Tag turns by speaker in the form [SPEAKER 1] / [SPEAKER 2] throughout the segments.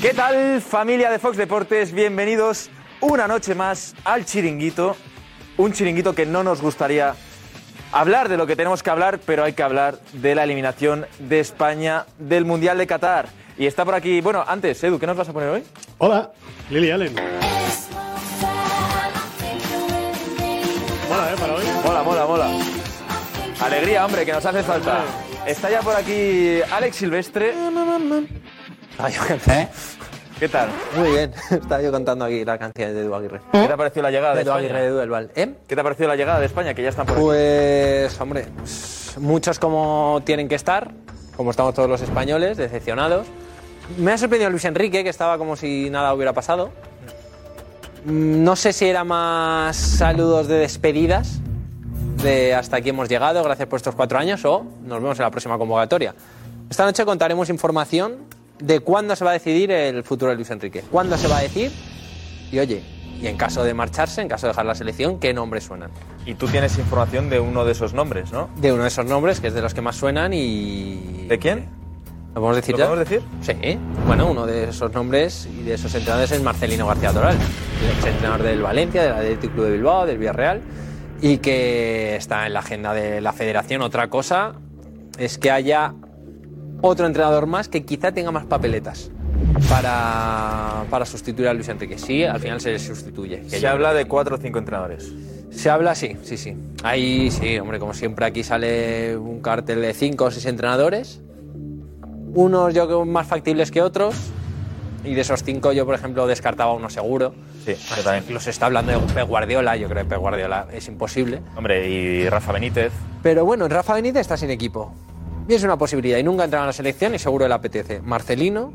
[SPEAKER 1] ¿Qué tal familia de Fox Deportes? Bienvenidos una noche más al chiringuito. Un chiringuito que no nos gustaría hablar de lo que tenemos que hablar, pero hay que hablar de la eliminación de España del Mundial de Qatar. Y está por aquí, bueno, antes, Edu, ¿qué nos vas a poner hoy?
[SPEAKER 2] Hola, Lily Allen. Hola, ¿eh? Para hoy.
[SPEAKER 1] Mola, mola, mola. Alegría, hombre, que nos hace falta. Está ya por aquí Alex Silvestre. ¿Qué tal?
[SPEAKER 3] ¿Eh? Muy bien, estaba yo contando aquí la canción de Edu Aguirre.
[SPEAKER 1] ¿Qué te ha parecido la llegada de,
[SPEAKER 3] De Edu Aguirre,
[SPEAKER 1] España?
[SPEAKER 3] de Edu del Val, ¿eh?
[SPEAKER 1] ¿Qué te ha parecido la llegada de España? Que ya están por aquí.
[SPEAKER 3] Pues, hombre, pues, muchos como tienen que estar, como estamos todos los españoles, decepcionados. Me ha sorprendido Luis Enrique, que estaba como si nada hubiera pasado. Mm, No sé si era más saludos de despedidas, de hasta aquí hemos llegado, gracias por estos cuatro años, o nos vemos en la próxima convocatoria. Esta noche contaremos información de cuándo se va a decidir el futuro de Luis Enrique. ¿Cuándo se va a decir? Y oye, y en caso de marcharse, en caso de dejar la selección, ¿qué nombres suenan?
[SPEAKER 1] Y tú tienes información de uno de esos nombres, ¿no?
[SPEAKER 3] De uno de esos nombres, que es de los que más suenan y...
[SPEAKER 1] ¿De quién?
[SPEAKER 3] ¿Lo podemos decir
[SPEAKER 1] ¿Lo
[SPEAKER 3] ya?
[SPEAKER 1] podemos decir?
[SPEAKER 3] Sí. Bueno, uno de esos nombres y de esos entrenadores es Marcelino García Toral, el entrenador del Valencia, del Atlético Club de Bilbao, del Villarreal, y que está en la agenda de la federación. Otra cosa es que haya otro entrenador más que quizá tenga más papeletas para, para sustituir a Luis Enrique. Sí, al final se le sustituye. que
[SPEAKER 1] Se
[SPEAKER 3] ya-
[SPEAKER 1] habla de cuatro o cinco entrenadores.
[SPEAKER 3] se habla así, sí, sí. Ahí sí, hombre, como siempre aquí sale un cartel de cinco o seis entrenadores. Unos yo creo más factibles que otros. Y de esos cinco yo, por ejemplo, descartaba uno seguro.
[SPEAKER 1] Sí, yo también.
[SPEAKER 3] Incluso está hablando de Pep Guardiola, yo creo que Pep Guardiola es imposible.
[SPEAKER 1] Hombre, y Rafa Benítez.
[SPEAKER 3] Pero bueno, Rafa Benítez está sin equipo. Y es una posibilidad. Y nunca ha entrado en la selección y seguro le apetece. Marcelino,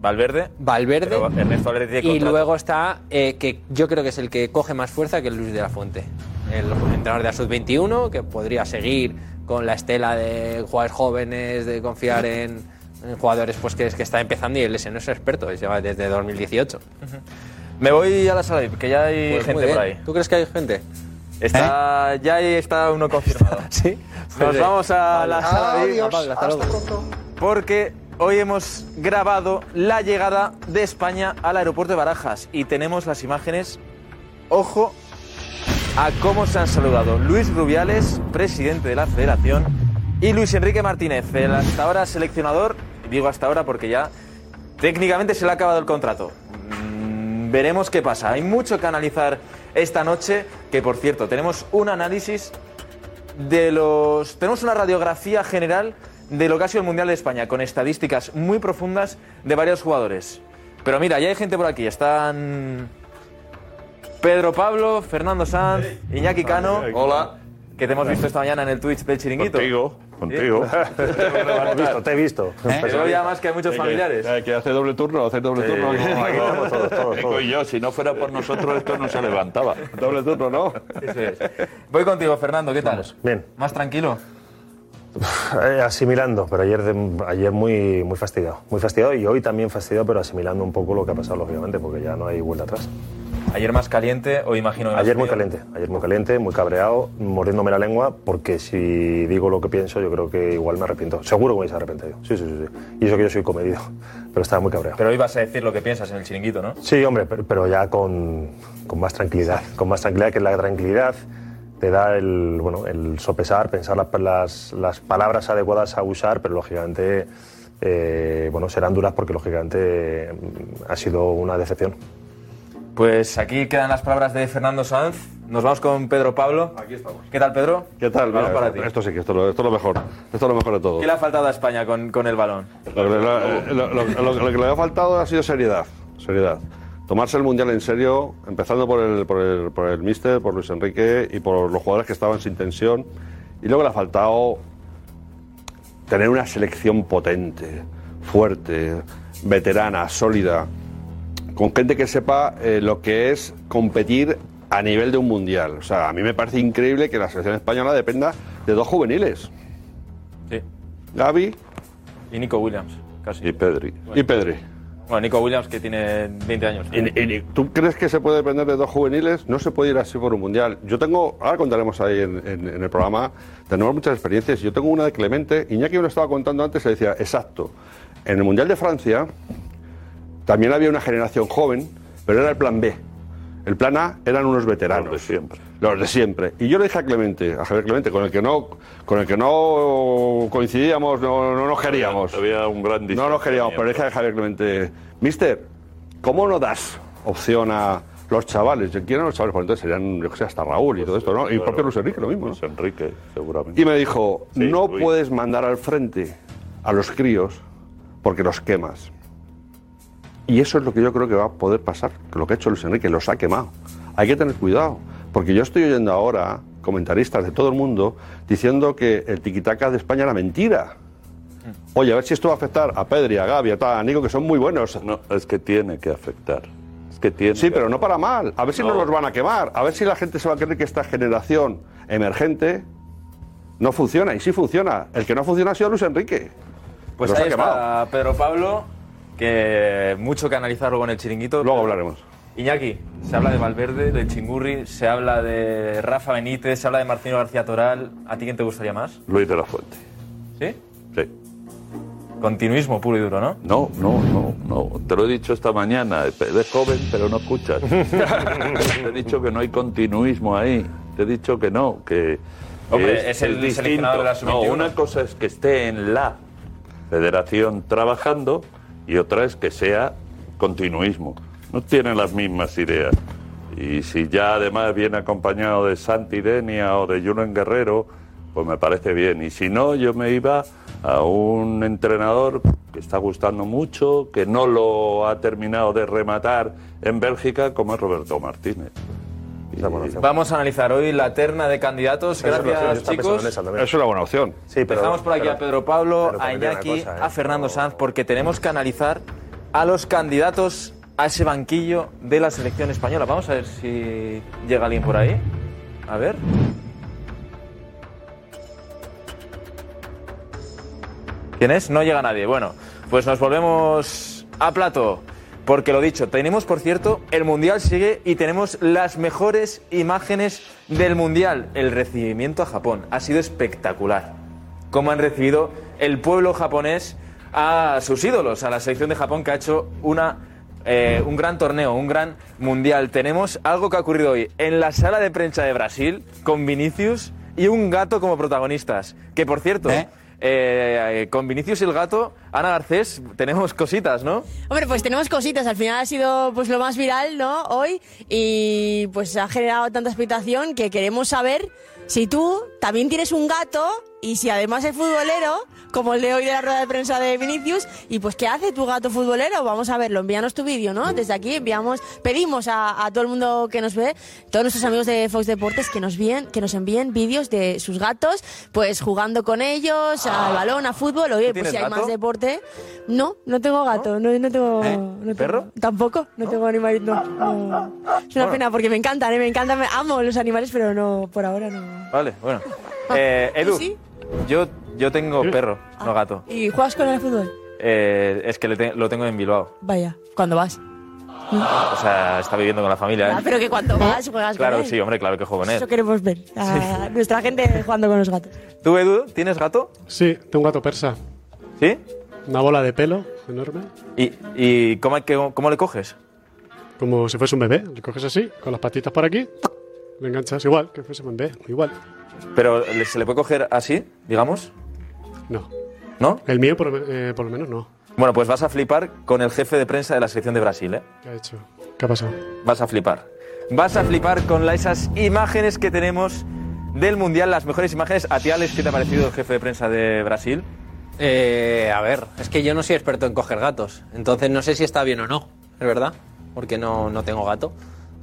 [SPEAKER 1] Valverde.
[SPEAKER 3] Valverde.
[SPEAKER 1] Pero Ernesto Valverde tiene
[SPEAKER 3] Y
[SPEAKER 1] contrato.
[SPEAKER 3] luego está, eh, que yo creo que es el que coge más fuerza, que es Luis de la Fuente, el entrenador de la Sub-21, que podría seguir con la estela de jugadores jóvenes, de confiar en, en jugadores pues que, que está empezando y él ese no es experto, es lleva desde 2018.
[SPEAKER 1] Me voy a la sala VIP, que ya hay
[SPEAKER 3] Pues muy
[SPEAKER 1] gente
[SPEAKER 3] bien.
[SPEAKER 1] por ahí.
[SPEAKER 3] ¿Tú crees que hay gente?
[SPEAKER 1] Está, Ya ahí está uno confirmado.
[SPEAKER 3] ¿Eh? Sí.
[SPEAKER 1] Nos vamos a la sala VIP
[SPEAKER 3] Adiós. Pablo, hasta luego.
[SPEAKER 1] porque hoy hemos grabado la llegada de España al aeropuerto de Barajas y tenemos las imágenes. Ojo a cómo se han saludado Luis Rubiales, presidente de la Federación, y Luis Enrique Martínez, el hasta ahora seleccionador. Digo hasta ahora porque ya técnicamente se le ha acabado el contrato. Mm, Veremos qué pasa. Hay mucho que analizar esta noche, que por cierto, tenemos un análisis de los. Tenemos una radiografía general de lo que ha sido el Mundial de España, con estadísticas muy profundas de varios jugadores. Pero mira, ya hay gente por aquí. Están. Pedro Pablo, Fernando Sanz, Iñaki Cano.
[SPEAKER 2] Hola.
[SPEAKER 1] Que te hemos visto esta mañana en el Twitch del Chiringuito.
[SPEAKER 4] Contigo, contigo. Te he visto, te he visto.
[SPEAKER 1] ¿Eh? Pero ya más que hay muchos familiares.
[SPEAKER 5] Eh, que hace doble turno, hace doble turno.
[SPEAKER 4] aquí estamos todos, todos,
[SPEAKER 5] Nico
[SPEAKER 4] todos.
[SPEAKER 5] y yo, si no fuera por nosotros esto no se levantaba. Doble turno, ¿no?
[SPEAKER 1] Eso es. Voy contigo, Fernando, ¿qué tal?
[SPEAKER 4] Bien.
[SPEAKER 1] ¿Más tranquilo?
[SPEAKER 4] Eh, asimilando, pero ayer, de- ayer muy, muy fastidiado. Muy fastidiado y hoy también fastidiado, pero asimilando un poco lo que ha pasado, lógicamente, porque ya no hay vuelta atrás.
[SPEAKER 1] Ayer más caliente, hoy imagino que más
[SPEAKER 4] Ayer muy
[SPEAKER 1] frío.
[SPEAKER 4] caliente, ayer muy caliente, muy cabreado, mordiéndome la lengua, porque si digo lo que pienso, yo creo que igual me arrepiento. Seguro que me hubiese arrepentido. Sí, sí, sí, sí. Y eso que yo soy comedido, pero estaba muy cabreado.
[SPEAKER 1] Pero hoy vas a decir lo que piensas en el chiringuito, ¿no?
[SPEAKER 4] Sí, hombre, pero, pero ya con, con más tranquilidad. Con más tranquilidad, que la tranquilidad te da el, bueno, el sopesar, pensar las, las, las palabras adecuadas a usar, pero lógicamente eh, bueno, serán duras porque lógicamente mm, ha sido una decepción.
[SPEAKER 1] Pues aquí quedan las palabras de Fernando Sanz. Nos vamos con Pedro Pablo. Aquí estamos. ¿Qué tal, Pedro?
[SPEAKER 5] ¿Qué tal?
[SPEAKER 1] Vamos
[SPEAKER 5] Mira,
[SPEAKER 1] para ti.
[SPEAKER 5] Esto sí que esto, lo- esto es lo mejor. Esto es lo mejor de todo.
[SPEAKER 1] ¿Qué le ha faltado a España con, con el balón?
[SPEAKER 5] Lo, lo- lo- lo- lo que le ha faltado ha sido seriedad. Seriedad. Tomarse el mundial en serio, empezando por el, por el, por el míster, por Luis Enrique y por los jugadores que estaban sin tensión. Y luego le ha faltado tener una selección potente, fuerte, veterana, sólida. con gente que sepa eh, lo que es competir a nivel de un mundial. O sea, a mí me parece increíble que la selección española dependa de dos juveniles.
[SPEAKER 1] Sí.
[SPEAKER 5] Gaby
[SPEAKER 1] Y Nico Williams, casi.
[SPEAKER 5] y Pedri. Y Pedri.
[SPEAKER 1] Bueno, Nico Williams que tiene 20 años.
[SPEAKER 5] Y- y- y- ¿Tú crees que se puede depender de dos juveniles? No se puede ir así por un mundial. Yo tengo, ahora contaremos ahí en, en- en el programa, tenemos muchas experiencias. Yo tengo una de Clemente, Iñaki me lo estaba contando antes, le decía, exacto. En el Mundial de Francia también había una generación joven, pero era el plan B. El plan A eran unos veteranos. Los de siempre. Los de siempre. Y yo le dije a Clemente, a Javier Clemente, con el que no, con el que no coincidíamos, no, no nos queríamos.
[SPEAKER 6] Había un gran
[SPEAKER 5] No nos queríamos, pero le dije a Javier Clemente, Mister, ¿cómo no das opción a los chavales? Yo quiero a los chavales, pues entonces serían, yo que sé, hasta Raúl y todo esto, ¿no? Y el propio Luis Enrique lo mismo, ¿no?
[SPEAKER 6] Pues Luis Enrique, seguramente.
[SPEAKER 5] Y me dijo,
[SPEAKER 6] Sí,
[SPEAKER 5] no
[SPEAKER 6] Luis.
[SPEAKER 5] puedes mandar al frente a los críos porque los quemas. Y eso es lo que yo creo que va a poder pasar, que lo que ha hecho Luis Enrique, los ha quemado. Hay que tener cuidado, porque yo estoy oyendo ahora comentaristas de todo el mundo diciendo que el tiquitaca de España era mentira. Oye, a ver si esto va a afectar a Pedri, a Gaby, a, tal, a Nico, que son muy buenos.
[SPEAKER 6] No, es que tiene que afectar. Es que tiene.
[SPEAKER 5] Sí,
[SPEAKER 6] que-
[SPEAKER 5] pero no para mal. A ver si no.
[SPEAKER 6] No.
[SPEAKER 5] los van a quemar. A ver si la gente se va a creer que esta generación emergente no funciona. Y sí funciona. El que no funciona ha sido Luis Enrique.
[SPEAKER 1] Pues
[SPEAKER 5] Los ha
[SPEAKER 1] ahí
[SPEAKER 5] quemado.
[SPEAKER 1] está Pedro Pablo, que mucho que analizar luego en el chiringuito.
[SPEAKER 5] Luego
[SPEAKER 1] pero-
[SPEAKER 5] hablaremos.
[SPEAKER 1] Iñaki, se habla de Valverde, del Chingurri, se habla de Rafa Benítez, se habla de Martino García Toral. ¿A ti quién te gustaría más?
[SPEAKER 6] Luis de la Fuente.
[SPEAKER 1] ¿Sí?
[SPEAKER 6] Sí.
[SPEAKER 1] Continuismo puro y duro, ¿no?
[SPEAKER 6] No, no, no, no. Te lo he dicho esta mañana. Eres joven, pero no escuchas. Te he dicho que no hay continuismo ahí. Te he dicho que no, que. que
[SPEAKER 1] Hombre, es el seleccionador de la
[SPEAKER 6] No,
[SPEAKER 1] sub-21.
[SPEAKER 6] una cosa es que esté en la federación trabajando y otra es que sea continuismo. No tienen las mismas ideas. Y si ya además viene acompañado de Santi Denia o de Julen Guerrero, pues me parece bien. Y si no, yo me iba a un entrenador que está gustando mucho, que no lo ha terminado de rematar en Bélgica, como es Roberto Martínez. Y-
[SPEAKER 1] Vamos a analizar hoy la terna de candidatos.
[SPEAKER 7] Eso es lo que yo estaba
[SPEAKER 1] Gracias,
[SPEAKER 7] pensando en
[SPEAKER 1] chicos.
[SPEAKER 7] esa también.
[SPEAKER 5] Es una buena opción.
[SPEAKER 7] Sí, pero-
[SPEAKER 1] Dejamos por aquí
[SPEAKER 7] pero-
[SPEAKER 1] a Pedro Pablo,
[SPEAKER 7] pero
[SPEAKER 1] a
[SPEAKER 7] también hay una
[SPEAKER 1] Iñaki,
[SPEAKER 7] cosa, ¿eh?
[SPEAKER 1] a Fernando
[SPEAKER 7] No-
[SPEAKER 1] Sanz, porque tenemos que analizar a los candidatos a ese banquillo de la selección española. Vamos a ver si llega alguien por ahí. A ver. ¿Quién es? No llega nadie. Bueno, pues nos volvemos a plato. Porque lo dicho, tenemos, por cierto, el Mundial sigue y tenemos las mejores imágenes del Mundial. El recibimiento a Japón ha sido espectacular. Cómo han recibido el pueblo japonés a sus ídolos, a la selección de Japón que ha hecho una eh, un gran torneo, un gran mundial. Tenemos algo que ha ocurrido hoy en la sala de prensa de Brasil con Vinicius y un gato como protagonistas. Que por cierto, eh, eh, con Vinicius y el gato, Ana Garcés, tenemos cositas, ¿no?
[SPEAKER 8] Hombre, pues tenemos cositas. Al final ha sido pues lo más viral, ¿no? Hoy. Y pues ha generado tanta expectación que queremos saber si tú también tienes un gato y si además es futbolero, como el de hoy de la rueda de prensa de Vinicius, y pues qué hace tu gato futbolero. Vamos a verlo. Envíanos tu vídeo, ¿no? Desde aquí enviamos, pedimos a, a todo el mundo que nos ve, todos nuestros amigos de Fox Deportes que nos envíen, que nos envíen vídeos de sus gatos, pues jugando con ellos, al balón, a fútbol. Oye,
[SPEAKER 1] tienes
[SPEAKER 8] pues si hay
[SPEAKER 1] gato? ¿Eh?
[SPEAKER 8] más deporte. No, no tengo gato, no, no tengo. no tengo-
[SPEAKER 1] ¿Perro?
[SPEAKER 8] Tampoco, no, tengo animales. No, no. Es una pena porque me encantan, ¿eh? me encantan, me- amo los animales, pero no, por ahora no.
[SPEAKER 1] Vale, bueno. Eh,
[SPEAKER 8] ¿tú
[SPEAKER 1] Edu,
[SPEAKER 8] sí? Ah.
[SPEAKER 1] yo, yo tengo perro, no gato.
[SPEAKER 8] ¿Y juegas con el fútbol?
[SPEAKER 1] Eh, es que le te- lo tengo en Bilbao.
[SPEAKER 8] Vaya, cuando vas.
[SPEAKER 1] O sea, está viviendo con la familia. ¿eh?
[SPEAKER 8] Ah, pero que cuando vas juegas
[SPEAKER 1] Claro,
[SPEAKER 8] con él.
[SPEAKER 1] sí, hombre, claro que juego con
[SPEAKER 8] Eso
[SPEAKER 1] él.
[SPEAKER 8] queremos ver. a Nuestra gente jugando con los gatos.
[SPEAKER 1] ¿Tú, Edu, tienes gato?
[SPEAKER 9] Sí, tengo un gato persa.
[SPEAKER 1] ¿Sí?
[SPEAKER 9] Una bola de pelo enorme.
[SPEAKER 1] ¿Y, y cómo, qué- cómo le coges?
[SPEAKER 9] Como si fuese un bebé. Le coges así, con las patitas por aquí. Le enganchas igual, que fuese un bebé. Igual.
[SPEAKER 1] Pero ¿le- se le puede coger así, digamos,
[SPEAKER 9] No.
[SPEAKER 1] ¿no?
[SPEAKER 9] El mío, por, lo me- eh, por lo menos, no.
[SPEAKER 1] Bueno, pues vas a flipar con el jefe de prensa de la selección de Brasil, ¿eh?
[SPEAKER 9] ¿Qué ha hecho? ¿Qué ha pasado?
[SPEAKER 1] Vas a flipar. Vas a flipar con la- esas imágenes que tenemos del Mundial, las mejores imágenes. A ti, Alex, ¿qué te ha parecido el jefe de prensa de Brasil?
[SPEAKER 3] Eh, a ver, es que yo no soy experto en coger gatos, entonces no sé si está bien o no, es verdad, porque no, no tengo gato,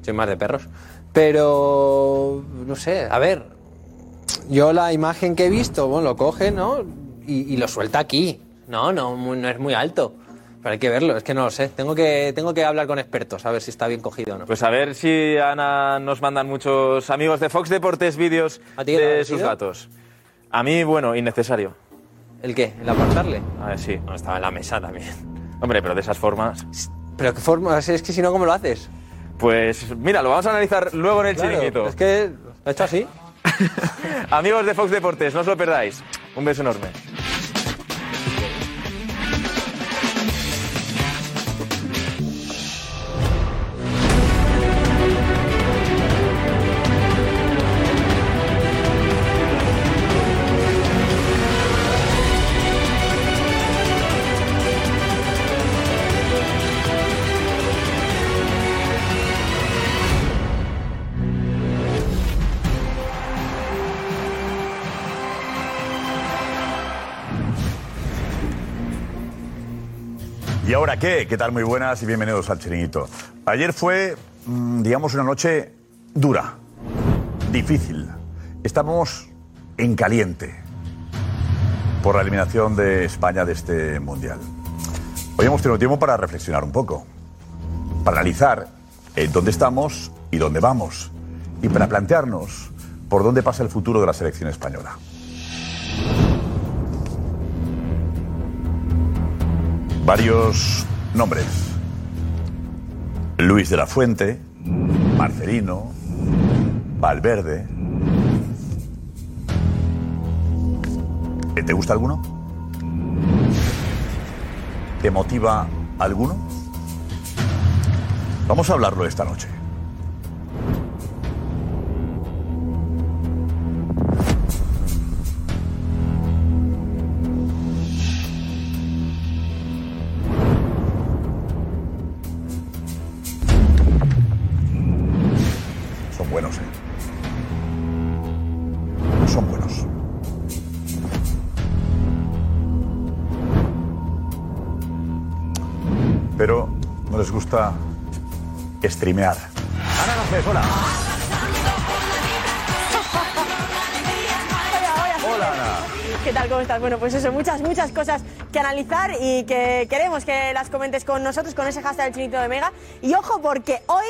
[SPEAKER 3] soy más de perros. Pero, no sé, a ver, yo la imagen que he visto, bueno, lo coge, ¿no? Y, y lo suelta aquí, no, no, mu- no es muy alto. Pero hay que verlo, es que no lo sé. Tengo que, tengo que hablar con expertos a ver si está bien cogido o no.
[SPEAKER 1] Pues a ver si Ana nos mandan muchos amigos de Fox Deportes vídeos
[SPEAKER 3] ¿A ti qué te ha
[SPEAKER 1] de
[SPEAKER 3] parecido?
[SPEAKER 1] sus datos. A mí, bueno, innecesario.
[SPEAKER 3] ¿El qué? ¿El apartarle?
[SPEAKER 1] A ver, Ah, sí.
[SPEAKER 3] No, estaba en la mesa también.
[SPEAKER 1] Hombre, pero de esas formas.
[SPEAKER 3] Pero qué forma, es que si no, ¿cómo lo haces?
[SPEAKER 1] Pues mira, lo vamos a analizar luego en el
[SPEAKER 3] Claro,
[SPEAKER 1] chiringuito.
[SPEAKER 3] es que lo he hecho así.
[SPEAKER 1] Amigos de Fox Deportes, no os lo perdáis. Un beso enorme.
[SPEAKER 10] ¿Y ahora qué? ¿Qué tal? Muy buenas y bienvenidos al Chiringuito. Ayer fue, mm, digamos, una noche dura, difícil. Estábamos en caliente por la eliminación de España de este Mundial. Hoy hemos tenido tiempo para reflexionar un poco, para analizar eh, dónde estamos y dónde vamos, y para plantearnos por dónde pasa el futuro de la selección española. varios nombres. Luis de la Fuente, Marcelino, Valverde. ¿Eh, ¿Te gusta alguno? ¿Te motiva alguno? Vamos a hablarlo esta noche. Son buenos, ¿eh? Son buenos. Pero no les gusta streamear. Ana Garcés, hola.
[SPEAKER 8] Hola, hola.
[SPEAKER 10] Hola, Ana.
[SPEAKER 8] ¿Qué tal? ¿Cómo estás? Bueno, pues eso, muchas, muchas cosas que analizar y que queremos que las comentes con nosotros, con ese hashtag del chinito de Mega. Y ojo, porque hoy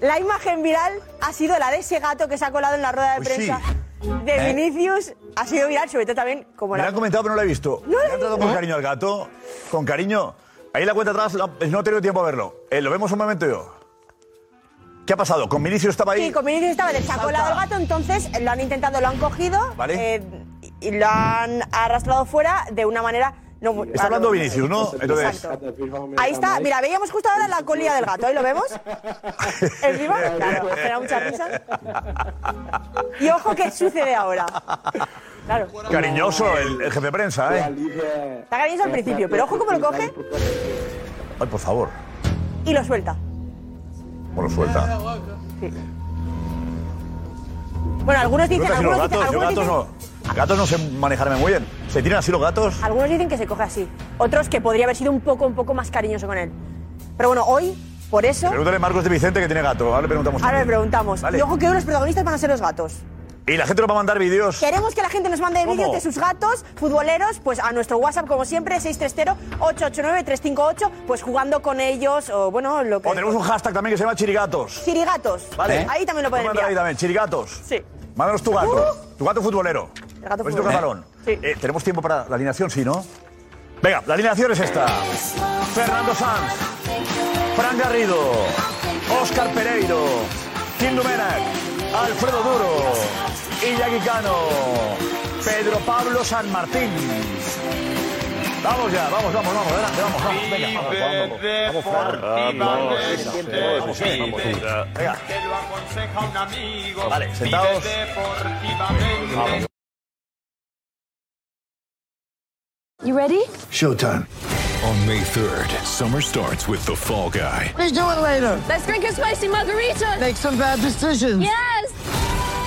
[SPEAKER 8] la imagen viral ha sido la de ese gato que se ha colado en la rueda de
[SPEAKER 10] Uy,
[SPEAKER 8] prensa
[SPEAKER 10] Pues sí.
[SPEAKER 8] de
[SPEAKER 10] ¿Eh?
[SPEAKER 8] Vinicius. Ha sido viral, sobre todo también como
[SPEAKER 10] Me la
[SPEAKER 8] la...
[SPEAKER 10] han comentado, pero no la he visto. Le
[SPEAKER 8] No la he
[SPEAKER 10] han tratado
[SPEAKER 8] visto.
[SPEAKER 10] con cariño al gato. Con cariño. Ahí la cuenta atrás, no no he tenido tiempo a verlo. Eh, lo vemos un momento yo. ¿Qué ha pasado? ¿Con Vinicio estaba ahí?
[SPEAKER 8] Sí, con Vinicius estaba, se ha
[SPEAKER 10] Salta.
[SPEAKER 8] colado el gato, entonces lo han intentado, lo han cogido
[SPEAKER 10] Vale.
[SPEAKER 8] eh, y lo han arrastrado fuera de una manera... No, muy-
[SPEAKER 10] Está hablando Vinicius, ¿no? Entonces,
[SPEAKER 8] Exacto. Ahí está, mira, veíamos justo ahora la colilla del gato, ¿eh? ¿Lo vemos? Encima, claro, genera mucha risa. Y ojo qué sucede ahora. Claro,
[SPEAKER 10] cariñoso el, el jefe de prensa, ¿eh?
[SPEAKER 8] está cariñoso al principio, pero ojo cómo lo coge
[SPEAKER 10] Ay, por favor.
[SPEAKER 8] y lo suelta.
[SPEAKER 10] Bueno, suelta.
[SPEAKER 8] Bueno, algunos
[SPEAKER 10] Yo creo que
[SPEAKER 8] dicen,
[SPEAKER 10] así los
[SPEAKER 8] algunos
[SPEAKER 10] gatos,
[SPEAKER 8] dicen,
[SPEAKER 10] yo
[SPEAKER 8] algunos
[SPEAKER 10] gatos
[SPEAKER 8] dicen,
[SPEAKER 10] no. Gatos no sé manejarme muy bien. ¿Se tiran así los gatos?
[SPEAKER 8] algunos dicen que se coge así, otros que podría haber sido un poco, un poco más cariñoso con él. Pero bueno, hoy, por eso,
[SPEAKER 10] Pregúntale a Marcos de Vicente que tiene gato. Ahora le preguntamos.
[SPEAKER 8] ahora le
[SPEAKER 10] también.
[SPEAKER 8] preguntamos.
[SPEAKER 10] Vale.
[SPEAKER 8] Y ojo que uno de los protagonistas van a ser los gatos.
[SPEAKER 10] Y la gente nos va a mandar vídeos.
[SPEAKER 8] Queremos que la gente nos mande
[SPEAKER 10] ¿Cómo?
[SPEAKER 8] vídeos de sus gatos futboleros, pues a nuestro WhatsApp, como siempre, 630-889-358, pues jugando con ellos, o bueno, lo que...
[SPEAKER 10] O tenemos un hashtag también que se llama Chirigatos.
[SPEAKER 8] Chirigatos.
[SPEAKER 10] Vale.
[SPEAKER 8] ¿Eh? Ahí también lo pueden
[SPEAKER 10] mandar ahí
[SPEAKER 8] enviar.
[SPEAKER 10] también, Chirigatos.
[SPEAKER 8] Sí.
[SPEAKER 10] Mándanos tu gato. Tu gato futbolero.
[SPEAKER 8] El gato
[SPEAKER 10] O si tu
[SPEAKER 8] futbolero.
[SPEAKER 10] catalón.
[SPEAKER 8] Sí.
[SPEAKER 10] Eh, ¿Tenemos tiempo para la alineación? Sí, ¿no? Venga, la alineación es esta. Fernando Sanz. Fran Garrido. Óscar Pereiro. Kim Dumenac. Alfredo Duro. Iñaki Cano. Pedro Pablo San Martín. Vamos ya, vamos, vamos, vamos, adelante, vamos, vamos, venga, vamos, vamos,
[SPEAKER 11] Eh,
[SPEAKER 10] vamos, vamos,
[SPEAKER 6] Vamos,
[SPEAKER 10] vamos, vamos, venga. Vale, sentados. Vamos.
[SPEAKER 12] You ready?
[SPEAKER 13] Showtime. On May 3rd, summer starts with The Fall Guy.
[SPEAKER 12] Let's do it later. Let's drink a spicy margarita. Make some bad decisions. Yes.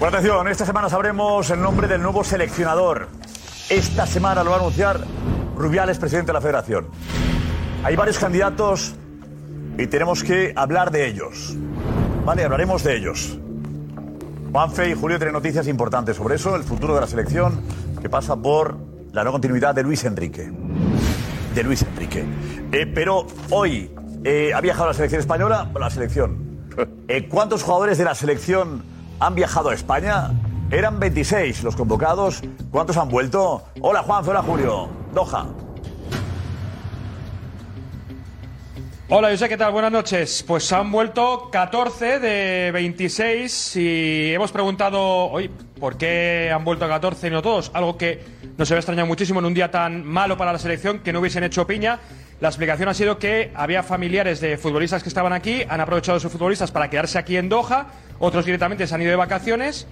[SPEAKER 10] Bueno, atención, esta semana sabremos el nombre del nuevo seleccionador. Esta semana lo va a anunciar Rubiales, presidente de la federación. Hay varios candidatos y tenemos que hablar de ellos. Vale, hablaremos de ellos. Juanfe y Julio tienen noticias importantes sobre eso, el futuro de la selección, que pasa por la no continuidad de Luis Enrique. De Luis Enrique. Eh, pero hoy eh, ha viajado la selección española, la selección. Eh, ¿Cuántos jugadores de la selección han viajado a España? Eran 26 los convocados. ¿Cuántos han vuelto? Hola Juanfe, hola Julio. Doha.
[SPEAKER 14] Hola, José, ¿qué tal? Buenas noches. Pues han vuelto 14 de 26 y hemos preguntado hoy por qué han vuelto 14 y no todos. Algo que nos había extrañado muchísimo en un día tan malo para la selección que no hubiesen hecho piña. La explicación ha sido que había familiares de futbolistas que estaban aquí, han aprovechado sus futbolistas para quedarse aquí en Doha, otros directamente se han ido de vacaciones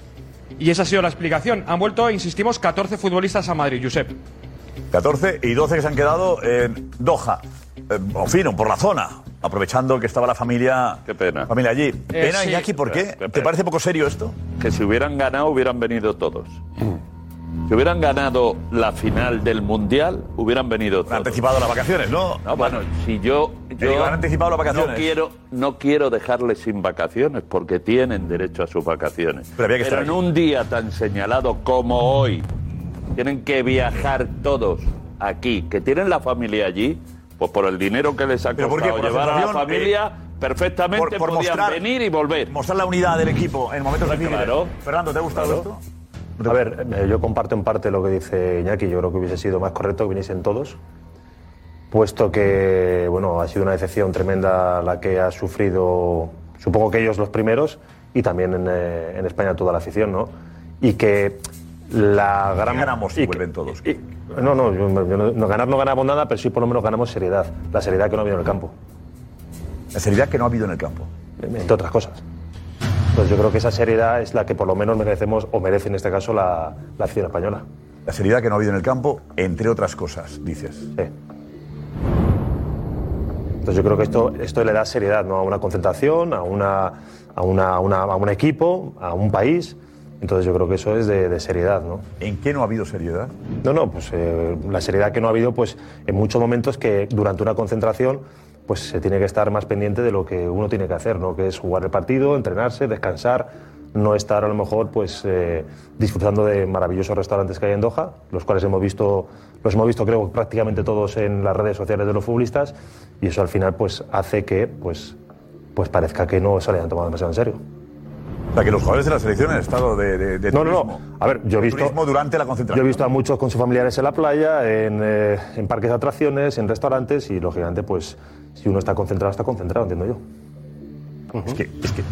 [SPEAKER 14] y esa ha sido la explicación. Han vuelto, insistimos, 14 futbolistas a Madrid, Josep.
[SPEAKER 10] 14 y 12 que se han quedado en Doha. Eh, Ofino, por la zona. Aprovechando que estaba la familia, familia allí. Pena,
[SPEAKER 6] Eh, sí.
[SPEAKER 10] Iñaki, ¿por
[SPEAKER 6] Qué
[SPEAKER 10] qué? ¿Te
[SPEAKER 6] pena.
[SPEAKER 10] parece poco serio esto?
[SPEAKER 6] Eh, que si hubieran ganado hubieran venido todos.
[SPEAKER 10] Hmm.
[SPEAKER 6] Si hubieran ganado la final del Mundial, hubieran venido todos.
[SPEAKER 10] anticipado las vacaciones, ¿no?
[SPEAKER 6] bueno, si yo...
[SPEAKER 10] Te
[SPEAKER 6] yo
[SPEAKER 10] digo, han anticipado las
[SPEAKER 6] No
[SPEAKER 10] vacaciones.
[SPEAKER 6] quiero, no quiero dejarles sin vacaciones, porque tienen derecho a sus vacaciones. Pero,
[SPEAKER 10] había que estar
[SPEAKER 6] en
[SPEAKER 10] aquí.
[SPEAKER 6] un día tan señalado como hoy, tienen que viajar todos aquí, que tienen la familia allí, pues por el dinero que les ha
[SPEAKER 10] ¿Pero
[SPEAKER 6] costado
[SPEAKER 10] por qué? ¿Por la
[SPEAKER 6] llevar a la
[SPEAKER 10] sensación?
[SPEAKER 6] familia,
[SPEAKER 10] Eh,
[SPEAKER 6] perfectamente
[SPEAKER 10] por- por
[SPEAKER 6] podían
[SPEAKER 10] mostrar-
[SPEAKER 6] venir y volver.
[SPEAKER 10] Mostrar la unidad del equipo en momentos difíciles.
[SPEAKER 6] Claro.
[SPEAKER 10] Fernando, ¿te ha gustado esto?
[SPEAKER 4] A ver, eh, yo comparto en parte lo que dice Iñaki. Yo creo que hubiese sido más correcto que viniesen todos, puesto que bueno ha sido una decepción tremenda la que ha sufrido, supongo que ellos los primeros y también en, eh, en España toda la afición, ¿no? Y que la gran
[SPEAKER 10] ganamos si vuelven todos?
[SPEAKER 4] no, no, yo- yo no- no, ganar no ganamos nada, pero sí por lo menos ganamos seriedad, la seriedad que no ha habido en el campo.
[SPEAKER 10] La seriedad que no ha habido en el campo.
[SPEAKER 4] Entre otras cosas. Entonces yo creo que esa seriedad es la que por lo menos merecemos, o merece en este caso, la, la afición española.
[SPEAKER 10] La seriedad que no ha habido en el campo, entre otras cosas, dices.
[SPEAKER 4] Sí. Entonces yo creo que esto, esto le da seriedad ¿no? a una concentración, a, una, a, una, a una- a un equipo, a un país. Entonces yo creo que eso es de, de seriedad. ¿no?
[SPEAKER 10] ¿En qué no ha habido seriedad?
[SPEAKER 4] No, no, pues eh, la seriedad que no ha habido pues, en muchos momentos que durante una concentración pues se tiene que estar más pendiente de lo que uno tiene que hacer, ¿no? que es jugar el partido, entrenarse, descansar, no estar a lo mejor pues, eh, disfrutando de maravillosos restaurantes que hay en Doha, los cuales hemos visto, los hemos visto creo prácticamente todos en las redes sociales de los futbolistas, y eso al final pues, hace que pues, pues parezca que no se le han tomado demasiado en serio.
[SPEAKER 10] O sea, que los jugadores de la selección han estado de, de, de
[SPEAKER 4] No, no,
[SPEAKER 10] turismo.
[SPEAKER 4] no. A ver, yo he visto.
[SPEAKER 10] Turismo durante la
[SPEAKER 4] Yo
[SPEAKER 10] concentración.
[SPEAKER 4] he visto a muchos con sus familiares en la playa, en, eh, en parques de atracciones, en restaurantes y lógicamente, pues, si uno está concentrado, está concentrado, entiendo yo.
[SPEAKER 10] Es que, es que.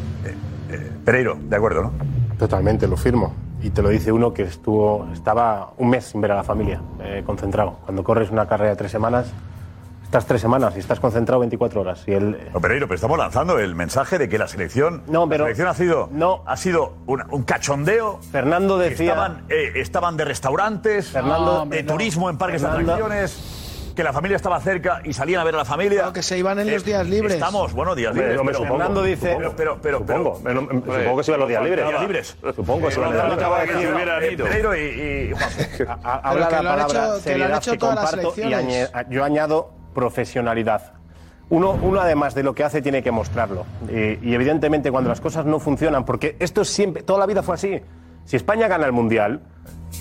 [SPEAKER 10] Pereiro, de acuerdo, ¿no?
[SPEAKER 15] Totalmente, lo firmo. Y te lo dice uno que estuvo, estaba un mes sin ver a la familia, eh, concentrado. Cuando corres una carrera de tres semanas, estás tres semanas y estás concentrado 24 horas. Y él, eh,
[SPEAKER 10] No, Pereiro, pero estamos lanzando el mensaje de que la selección,
[SPEAKER 15] pero-
[SPEAKER 10] la selección ha sido, ha sido una- un cachondeo.
[SPEAKER 15] Fernando decía-
[SPEAKER 10] Estaban, eh, estaban de restaurantes,
[SPEAKER 15] Fernando- No,
[SPEAKER 10] de
[SPEAKER 15] hombre, no.
[SPEAKER 10] turismo en parques
[SPEAKER 15] Fernando-
[SPEAKER 10] de atracciones, que la familia estaba cerca y salían a ver a la familia. que se iban en
[SPEAKER 4] los días libres.
[SPEAKER 10] Estamos, bueno, días
[SPEAKER 4] Hombre,
[SPEAKER 10] libres.
[SPEAKER 4] hombre,
[SPEAKER 10] pero-
[SPEAKER 4] supongo,
[SPEAKER 10] Fernando dice.
[SPEAKER 4] supongo.
[SPEAKER 10] pero, pero, pero-
[SPEAKER 4] Supongo, menos- supongo que se iban los días libres.
[SPEAKER 10] Días libres.
[SPEAKER 4] Supongo que se iban los días
[SPEAKER 10] Acaba de
[SPEAKER 4] libres.
[SPEAKER 10] decir,
[SPEAKER 4] Hubieran ido.
[SPEAKER 10] eh, Pereiro y, y Juanfe. que
[SPEAKER 15] habla la
[SPEAKER 10] lo han
[SPEAKER 15] palabra
[SPEAKER 10] hecho- que lo han
[SPEAKER 15] seriedad
[SPEAKER 10] hecho
[SPEAKER 15] que
[SPEAKER 10] todas las
[SPEAKER 15] comparto y
[SPEAKER 10] elecciones.
[SPEAKER 15] añe- yo añado profesionalidad. Uno, uno, además de lo que hace, tiene que mostrarlo. Eh, Y, evidentemente, cuando las cosas no funcionan, porque esto es siempre, toda la vida fue así. Si España gana el mundial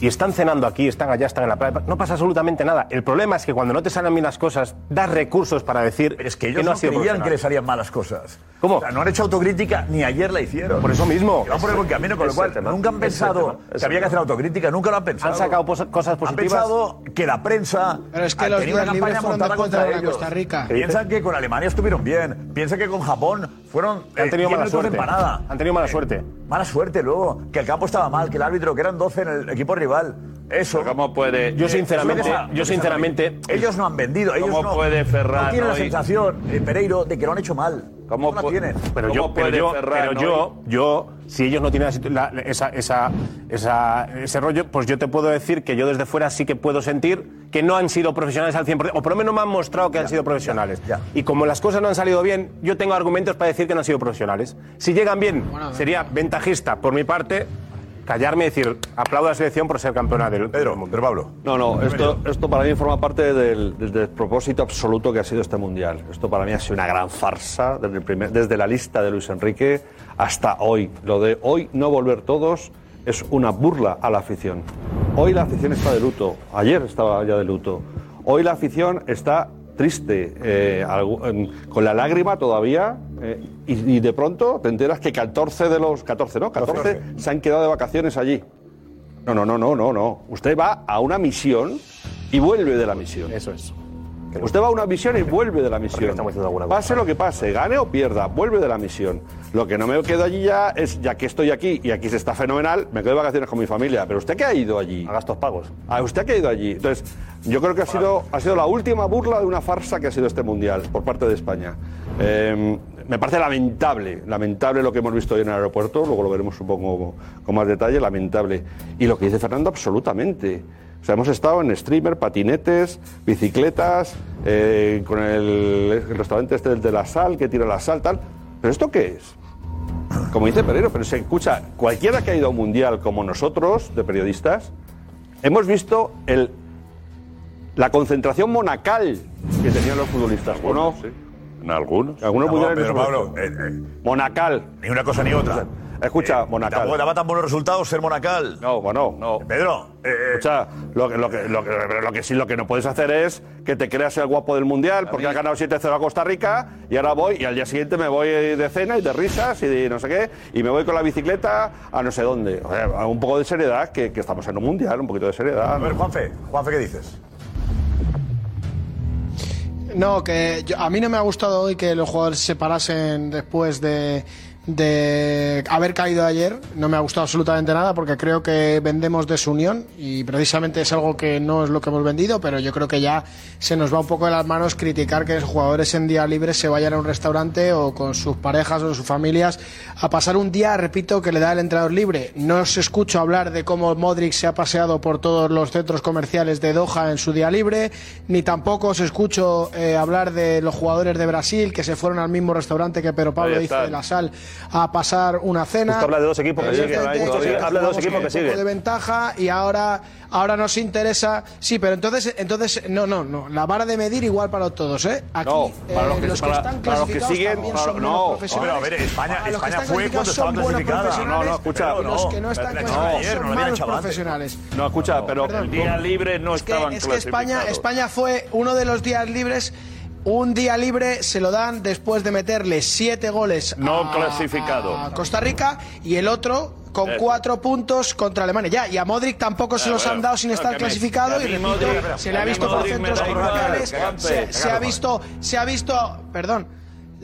[SPEAKER 15] y están cenando aquí, están allá, están en la playa, no pasa absolutamente nada. El problema es que cuando no te salen bien las cosas, das recursos para decir
[SPEAKER 10] Es que ellos no,
[SPEAKER 15] no ha sido
[SPEAKER 10] creían que
[SPEAKER 15] profesional.
[SPEAKER 10] les harían malas cosas.
[SPEAKER 15] ¿Cómo?
[SPEAKER 10] O sea, no han hecho autocrítica, ni ayer la hicieron.
[SPEAKER 15] Por eso mismo.
[SPEAKER 10] Que van por el buen camino, con lo
[SPEAKER 15] Ese
[SPEAKER 10] cual
[SPEAKER 15] tema,
[SPEAKER 10] nunca han
[SPEAKER 15] ese
[SPEAKER 10] pensado
[SPEAKER 15] tema, ese
[SPEAKER 10] que había que
[SPEAKER 15] tema.
[SPEAKER 10] hacer autocrítica, nunca lo han pensado.
[SPEAKER 15] Han sacado pos- cosas positivas.
[SPEAKER 10] Han pensado que la prensa
[SPEAKER 15] Pero es que
[SPEAKER 10] ha
[SPEAKER 15] los
[SPEAKER 10] tenido una
[SPEAKER 15] días
[SPEAKER 10] campaña
[SPEAKER 15] libres fueron
[SPEAKER 10] montada
[SPEAKER 15] de contra
[SPEAKER 10] contra
[SPEAKER 15] de
[SPEAKER 10] ellos.
[SPEAKER 15] Costa Rica. ¿Qué
[SPEAKER 10] Piensan que con Alemania estuvieron bien, piensan que con Japón fueron
[SPEAKER 15] Han tenido
[SPEAKER 10] 10
[SPEAKER 15] mala
[SPEAKER 10] minutos de
[SPEAKER 15] suerte.
[SPEAKER 10] empanada. Eh,
[SPEAKER 15] Han tenido mala suerte.
[SPEAKER 10] Mala suerte luego, que el campo estaba mal, que el árbitro, que eran 12 en el equipo rival. Eso. ¿Cómo
[SPEAKER 6] puede?
[SPEAKER 15] Yo sinceramente- yo sinceramente-
[SPEAKER 10] Ellos no han vendido, ellos
[SPEAKER 6] ¿Cómo
[SPEAKER 10] no.
[SPEAKER 6] puede Ferran
[SPEAKER 10] No tienen la
[SPEAKER 6] hoy?
[SPEAKER 10] sensación, eh, Pereiro, de que lo han hecho mal.
[SPEAKER 5] ¿Cómo
[SPEAKER 10] la
[SPEAKER 5] pu-
[SPEAKER 10] tienen?
[SPEAKER 15] Pues, Pero
[SPEAKER 5] ¿Cómo
[SPEAKER 15] yo, pero
[SPEAKER 5] puede
[SPEAKER 15] yo,
[SPEAKER 5] Ferran
[SPEAKER 15] pero
[SPEAKER 5] hoy?
[SPEAKER 15] yo, yo, si ellos no tienen la situ- la- la- esa, esa, esa- ese rollo, pues yo te puedo decir que yo desde fuera sí que puedo sentir que no han sido profesionales al 100%, o por lo menos me han mostrado que han sido profesionales. Y como las cosas no han salido bien, yo tengo argumentos para decir que no han sido profesionales. Si llegan bien, sería ventajista por mi parte callarme y decir, aplaudo a la selección por ser campeona del, Pedro, mundo. Pero
[SPEAKER 10] Pablo.
[SPEAKER 5] No, no, esto, esto para mí forma parte del, del despropósito absoluto que ha sido este mundial. Esto para mí ha sido una gran farsa desde, el primer- desde la lista de Luis Enrique hasta hoy. Lo de hoy no volver todos es una burla a la afición. Hoy la afición está de luto, ayer estaba ya de luto. Hoy la afición está triste, eh, algu- em, con la lágrima todavía, eh, y, y de pronto te enteras que 14 de los 14, ¿no? 14 se han quedado de vacaciones allí. No, no, no, no, no, no. Usted va a una misión y vuelve de la misión. Eso es. Usted va a una misión y vuelve de la misión. Pase lo que pase, gane o pierda, vuelve de la misión. Lo que no me quedo allí ya es, ya que estoy aquí y aquí se está fenomenal, me quedo de vacaciones con mi familia. Pero usted que ha ido allí. A gastos pagos. A usted que ha ido allí. Entonces, yo creo que ha sido, ha sido la última burla de una farsa que ha sido este mundial por parte de España. Eh, me parece lamentable, lamentable lo que hemos visto hoy en el aeropuerto, luego lo veremos supongo con más detalle, lamentable. Y lo que dice Fernando, absolutamente. O sea, hemos estado en streamer, patinetes, bicicletas, eh, con el, el restaurante este del de la sal, que tira la sal, tal. ¿Pero esto qué es? Como dice Pereiro, pero se escucha, cualquiera que ha ido a un mundial como nosotros, de periodistas, hemos visto el, la concentración monacal que tenían los futbolistas. ¿o no?
[SPEAKER 6] En algunos.
[SPEAKER 5] Algunos
[SPEAKER 6] No,
[SPEAKER 5] mundiales
[SPEAKER 6] pero
[SPEAKER 5] no se
[SPEAKER 6] Pablo,
[SPEAKER 5] ven.
[SPEAKER 10] eh,
[SPEAKER 5] Monacal.
[SPEAKER 10] Ni una cosa ni otra. Eh,
[SPEAKER 5] Escucha, Monacal.
[SPEAKER 10] tampoco daba tan buenos resultados ser Monacal.
[SPEAKER 5] No, bueno. No.
[SPEAKER 10] Pedro. eh,
[SPEAKER 5] Escucha, lo que, lo, que, lo, que, pero lo que sí, lo que no puedes hacer es que te creas el guapo del mundial porque has ganado 7-0 a Costa Rica y ahora voy y al día siguiente me voy de cena y de risas y de no sé qué y me voy con la bicicleta a no sé dónde. O sea, un poco de seriedad, que, que estamos en un mundial, un poquito de seriedad. A ver,
[SPEAKER 10] Juanfe, Juanfe, ¿qué dices?
[SPEAKER 16] No, que yo- a mí no me ha gustado hoy que los jugadores se parasen después de, de haber caído ayer. No me ha gustado absolutamente nada porque creo que vendemos desunión y precisamente es algo que no es lo que hemos vendido, pero yo creo que ya se nos va un poco de las manos criticar que los jugadores en día libre se vayan a un restaurante o con sus parejas o sus familias a pasar un día, repito, que le da el entrenador libre. No os escucho hablar de cómo Modric se ha paseado por todos los centros comerciales de Doha en su día libre, ni tampoco os escucho eh, hablar de los jugadores de Brasil que se fueron al mismo restaurante que Pedro Pablo
[SPEAKER 4] Ahí
[SPEAKER 16] dice
[SPEAKER 4] están.
[SPEAKER 16] de la sal a pasar una cena.
[SPEAKER 4] Justo habla de dos equipos que siguen,
[SPEAKER 16] Evidentemente,
[SPEAKER 4] ahí todavía.
[SPEAKER 16] muchos
[SPEAKER 4] Habla de dos
[SPEAKER 16] jugamos
[SPEAKER 4] equipos que
[SPEAKER 16] con un poco
[SPEAKER 4] siguen.
[SPEAKER 16] de ventaja y ahora ahora nos interesa. Sí, pero entonces entonces no no no, la vara de medir igual para todos, ¿eh? Aquí
[SPEAKER 5] No, para
[SPEAKER 16] eh,
[SPEAKER 5] los que- para-
[SPEAKER 16] están
[SPEAKER 5] para los que
[SPEAKER 16] clasificados
[SPEAKER 5] siguen,
[SPEAKER 16] también
[SPEAKER 5] para- no.
[SPEAKER 16] son buenos
[SPEAKER 5] Hombre,
[SPEAKER 16] profesionales.
[SPEAKER 5] a ver, España-
[SPEAKER 16] Para los que
[SPEAKER 5] España
[SPEAKER 16] están
[SPEAKER 5] fue cuando
[SPEAKER 16] clasificados
[SPEAKER 5] estaba
[SPEAKER 16] son buenos
[SPEAKER 5] clasificada.
[SPEAKER 16] profesionales,
[SPEAKER 5] No, no, escucha.
[SPEAKER 16] pero los
[SPEAKER 5] No,
[SPEAKER 16] que no están
[SPEAKER 5] la echaron
[SPEAKER 16] clasificados
[SPEAKER 5] ayer, no la
[SPEAKER 16] son
[SPEAKER 5] habían
[SPEAKER 16] malos
[SPEAKER 5] echado antes.
[SPEAKER 16] profesionales.
[SPEAKER 5] No, escucha, pero
[SPEAKER 6] El día libre no
[SPEAKER 16] Es que,
[SPEAKER 6] estaban
[SPEAKER 16] es que España,
[SPEAKER 6] clasificados.
[SPEAKER 16] España fue uno de los días libres. Un día libre se lo dan después de meterle siete goles
[SPEAKER 6] No
[SPEAKER 16] a,
[SPEAKER 6] clasificado.
[SPEAKER 16] a Costa Rica y el otro con
[SPEAKER 6] Eso.
[SPEAKER 16] cuatro puntos contra Alemania. Ya, y a Modric tampoco
[SPEAKER 6] Eh.
[SPEAKER 16] se
[SPEAKER 6] Ah,
[SPEAKER 16] los
[SPEAKER 6] bueno,
[SPEAKER 16] han dado sin
[SPEAKER 6] no,
[SPEAKER 16] estar
[SPEAKER 6] que me-
[SPEAKER 16] clasificado
[SPEAKER 6] que a
[SPEAKER 16] y
[SPEAKER 6] mí
[SPEAKER 16] repito,
[SPEAKER 6] Modric-
[SPEAKER 16] se le
[SPEAKER 6] a
[SPEAKER 16] ha
[SPEAKER 6] mí
[SPEAKER 16] visto por
[SPEAKER 6] Modric me
[SPEAKER 16] centros
[SPEAKER 6] da igual,
[SPEAKER 16] comerciales,
[SPEAKER 6] cagante,
[SPEAKER 16] se, se ha
[SPEAKER 6] cagante.
[SPEAKER 16] visto, se ha visto, perdón,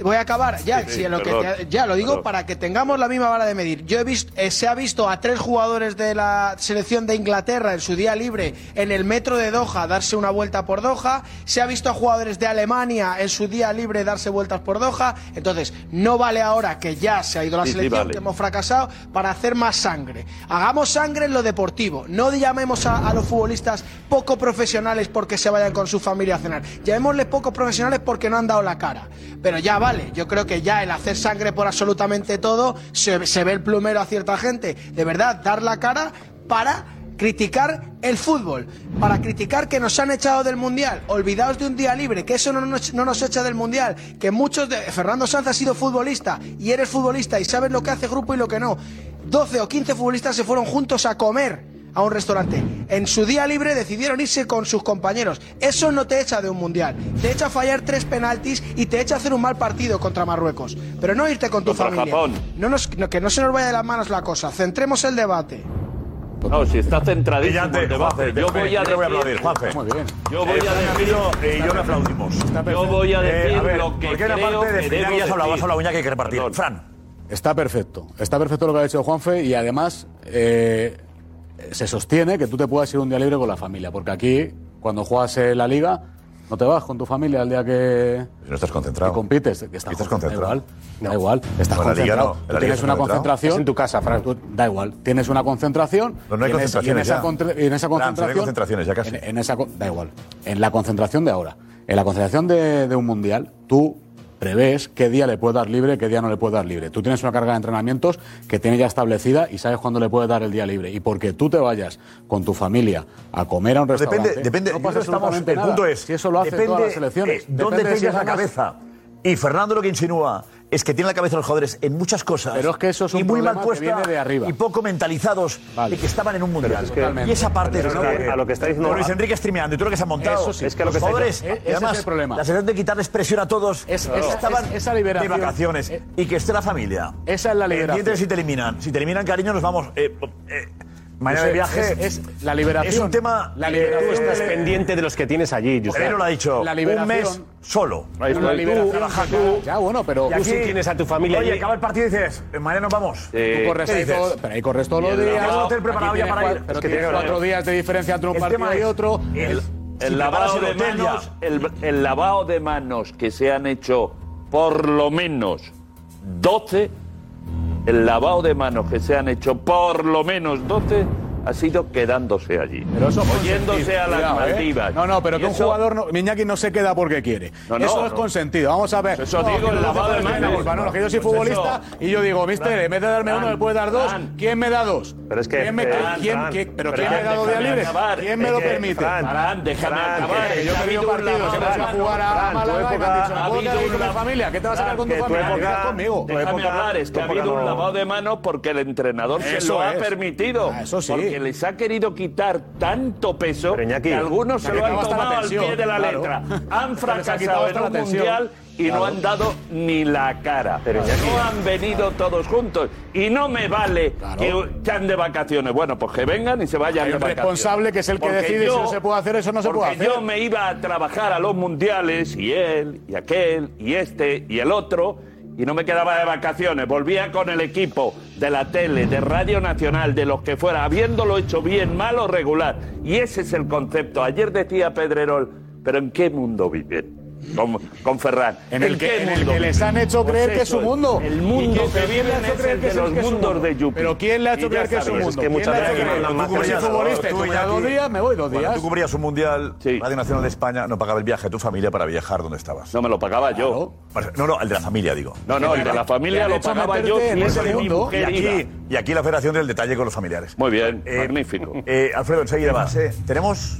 [SPEAKER 16] voy a acabar ya,
[SPEAKER 6] Sí,
[SPEAKER 16] si
[SPEAKER 6] sí,
[SPEAKER 16] en lo que
[SPEAKER 6] perdón.
[SPEAKER 16] te- ya lo digo
[SPEAKER 6] Perdón.
[SPEAKER 16] para que tengamos la misma vara de medir. Yo he visto, eh, se ha visto a tres jugadores de la selección de Inglaterra en su día libre en el metro de Doha darse una vuelta por Doha, se ha visto a jugadores de Alemania en su día libre darse vueltas por Doha, entonces no vale ahora que ya se ha ido la
[SPEAKER 6] Sí, sí,
[SPEAKER 16] selección,
[SPEAKER 6] vale.
[SPEAKER 16] que hemos fracasado, para hacer más sangre. Hagamos sangre en lo deportivo, no llamemos a, a los futbolistas poco profesionales porque se vayan con su familia a cenar, llamémosles pocos profesionales porque no han dado la cara. Pero ya vale, yo creo que ya el hacer sangre por absolutamente todo, se, se ve el plumero a cierta gente. De verdad, dar la cara para criticar el fútbol, para criticar que nos han echado del Mundial. Olvidaos de un día libre, que eso no nos, no nos echa del Mundial, que muchos de... Fernando Sanz ha sido futbolista y eres futbolista y sabes lo que hace grupo y lo que no. 12 o 15 futbolistas se fueron juntos a comer a un restaurante. En su día libre decidieron irse con sus compañeros. Eso no te echa de un mundial. Te echa a fallar tres penaltis y te echa a hacer un mal partido contra Marruecos. Pero no irte con tu
[SPEAKER 6] Contra
[SPEAKER 16] familia.
[SPEAKER 6] Japón.
[SPEAKER 16] No nos- no- que no se nos vaya de las manos la cosa. Centremos el debate.
[SPEAKER 6] No, si está centradísimo
[SPEAKER 10] Brillante,
[SPEAKER 6] el debate.
[SPEAKER 10] Juanfe,
[SPEAKER 6] Yo
[SPEAKER 10] déjame,
[SPEAKER 6] voy a
[SPEAKER 10] yo te voy a
[SPEAKER 6] decir.
[SPEAKER 10] aplaudir, Juanfe. Muy bien.
[SPEAKER 6] Yo voy a decir.
[SPEAKER 10] y yo le aplaudimos.
[SPEAKER 6] Yo voy a
[SPEAKER 10] Eh,
[SPEAKER 6] decir
[SPEAKER 10] a ver,
[SPEAKER 6] lo que
[SPEAKER 10] ¿por qué la
[SPEAKER 6] creo
[SPEAKER 10] parte de
[SPEAKER 6] que
[SPEAKER 10] final
[SPEAKER 6] debo
[SPEAKER 10] ya has hablado? Vas a
[SPEAKER 6] decir.
[SPEAKER 10] la uña que hay que repartir. Fran.
[SPEAKER 17] Está perfecto. Está perfecto lo que ha hecho Juanfe y además eh, se sostiene que tú te puedas ir un día libre con la familia, porque aquí, cuando juegas en la liga, No te vas con tu familia el día que.
[SPEAKER 10] No estás concentrado.
[SPEAKER 17] que compites. que estás,
[SPEAKER 10] Estás concentrado.
[SPEAKER 17] Da igual. Da igual. Estás
[SPEAKER 10] No, en la liga
[SPEAKER 17] concentrado.
[SPEAKER 10] no, en la liga
[SPEAKER 17] tienes
[SPEAKER 10] estás
[SPEAKER 17] una
[SPEAKER 10] concentrado.
[SPEAKER 17] concentración.
[SPEAKER 10] Es en tu
[SPEAKER 17] casa, Frank. Da igual. Tienes una concentración.
[SPEAKER 10] No, no hay
[SPEAKER 17] y en esa- y en
[SPEAKER 10] concentraciones
[SPEAKER 17] esa
[SPEAKER 10] ya.
[SPEAKER 17] contra- y en esa
[SPEAKER 10] Fran, no hay
[SPEAKER 17] concentración.
[SPEAKER 10] concentraciones ya casi.
[SPEAKER 17] En, en esa, con- da igual. En la concentración de ahora. En la concentración de, de un mundial, tú prevés qué día le puedes dar libre, qué día no le puedes dar libre. Tú tienes una carga de entrenamientos que tienes ya establecida y sabes cuándo le puedes dar el día libre. Y porque tú te vayas con tu familia a comer a un restaurante.
[SPEAKER 10] Depende, depende.
[SPEAKER 17] no
[SPEAKER 10] yo
[SPEAKER 17] pasa
[SPEAKER 10] creo que estamos-
[SPEAKER 17] absolutamente
[SPEAKER 10] el
[SPEAKER 17] nada.
[SPEAKER 10] punto es,
[SPEAKER 17] Si eso lo hacen
[SPEAKER 10] depende,
[SPEAKER 17] todas las selecciones.
[SPEAKER 10] eh, ¿Dónde
[SPEAKER 17] Depende de si
[SPEAKER 10] tengas la
[SPEAKER 17] ganas-
[SPEAKER 10] cabeza? Y Fernando lo que insinúa es que tiene la cabeza de los jugadores en muchas cosas.
[SPEAKER 17] Pero es que eso es
[SPEAKER 10] y
[SPEAKER 17] un
[SPEAKER 10] muy mal
[SPEAKER 17] problema que
[SPEAKER 10] puesta
[SPEAKER 17] viene de arriba.
[SPEAKER 10] y poco mentalizados de que estaban en un mundial.
[SPEAKER 17] es que- Totalmente.
[SPEAKER 10] y esa parte
[SPEAKER 17] Pero
[SPEAKER 10] es
[SPEAKER 17] es que a lo que está diciendo-
[SPEAKER 10] Pero Luis Enrique streameando y todo lo que se ha montado.
[SPEAKER 17] Eso sí.
[SPEAKER 10] Es que
[SPEAKER 17] lo
[SPEAKER 10] los
[SPEAKER 17] que está
[SPEAKER 10] jugadores,
[SPEAKER 17] diciendo-
[SPEAKER 10] y
[SPEAKER 17] ese es
[SPEAKER 10] además,
[SPEAKER 17] el problema.
[SPEAKER 10] la sensación de quitarles presión a todos, que
[SPEAKER 17] esa-
[SPEAKER 10] estaban
[SPEAKER 17] es- esa liberación-
[SPEAKER 10] de vacaciones
[SPEAKER 17] eh,
[SPEAKER 10] y que esté la familia.
[SPEAKER 17] Esa es la liberación.
[SPEAKER 10] Pendientes si te eliminan. Si te eliminan, cariño, nos vamos. eh, eh, mañana de
[SPEAKER 17] Josep,
[SPEAKER 10] viaje.
[SPEAKER 17] es- es la liberación.
[SPEAKER 10] Es un tema.
[SPEAKER 17] La liberación.
[SPEAKER 10] eh,
[SPEAKER 17] Tú
[SPEAKER 18] Estás pendiente de los que tienes allí, Josep.
[SPEAKER 10] Pero lo ha dicho.
[SPEAKER 18] La
[SPEAKER 10] Un
[SPEAKER 18] liberación-
[SPEAKER 10] mes solo.
[SPEAKER 18] Ahí está. La liberación,
[SPEAKER 10] trabajando.
[SPEAKER 17] Ya, bueno, pero.
[SPEAKER 10] Y
[SPEAKER 18] Tú sí tienes a tu familia
[SPEAKER 10] Oye,
[SPEAKER 18] allí.
[SPEAKER 10] acaba el partido y dices, eh, mañana nos vamos.
[SPEAKER 17] Tú corres ahí todo, pero ahí corres todos los días.
[SPEAKER 10] Tienes un hotel
[SPEAKER 17] Aquí
[SPEAKER 10] preparado ya
[SPEAKER 17] tienes
[SPEAKER 10] para
[SPEAKER 17] cua-
[SPEAKER 10] ir.
[SPEAKER 17] Pero tienes cuatro días de diferencia entre un
[SPEAKER 10] El
[SPEAKER 17] partido
[SPEAKER 10] tema
[SPEAKER 17] y
[SPEAKER 10] es
[SPEAKER 17] otro.
[SPEAKER 10] el-
[SPEAKER 6] El
[SPEAKER 10] Si
[SPEAKER 6] lavado de
[SPEAKER 10] preparas el hotel ya.
[SPEAKER 6] manos, el, el lavado de manos que se han hecho por lo menos 12, el lavado de manos que se han hecho por lo menos 12 ha sido quedándose allí.
[SPEAKER 17] Pero eso es
[SPEAKER 6] oyéndose
[SPEAKER 17] consentido,
[SPEAKER 6] a las
[SPEAKER 17] cuidado, ¿eh?
[SPEAKER 6] Maldivas.
[SPEAKER 17] No, no, pero
[SPEAKER 6] Y
[SPEAKER 17] que un
[SPEAKER 6] eso-
[SPEAKER 17] jugador, no, Miñaki no se queda porque quiere.
[SPEAKER 6] No, no,
[SPEAKER 17] eso es
[SPEAKER 6] no.
[SPEAKER 17] consentido. Vamos a ver.
[SPEAKER 6] Eso
[SPEAKER 17] No,
[SPEAKER 6] digo,
[SPEAKER 17] que no
[SPEAKER 6] el
[SPEAKER 17] te
[SPEAKER 6] lavado de
[SPEAKER 17] puedes tener
[SPEAKER 6] manos.
[SPEAKER 17] culpa, No, no, que yo soy
[SPEAKER 6] Pues
[SPEAKER 17] futbolista
[SPEAKER 6] eso.
[SPEAKER 17] y yo digo, mister, en vez de darme uno, me puedes dar dos. ¿Quién me da dos?
[SPEAKER 6] Pero es que,
[SPEAKER 17] ¿Quién me,
[SPEAKER 6] Fran,
[SPEAKER 17] quién-
[SPEAKER 6] Fran,
[SPEAKER 17] qué- pero
[SPEAKER 6] Fran,
[SPEAKER 17] quién me ha dado día
[SPEAKER 6] déjame
[SPEAKER 17] libre?
[SPEAKER 6] acabar.
[SPEAKER 17] ¿Quién me
[SPEAKER 6] Es
[SPEAKER 17] lo
[SPEAKER 6] que,
[SPEAKER 17] permite?
[SPEAKER 6] Fran, Fran, déjame acabar.
[SPEAKER 17] que Yo
[SPEAKER 6] Ha
[SPEAKER 17] he tenido
[SPEAKER 6] habido un
[SPEAKER 17] partidos, hemos
[SPEAKER 6] lavado
[SPEAKER 17] ido a
[SPEAKER 6] de
[SPEAKER 17] jugar a
[SPEAKER 6] manos.
[SPEAKER 17] Málaga y me
[SPEAKER 6] Fran,
[SPEAKER 17] han
[SPEAKER 6] tu
[SPEAKER 17] dicho, ¿me puedo quedar ahí
[SPEAKER 6] época- ha habido
[SPEAKER 17] con mi
[SPEAKER 6] una-
[SPEAKER 17] familia? ¿Qué te vas a quedar con tu
[SPEAKER 6] que tu
[SPEAKER 17] familia? ¿Qué te
[SPEAKER 6] época-
[SPEAKER 17] quedas conmigo?
[SPEAKER 6] Déjame hablar, es que ha habido un lavado de manos porque el entrenador se
[SPEAKER 17] Eso
[SPEAKER 6] lo ha
[SPEAKER 17] es.
[SPEAKER 6] permitido.
[SPEAKER 18] Ah,
[SPEAKER 6] Porque les ha querido quitar tanto peso
[SPEAKER 18] Iñaki,
[SPEAKER 6] que algunos se
[SPEAKER 18] Iñaki,
[SPEAKER 6] lo han
[SPEAKER 18] hasta la
[SPEAKER 6] tomado al
[SPEAKER 18] tensión,
[SPEAKER 6] pie de la
[SPEAKER 18] claro.
[SPEAKER 6] letra. Han
[SPEAKER 18] Se les ha quitado
[SPEAKER 6] fracasado en
[SPEAKER 18] hasta la
[SPEAKER 6] un
[SPEAKER 18] tensión.
[SPEAKER 6] mundial y
[SPEAKER 18] Claro.
[SPEAKER 6] no han dado ni la cara. no han venido todos juntos. Y no me vale que estén de vacaciones. Bueno, pues que vengan y se vayan
[SPEAKER 17] Hay
[SPEAKER 6] de
[SPEAKER 17] un
[SPEAKER 6] vacaciones.
[SPEAKER 17] responsable que es el que
[SPEAKER 6] Porque
[SPEAKER 17] decide si
[SPEAKER 6] yo-
[SPEAKER 17] no se puede hacer, eso no se
[SPEAKER 6] porque
[SPEAKER 17] puede hacer.
[SPEAKER 6] yo me iba a trabajar a los mundiales y él y aquel y este y el otro y no me quedaba de vacaciones. Volvía con el equipo de la tele, de Radio Nacional, de los que fuera, habiéndolo hecho bien, mal o regular. Y ese es el concepto. Ayer decía Pedrerol, pero ¿en qué mundo viven? Con, con Ferran.
[SPEAKER 17] En el que- en el que les han hecho creer que es su
[SPEAKER 6] Pues eso
[SPEAKER 17] mundo.
[SPEAKER 6] El
[SPEAKER 17] ¿Y
[SPEAKER 6] mundo
[SPEAKER 17] quién-
[SPEAKER 6] que
[SPEAKER 17] quién le ha
[SPEAKER 6] viven
[SPEAKER 17] hecho
[SPEAKER 6] es
[SPEAKER 17] creer
[SPEAKER 6] el
[SPEAKER 17] que
[SPEAKER 6] de
[SPEAKER 17] es-
[SPEAKER 6] los
[SPEAKER 17] que es su
[SPEAKER 6] mundos
[SPEAKER 17] mundo?
[SPEAKER 6] de Júpiter.
[SPEAKER 17] Pero ¿quién le ha hecho
[SPEAKER 6] Y ya
[SPEAKER 17] creer que es su
[SPEAKER 6] sabes,
[SPEAKER 17] mundo?
[SPEAKER 10] que
[SPEAKER 17] ¿Quién
[SPEAKER 10] muchas
[SPEAKER 17] le ha hecho
[SPEAKER 10] veces
[SPEAKER 17] creer?
[SPEAKER 10] mandan
[SPEAKER 17] Tú
[SPEAKER 10] más
[SPEAKER 17] como soy
[SPEAKER 10] allá.
[SPEAKER 17] futbolista y
[SPEAKER 10] Tú,
[SPEAKER 17] tú me das
[SPEAKER 10] Iñaki,
[SPEAKER 17] dos días, me voy dos
[SPEAKER 10] Cuando
[SPEAKER 17] días.
[SPEAKER 10] tú cubrías un mundial, Radio Nacional de España no pagaba el viaje a tu familia para viajar donde estabas.
[SPEAKER 6] No, me lo pagaba yo.
[SPEAKER 10] No, no, el de la familia, digo.
[SPEAKER 6] No, no, el de la familia lo pagaba yo si es de mi
[SPEAKER 10] Y
[SPEAKER 6] mujer
[SPEAKER 10] aquí,
[SPEAKER 6] iba.
[SPEAKER 10] y aquí la federación del detalle con los familiares.
[SPEAKER 6] Muy bien, magnífico.
[SPEAKER 10] Eh, Alfredo, enseguida más. ¿eh? Tenemos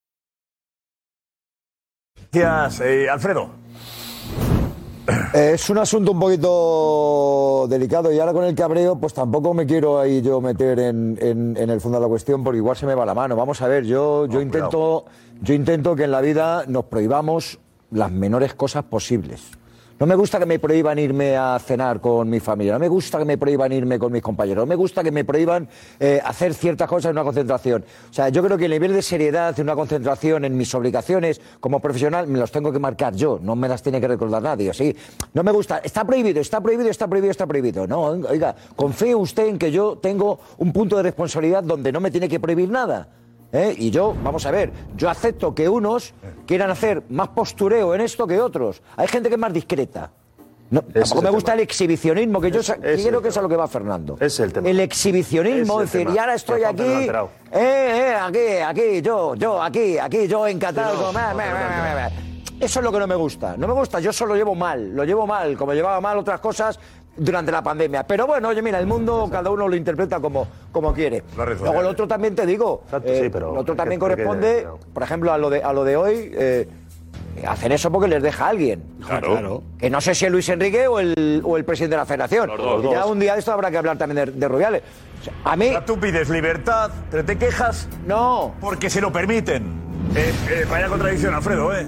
[SPEAKER 10] Gracias, eh, Alfredo.
[SPEAKER 11] Eh, Es un asunto un poquito delicado y ahora con el cabreo, pues tampoco me quiero ahí yo meter en, en- en el fondo de la cuestión porque igual se me va la mano. Vamos a ver, yo, yo, intento, yo intento que en la vida nos prohibamos las menores cosas posibles. No me gusta que me prohíban irme a cenar con mi familia, no me gusta que me prohíban irme con mis compañeros, no me gusta que me prohíban eh, hacer ciertas cosas en una concentración. O sea, yo creo que el nivel de seriedad en una concentración, en mis obligaciones como profesional, me los tengo que marcar yo, no me las tiene que recordar nadie. ¿sí? No me gusta, está prohibido, está prohibido, está prohibido, está prohibido. No, oiga, confíe usted en que yo tengo un punto de responsabilidad donde no me tiene que prohibir nada. ¿eh? Y yo, vamos a ver, yo acepto que unos quieran hacer más postureo en esto que otros. Hay gente que es más discreta. No, tampoco
[SPEAKER 19] el
[SPEAKER 11] me gusta el exhibicionismo, que yo sa-
[SPEAKER 19] ese es el
[SPEAKER 11] creo que es a lo que va Fernando.
[SPEAKER 19] Es el tema.
[SPEAKER 11] El
[SPEAKER 19] Ese es
[SPEAKER 11] exhibicionismo,
[SPEAKER 19] el
[SPEAKER 11] es decir,
[SPEAKER 19] tema,
[SPEAKER 11] y ahora
[SPEAKER 19] que
[SPEAKER 11] estoy
[SPEAKER 19] Juanfe
[SPEAKER 11] aquí,
[SPEAKER 19] no ha
[SPEAKER 11] eh,
[SPEAKER 19] entrado.
[SPEAKER 11] eh, aquí, aquí, yo, yo, aquí, aquí, yo encantado.
[SPEAKER 19] Sí, no,
[SPEAKER 11] como, meh,
[SPEAKER 19] no,
[SPEAKER 11] meh,
[SPEAKER 19] no,
[SPEAKER 11] meh,
[SPEAKER 19] no,
[SPEAKER 11] meh, meh. Eso es lo que no me gusta. No me gusta, yo solo llevo mal, lo llevo mal, como llevaba mal otras cosas durante la pandemia. Pero bueno, oye, mira, el mundo cada uno lo interpreta como, como quiere. Luego el otro también te digo,
[SPEAKER 19] Exacto,
[SPEAKER 11] eh,
[SPEAKER 19] sí, pero
[SPEAKER 11] el otro
[SPEAKER 19] hay
[SPEAKER 11] también
[SPEAKER 19] que- hay que-
[SPEAKER 11] corresponde, por ejemplo, a lo de, a lo de hoy. eh,
[SPEAKER 20] Hacen eso porque les deja alguien.
[SPEAKER 6] Claro. Claro.
[SPEAKER 20] Que no sé si es Luis Enrique o el, o el presidente de la federación.
[SPEAKER 6] Los dos,
[SPEAKER 20] ya
[SPEAKER 6] dos.
[SPEAKER 20] un día de esto habrá que hablar también de, de Rubiales. O sea, a mí...
[SPEAKER 10] tú pides libertad, pero te quejas.
[SPEAKER 20] No.
[SPEAKER 10] Porque se lo permiten. Eh, eh, vaya contradicción, Alfredo, ¿eh?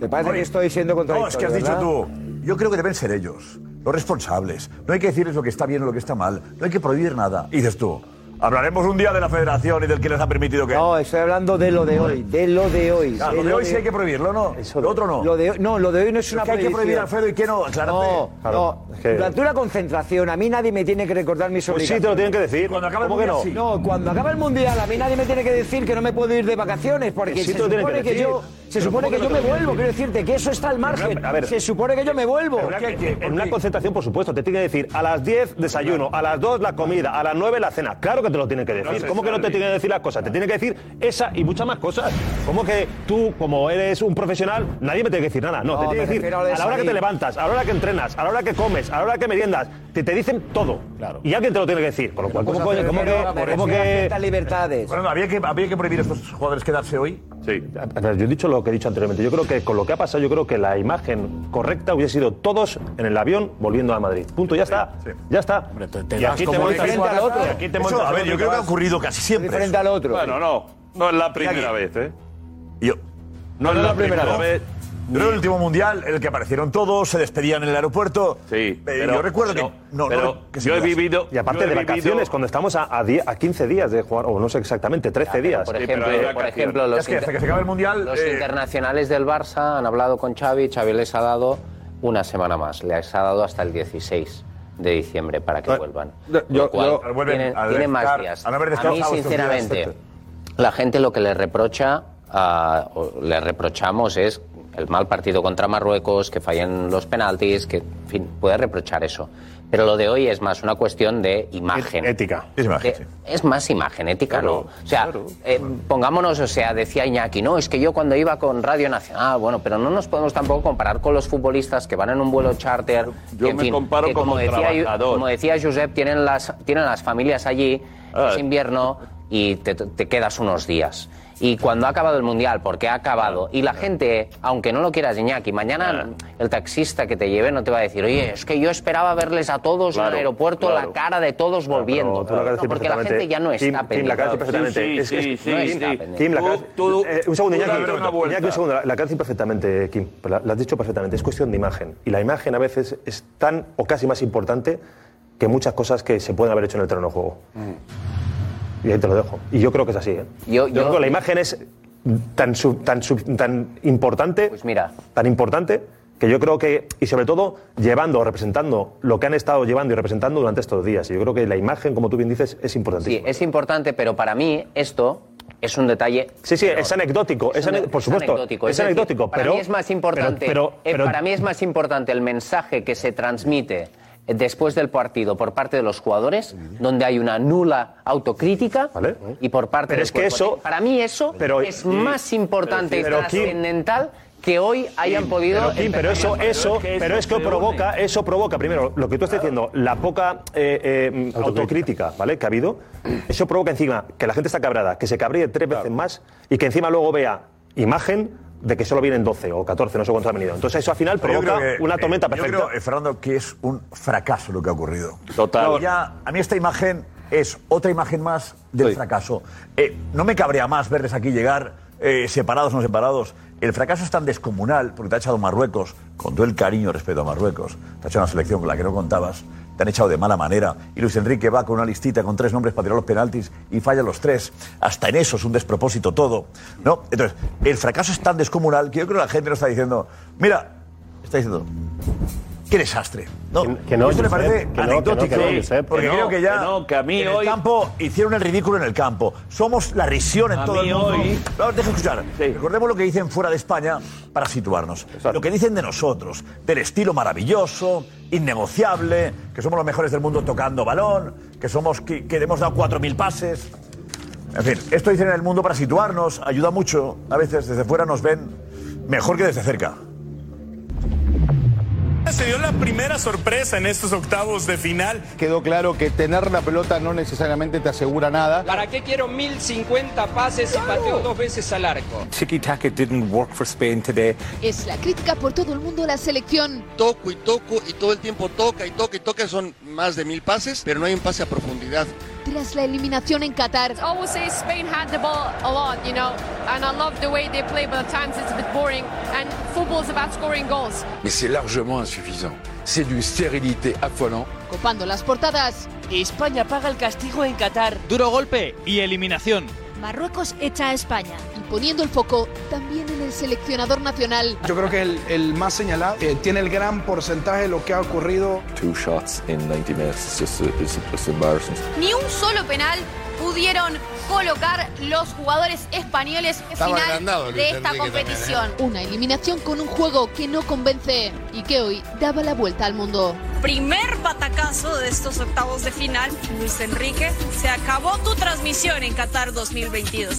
[SPEAKER 20] ¿Te parece que estoy siendo
[SPEAKER 10] No, es que
[SPEAKER 20] contradictorio,
[SPEAKER 10] has dicho
[SPEAKER 20] verdad?
[SPEAKER 10] tú. Yo creo que deben ser ellos, los responsables. No hay que decirles lo que está bien o lo que está mal. No hay que prohibir nada. Y dices tú, hablaremos un día de la federación y del que les ha permitido que.
[SPEAKER 20] No, estoy hablando de lo de hoy, de lo de hoy.
[SPEAKER 10] Claro, lo de hoy sí hay que prohibirlo, ¿no? Lo otro no.
[SPEAKER 20] Lo de hoy- no, lo de hoy no es
[SPEAKER 10] Pero
[SPEAKER 20] una
[SPEAKER 10] que hay que prohibir, Alfredo, y que no, aclárate.
[SPEAKER 20] No,
[SPEAKER 10] Claro,
[SPEAKER 20] no.
[SPEAKER 10] es que-
[SPEAKER 20] Durante una concentración, a mí nadie me tiene que recordar
[SPEAKER 10] Pues
[SPEAKER 20] mis
[SPEAKER 10] sí,
[SPEAKER 20] obligaciones.
[SPEAKER 10] te lo tienen que decir. Cuando acaba el
[SPEAKER 20] ¿Cómo que
[SPEAKER 10] mundial, sí.
[SPEAKER 20] no? No, cuando acaba el Mundial, a mí nadie me tiene que decir que no me puedo ir de vacaciones, porque
[SPEAKER 10] Sí,
[SPEAKER 20] se
[SPEAKER 10] te lo tienen
[SPEAKER 20] supone
[SPEAKER 10] que
[SPEAKER 20] que,
[SPEAKER 10] decir.
[SPEAKER 20] yo, se
[SPEAKER 10] Pero
[SPEAKER 20] supone
[SPEAKER 10] ¿cómo que
[SPEAKER 20] que
[SPEAKER 10] no
[SPEAKER 20] yo
[SPEAKER 10] te
[SPEAKER 20] me
[SPEAKER 10] lo tienen
[SPEAKER 20] vuelvo.
[SPEAKER 10] que
[SPEAKER 20] Quiero decirte que eso está al margen.
[SPEAKER 4] a ver.
[SPEAKER 20] se supone que yo me vuelvo.
[SPEAKER 4] Pero
[SPEAKER 20] ¿Qué-
[SPEAKER 4] una-
[SPEAKER 20] qué- por
[SPEAKER 4] en una
[SPEAKER 20] qué?
[SPEAKER 4] concentración, por supuesto, te tiene que decir a las 10 desayuno, a las 2 la comida, a las 9 la cena. Claro que te lo tiene que decir.
[SPEAKER 10] sé,
[SPEAKER 4] ¿Cómo que no te
[SPEAKER 10] Xavi.
[SPEAKER 4] tiene que decir las cosas? Te tiene que decir esa y muchas más cosas. ¿Cómo que tú, como eres un profesional, nadie me tiene que decir nada? No,
[SPEAKER 20] No,
[SPEAKER 4] te tiene
[SPEAKER 20] me
[SPEAKER 4] que decir
[SPEAKER 20] refiero
[SPEAKER 4] a
[SPEAKER 20] a lo de
[SPEAKER 4] la hora que
[SPEAKER 20] salir.
[SPEAKER 4] te levantas, a la hora que entrenas, a la hora que comes, a la hora que meriendas. Te, te dicen todo. Y alguien te lo tiene que decir. Con lo cual, ¿cómo, coño- cómo que.? cómo que-
[SPEAKER 20] libertades.
[SPEAKER 10] Bueno, ¿había que, ¿había que prohibir a estos jugadores quedarse hoy?
[SPEAKER 4] Sí. Yo he dicho lo que he dicho anteriormente. Yo creo que con lo que ha pasado, yo creo que la imagen correcta hubiese sido todos en el avión volviendo a Madrid. Punto, ya está. Ya está.
[SPEAKER 10] te
[SPEAKER 4] y
[SPEAKER 10] das
[SPEAKER 4] aquí te
[SPEAKER 10] como
[SPEAKER 4] montas
[SPEAKER 10] diferente al
[SPEAKER 4] al otro.
[SPEAKER 10] otro.
[SPEAKER 4] Y aquí te
[SPEAKER 10] Eso,
[SPEAKER 4] montas
[SPEAKER 10] a ver,
[SPEAKER 4] al
[SPEAKER 10] yo
[SPEAKER 4] otro y
[SPEAKER 10] creo que
[SPEAKER 4] te
[SPEAKER 10] ha
[SPEAKER 4] vas.
[SPEAKER 10] ocurrido casi siempre.
[SPEAKER 4] Diferente al otro.
[SPEAKER 6] Bueno, no. No es la primera vez, ¿eh?
[SPEAKER 10] Yo.
[SPEAKER 6] No es la primera vez.
[SPEAKER 10] Pero el último mundial, el que aparecieron todos, se despedían en el aeropuerto.
[SPEAKER 6] Sí.
[SPEAKER 10] Eh,
[SPEAKER 6] pero-
[SPEAKER 10] yo recuerdo
[SPEAKER 6] no,
[SPEAKER 10] que. No,
[SPEAKER 6] pero
[SPEAKER 10] no, que se
[SPEAKER 6] yo he
[SPEAKER 10] quedase.
[SPEAKER 6] vivido.
[SPEAKER 4] Y aparte
[SPEAKER 6] yo he
[SPEAKER 4] de
[SPEAKER 6] vivido-
[SPEAKER 4] vacaciones, cuando estamos a, a, 10 a 15 días de jugar, o no sé exactamente, 13 días.
[SPEAKER 21] Por ejemplo, por ejemplo los, inter- los
[SPEAKER 10] eh.
[SPEAKER 21] internacionales del Barça han hablado con Xavi, Xavi les ha dado una semana más, les ha dado hasta el 16 de diciembre para que vuelvan.
[SPEAKER 10] yo-
[SPEAKER 21] Con lo cual,
[SPEAKER 10] yo- al vuelven-
[SPEAKER 21] tienen,
[SPEAKER 10] al
[SPEAKER 21] tienen más
[SPEAKER 10] descar-
[SPEAKER 21] días. este.
[SPEAKER 10] al haber
[SPEAKER 21] A mí,
[SPEAKER 10] descansado estos días, este-
[SPEAKER 21] sinceramente,
[SPEAKER 10] etcétera.
[SPEAKER 21] la gente lo que le reprocha, ah, o le reprochamos es el mal partido contra Marruecos, que fallen los penaltis, que, en fin, puede reprochar eso. Pero lo de hoy es más una cuestión de imagen.
[SPEAKER 4] Ética.
[SPEAKER 10] Es
[SPEAKER 21] imagen. Es más imagen, ética, ¿no? O sea, eh, pongámonos, o sea, decía Iñaki, no, es que yo cuando iba con Radio Nacional, ah, bueno, pero no nos podemos tampoco comparar con los futbolistas que van en un vuelo charter.
[SPEAKER 6] Yo
[SPEAKER 21] que, en
[SPEAKER 6] me
[SPEAKER 21] fin,
[SPEAKER 6] comparo
[SPEAKER 21] que,
[SPEAKER 6] como trabajador.
[SPEAKER 21] como decía Josep, tienen las, tienen las familias allí,
[SPEAKER 4] Ah.
[SPEAKER 21] es invierno y te, te quedas unos días. Y cuando ha acabado el mundial, porque ha acabado, y la gente, aunque no lo quieras, Iñaki, mañana
[SPEAKER 4] Ah.
[SPEAKER 21] el taxista que te lleve no te va a decir, oye, es que yo esperaba verles a todos en
[SPEAKER 4] Claro,
[SPEAKER 21] el aeropuerto,
[SPEAKER 4] claro.
[SPEAKER 21] la cara de todos volviendo.
[SPEAKER 4] Pero tú lo acabas de
[SPEAKER 21] No,
[SPEAKER 4] decir
[SPEAKER 21] porque la
[SPEAKER 4] perfectamente.
[SPEAKER 21] gente ya no está
[SPEAKER 4] Kim-
[SPEAKER 21] pendiente.
[SPEAKER 4] Kim, la acabas de decir
[SPEAKER 6] Sí,
[SPEAKER 4] perfectamente. Es que-
[SPEAKER 6] sí,
[SPEAKER 4] es-
[SPEAKER 6] sí,
[SPEAKER 21] no
[SPEAKER 6] sí.
[SPEAKER 21] está pendiente.
[SPEAKER 4] Kim, la
[SPEAKER 6] Tú-
[SPEAKER 4] acabas-
[SPEAKER 6] tú-
[SPEAKER 4] eh, un segundo,
[SPEAKER 6] tú
[SPEAKER 4] Iñaki.
[SPEAKER 6] dale una vuelta.
[SPEAKER 4] Iñaki, un segundo. La la acabas de decir perfectamente, Kim. La, la has dicho perfectamente. Es cuestión de imagen. Y la imagen a veces es tan o casi más importante que muchas cosas que se pueden haber hecho en el terreno de juego.
[SPEAKER 15] Mm.
[SPEAKER 4] Y ahí te lo dejo. Y yo creo que es así. ¿eh?
[SPEAKER 21] Yo- yo-
[SPEAKER 4] creo que la imagen es tan, sub- tan, sub- tan importante.
[SPEAKER 21] Pues
[SPEAKER 4] Tan importante que yo creo que. Y sobre todo, llevando, representando lo que han estado llevando y representando durante estos días. Y yo creo que la imagen, como tú bien dices, es importantísima.
[SPEAKER 21] Sí, es importante, pero para mí esto es un detalle.
[SPEAKER 4] Sí, sí, es anecdótico, es ane-
[SPEAKER 21] ane-
[SPEAKER 4] por supuesto,
[SPEAKER 21] anecdótico.
[SPEAKER 4] es
[SPEAKER 21] decir,
[SPEAKER 4] anecdótico,
[SPEAKER 21] para
[SPEAKER 4] pero-
[SPEAKER 21] mí es más importante.
[SPEAKER 4] pero-
[SPEAKER 21] eh,
[SPEAKER 4] pero-
[SPEAKER 21] para mí es más importante el mensaje que se transmite eh, después del partido por parte de los jugadores, donde hay una nula autocrítica y por parte.
[SPEAKER 4] Pero
[SPEAKER 21] del
[SPEAKER 4] es que
[SPEAKER 21] cuerpo
[SPEAKER 4] eso-
[SPEAKER 21] técnico. Para mí eso
[SPEAKER 4] pero-
[SPEAKER 21] es
[SPEAKER 4] sí,
[SPEAKER 21] más importante
[SPEAKER 4] pero
[SPEAKER 21] y
[SPEAKER 4] Kim-
[SPEAKER 21] trascendental que hoy hayan podido.
[SPEAKER 4] Pero, Kim, pero eso,
[SPEAKER 21] empezar a-
[SPEAKER 4] eso, pero es que provoca, eso provoca, primero, lo que tú estás diciendo, la poca eh, eh, autocrítica, ¿vale? Que ha habido, eso provoca encima que la gente está cabrada, que se cabríe tres veces más y que encima luego vea imagen de que solo vienen 12 o 14, no sé cuántos han venido. Entonces eso al final
[SPEAKER 10] Pero yo
[SPEAKER 4] provoca
[SPEAKER 10] creo que,
[SPEAKER 4] una
[SPEAKER 10] eh,
[SPEAKER 4] tormenta
[SPEAKER 10] yo
[SPEAKER 4] perfecta.
[SPEAKER 10] creo, eh, Fernando, que es un fracaso lo que ha ocurrido.
[SPEAKER 6] Total.
[SPEAKER 10] No, ya, a mí esta imagen es otra imagen más del fracaso. Eh, no me cabrea más verles aquí llegar eh, separados o no separados. El fracaso es tan descomunal porque te ha echado Marruecos, con todo el cariño y respeto a Marruecos. Te ha echado una selección con la que no contabas. Te han echado de mala manera. Y Luis Enrique va con una listita con tres nombres para tirar los penaltis y falla los tres. Hasta en eso es un despropósito todo. ¿no? Entonces, el fracaso es tan descomunal que yo creo que la gente no está diciendo, mira, está diciendo, qué desastre. No,
[SPEAKER 18] que no,
[SPEAKER 10] esto le
[SPEAKER 18] Josep,
[SPEAKER 10] parece
[SPEAKER 18] que no,
[SPEAKER 10] anecdótico.
[SPEAKER 18] que no, que no, Josep.
[SPEAKER 10] porque
[SPEAKER 18] Que no,
[SPEAKER 10] creo que ya
[SPEAKER 18] que no, que a mí
[SPEAKER 10] en
[SPEAKER 18] hoy-
[SPEAKER 10] el campo hicieron el ridículo en el campo. Somos la risión en
[SPEAKER 18] A
[SPEAKER 10] todo
[SPEAKER 18] mí
[SPEAKER 10] el mundo.
[SPEAKER 18] hoy-
[SPEAKER 10] No, deja escuchar. Recordemos lo que dicen fuera de España para situarnos. Lo que dicen de nosotros, del estilo maravilloso, innegociable, que somos los mejores del mundo tocando balón, que somos que, que hemos dado 4.000 pases. En fin, esto dicen en el mundo para situarnos, ayuda mucho. A veces desde fuera nos ven mejor que desde cerca.
[SPEAKER 22] Se dio la primera sorpresa en estos octavos de final.
[SPEAKER 15] Quedó claro que tener la pelota no necesariamente te asegura nada.
[SPEAKER 23] ¿Para qué quiero 1050 pases si pateo dos veces al arco?
[SPEAKER 13] Tiki Taka didn't work for Spain today.
[SPEAKER 24] Es la crítica por todo el mundo a la selección.
[SPEAKER 25] Toco y toco y todo el tiempo toca y toca y toca. Son más de mil pases, pero no hay un pase a profundidad.
[SPEAKER 24] Tras la eliminación en Qatar,
[SPEAKER 12] I always say Spain had the ball a lot, you know, and I love the way they play, but at times it's a bit boring. And football is about scoring goals.
[SPEAKER 26] Mais c'est largement insuffisant. C'est d'une stérilité affolante.
[SPEAKER 24] copando las portadas. España paga el castigo en Qatar.
[SPEAKER 27] Duro golpe y eliminación.
[SPEAKER 24] Marruecos echa a España. Y poniendo el foco también en el seleccionador nacional.
[SPEAKER 9] Yo creo que el, el más señalado eh, tiene el gran porcentaje de lo que ha ocurrido.
[SPEAKER 13] Two shots in 90 minutes. It's just uh, it's, it's embarrassing.
[SPEAKER 12] Ni un solo penal pudieron colocar los jugadores españoles en
[SPEAKER 24] Estaba agrandado
[SPEAKER 12] final
[SPEAKER 24] Luis
[SPEAKER 12] de esta
[SPEAKER 24] Enrique también, ¿eh?
[SPEAKER 12] competición.
[SPEAKER 24] Una eliminación con un juego que no convence y que hoy daba la vuelta al mundo.
[SPEAKER 28] Primer batacazo de estos octavos de final, Luis Enrique. Se acabó tu transmisión en Qatar 2022.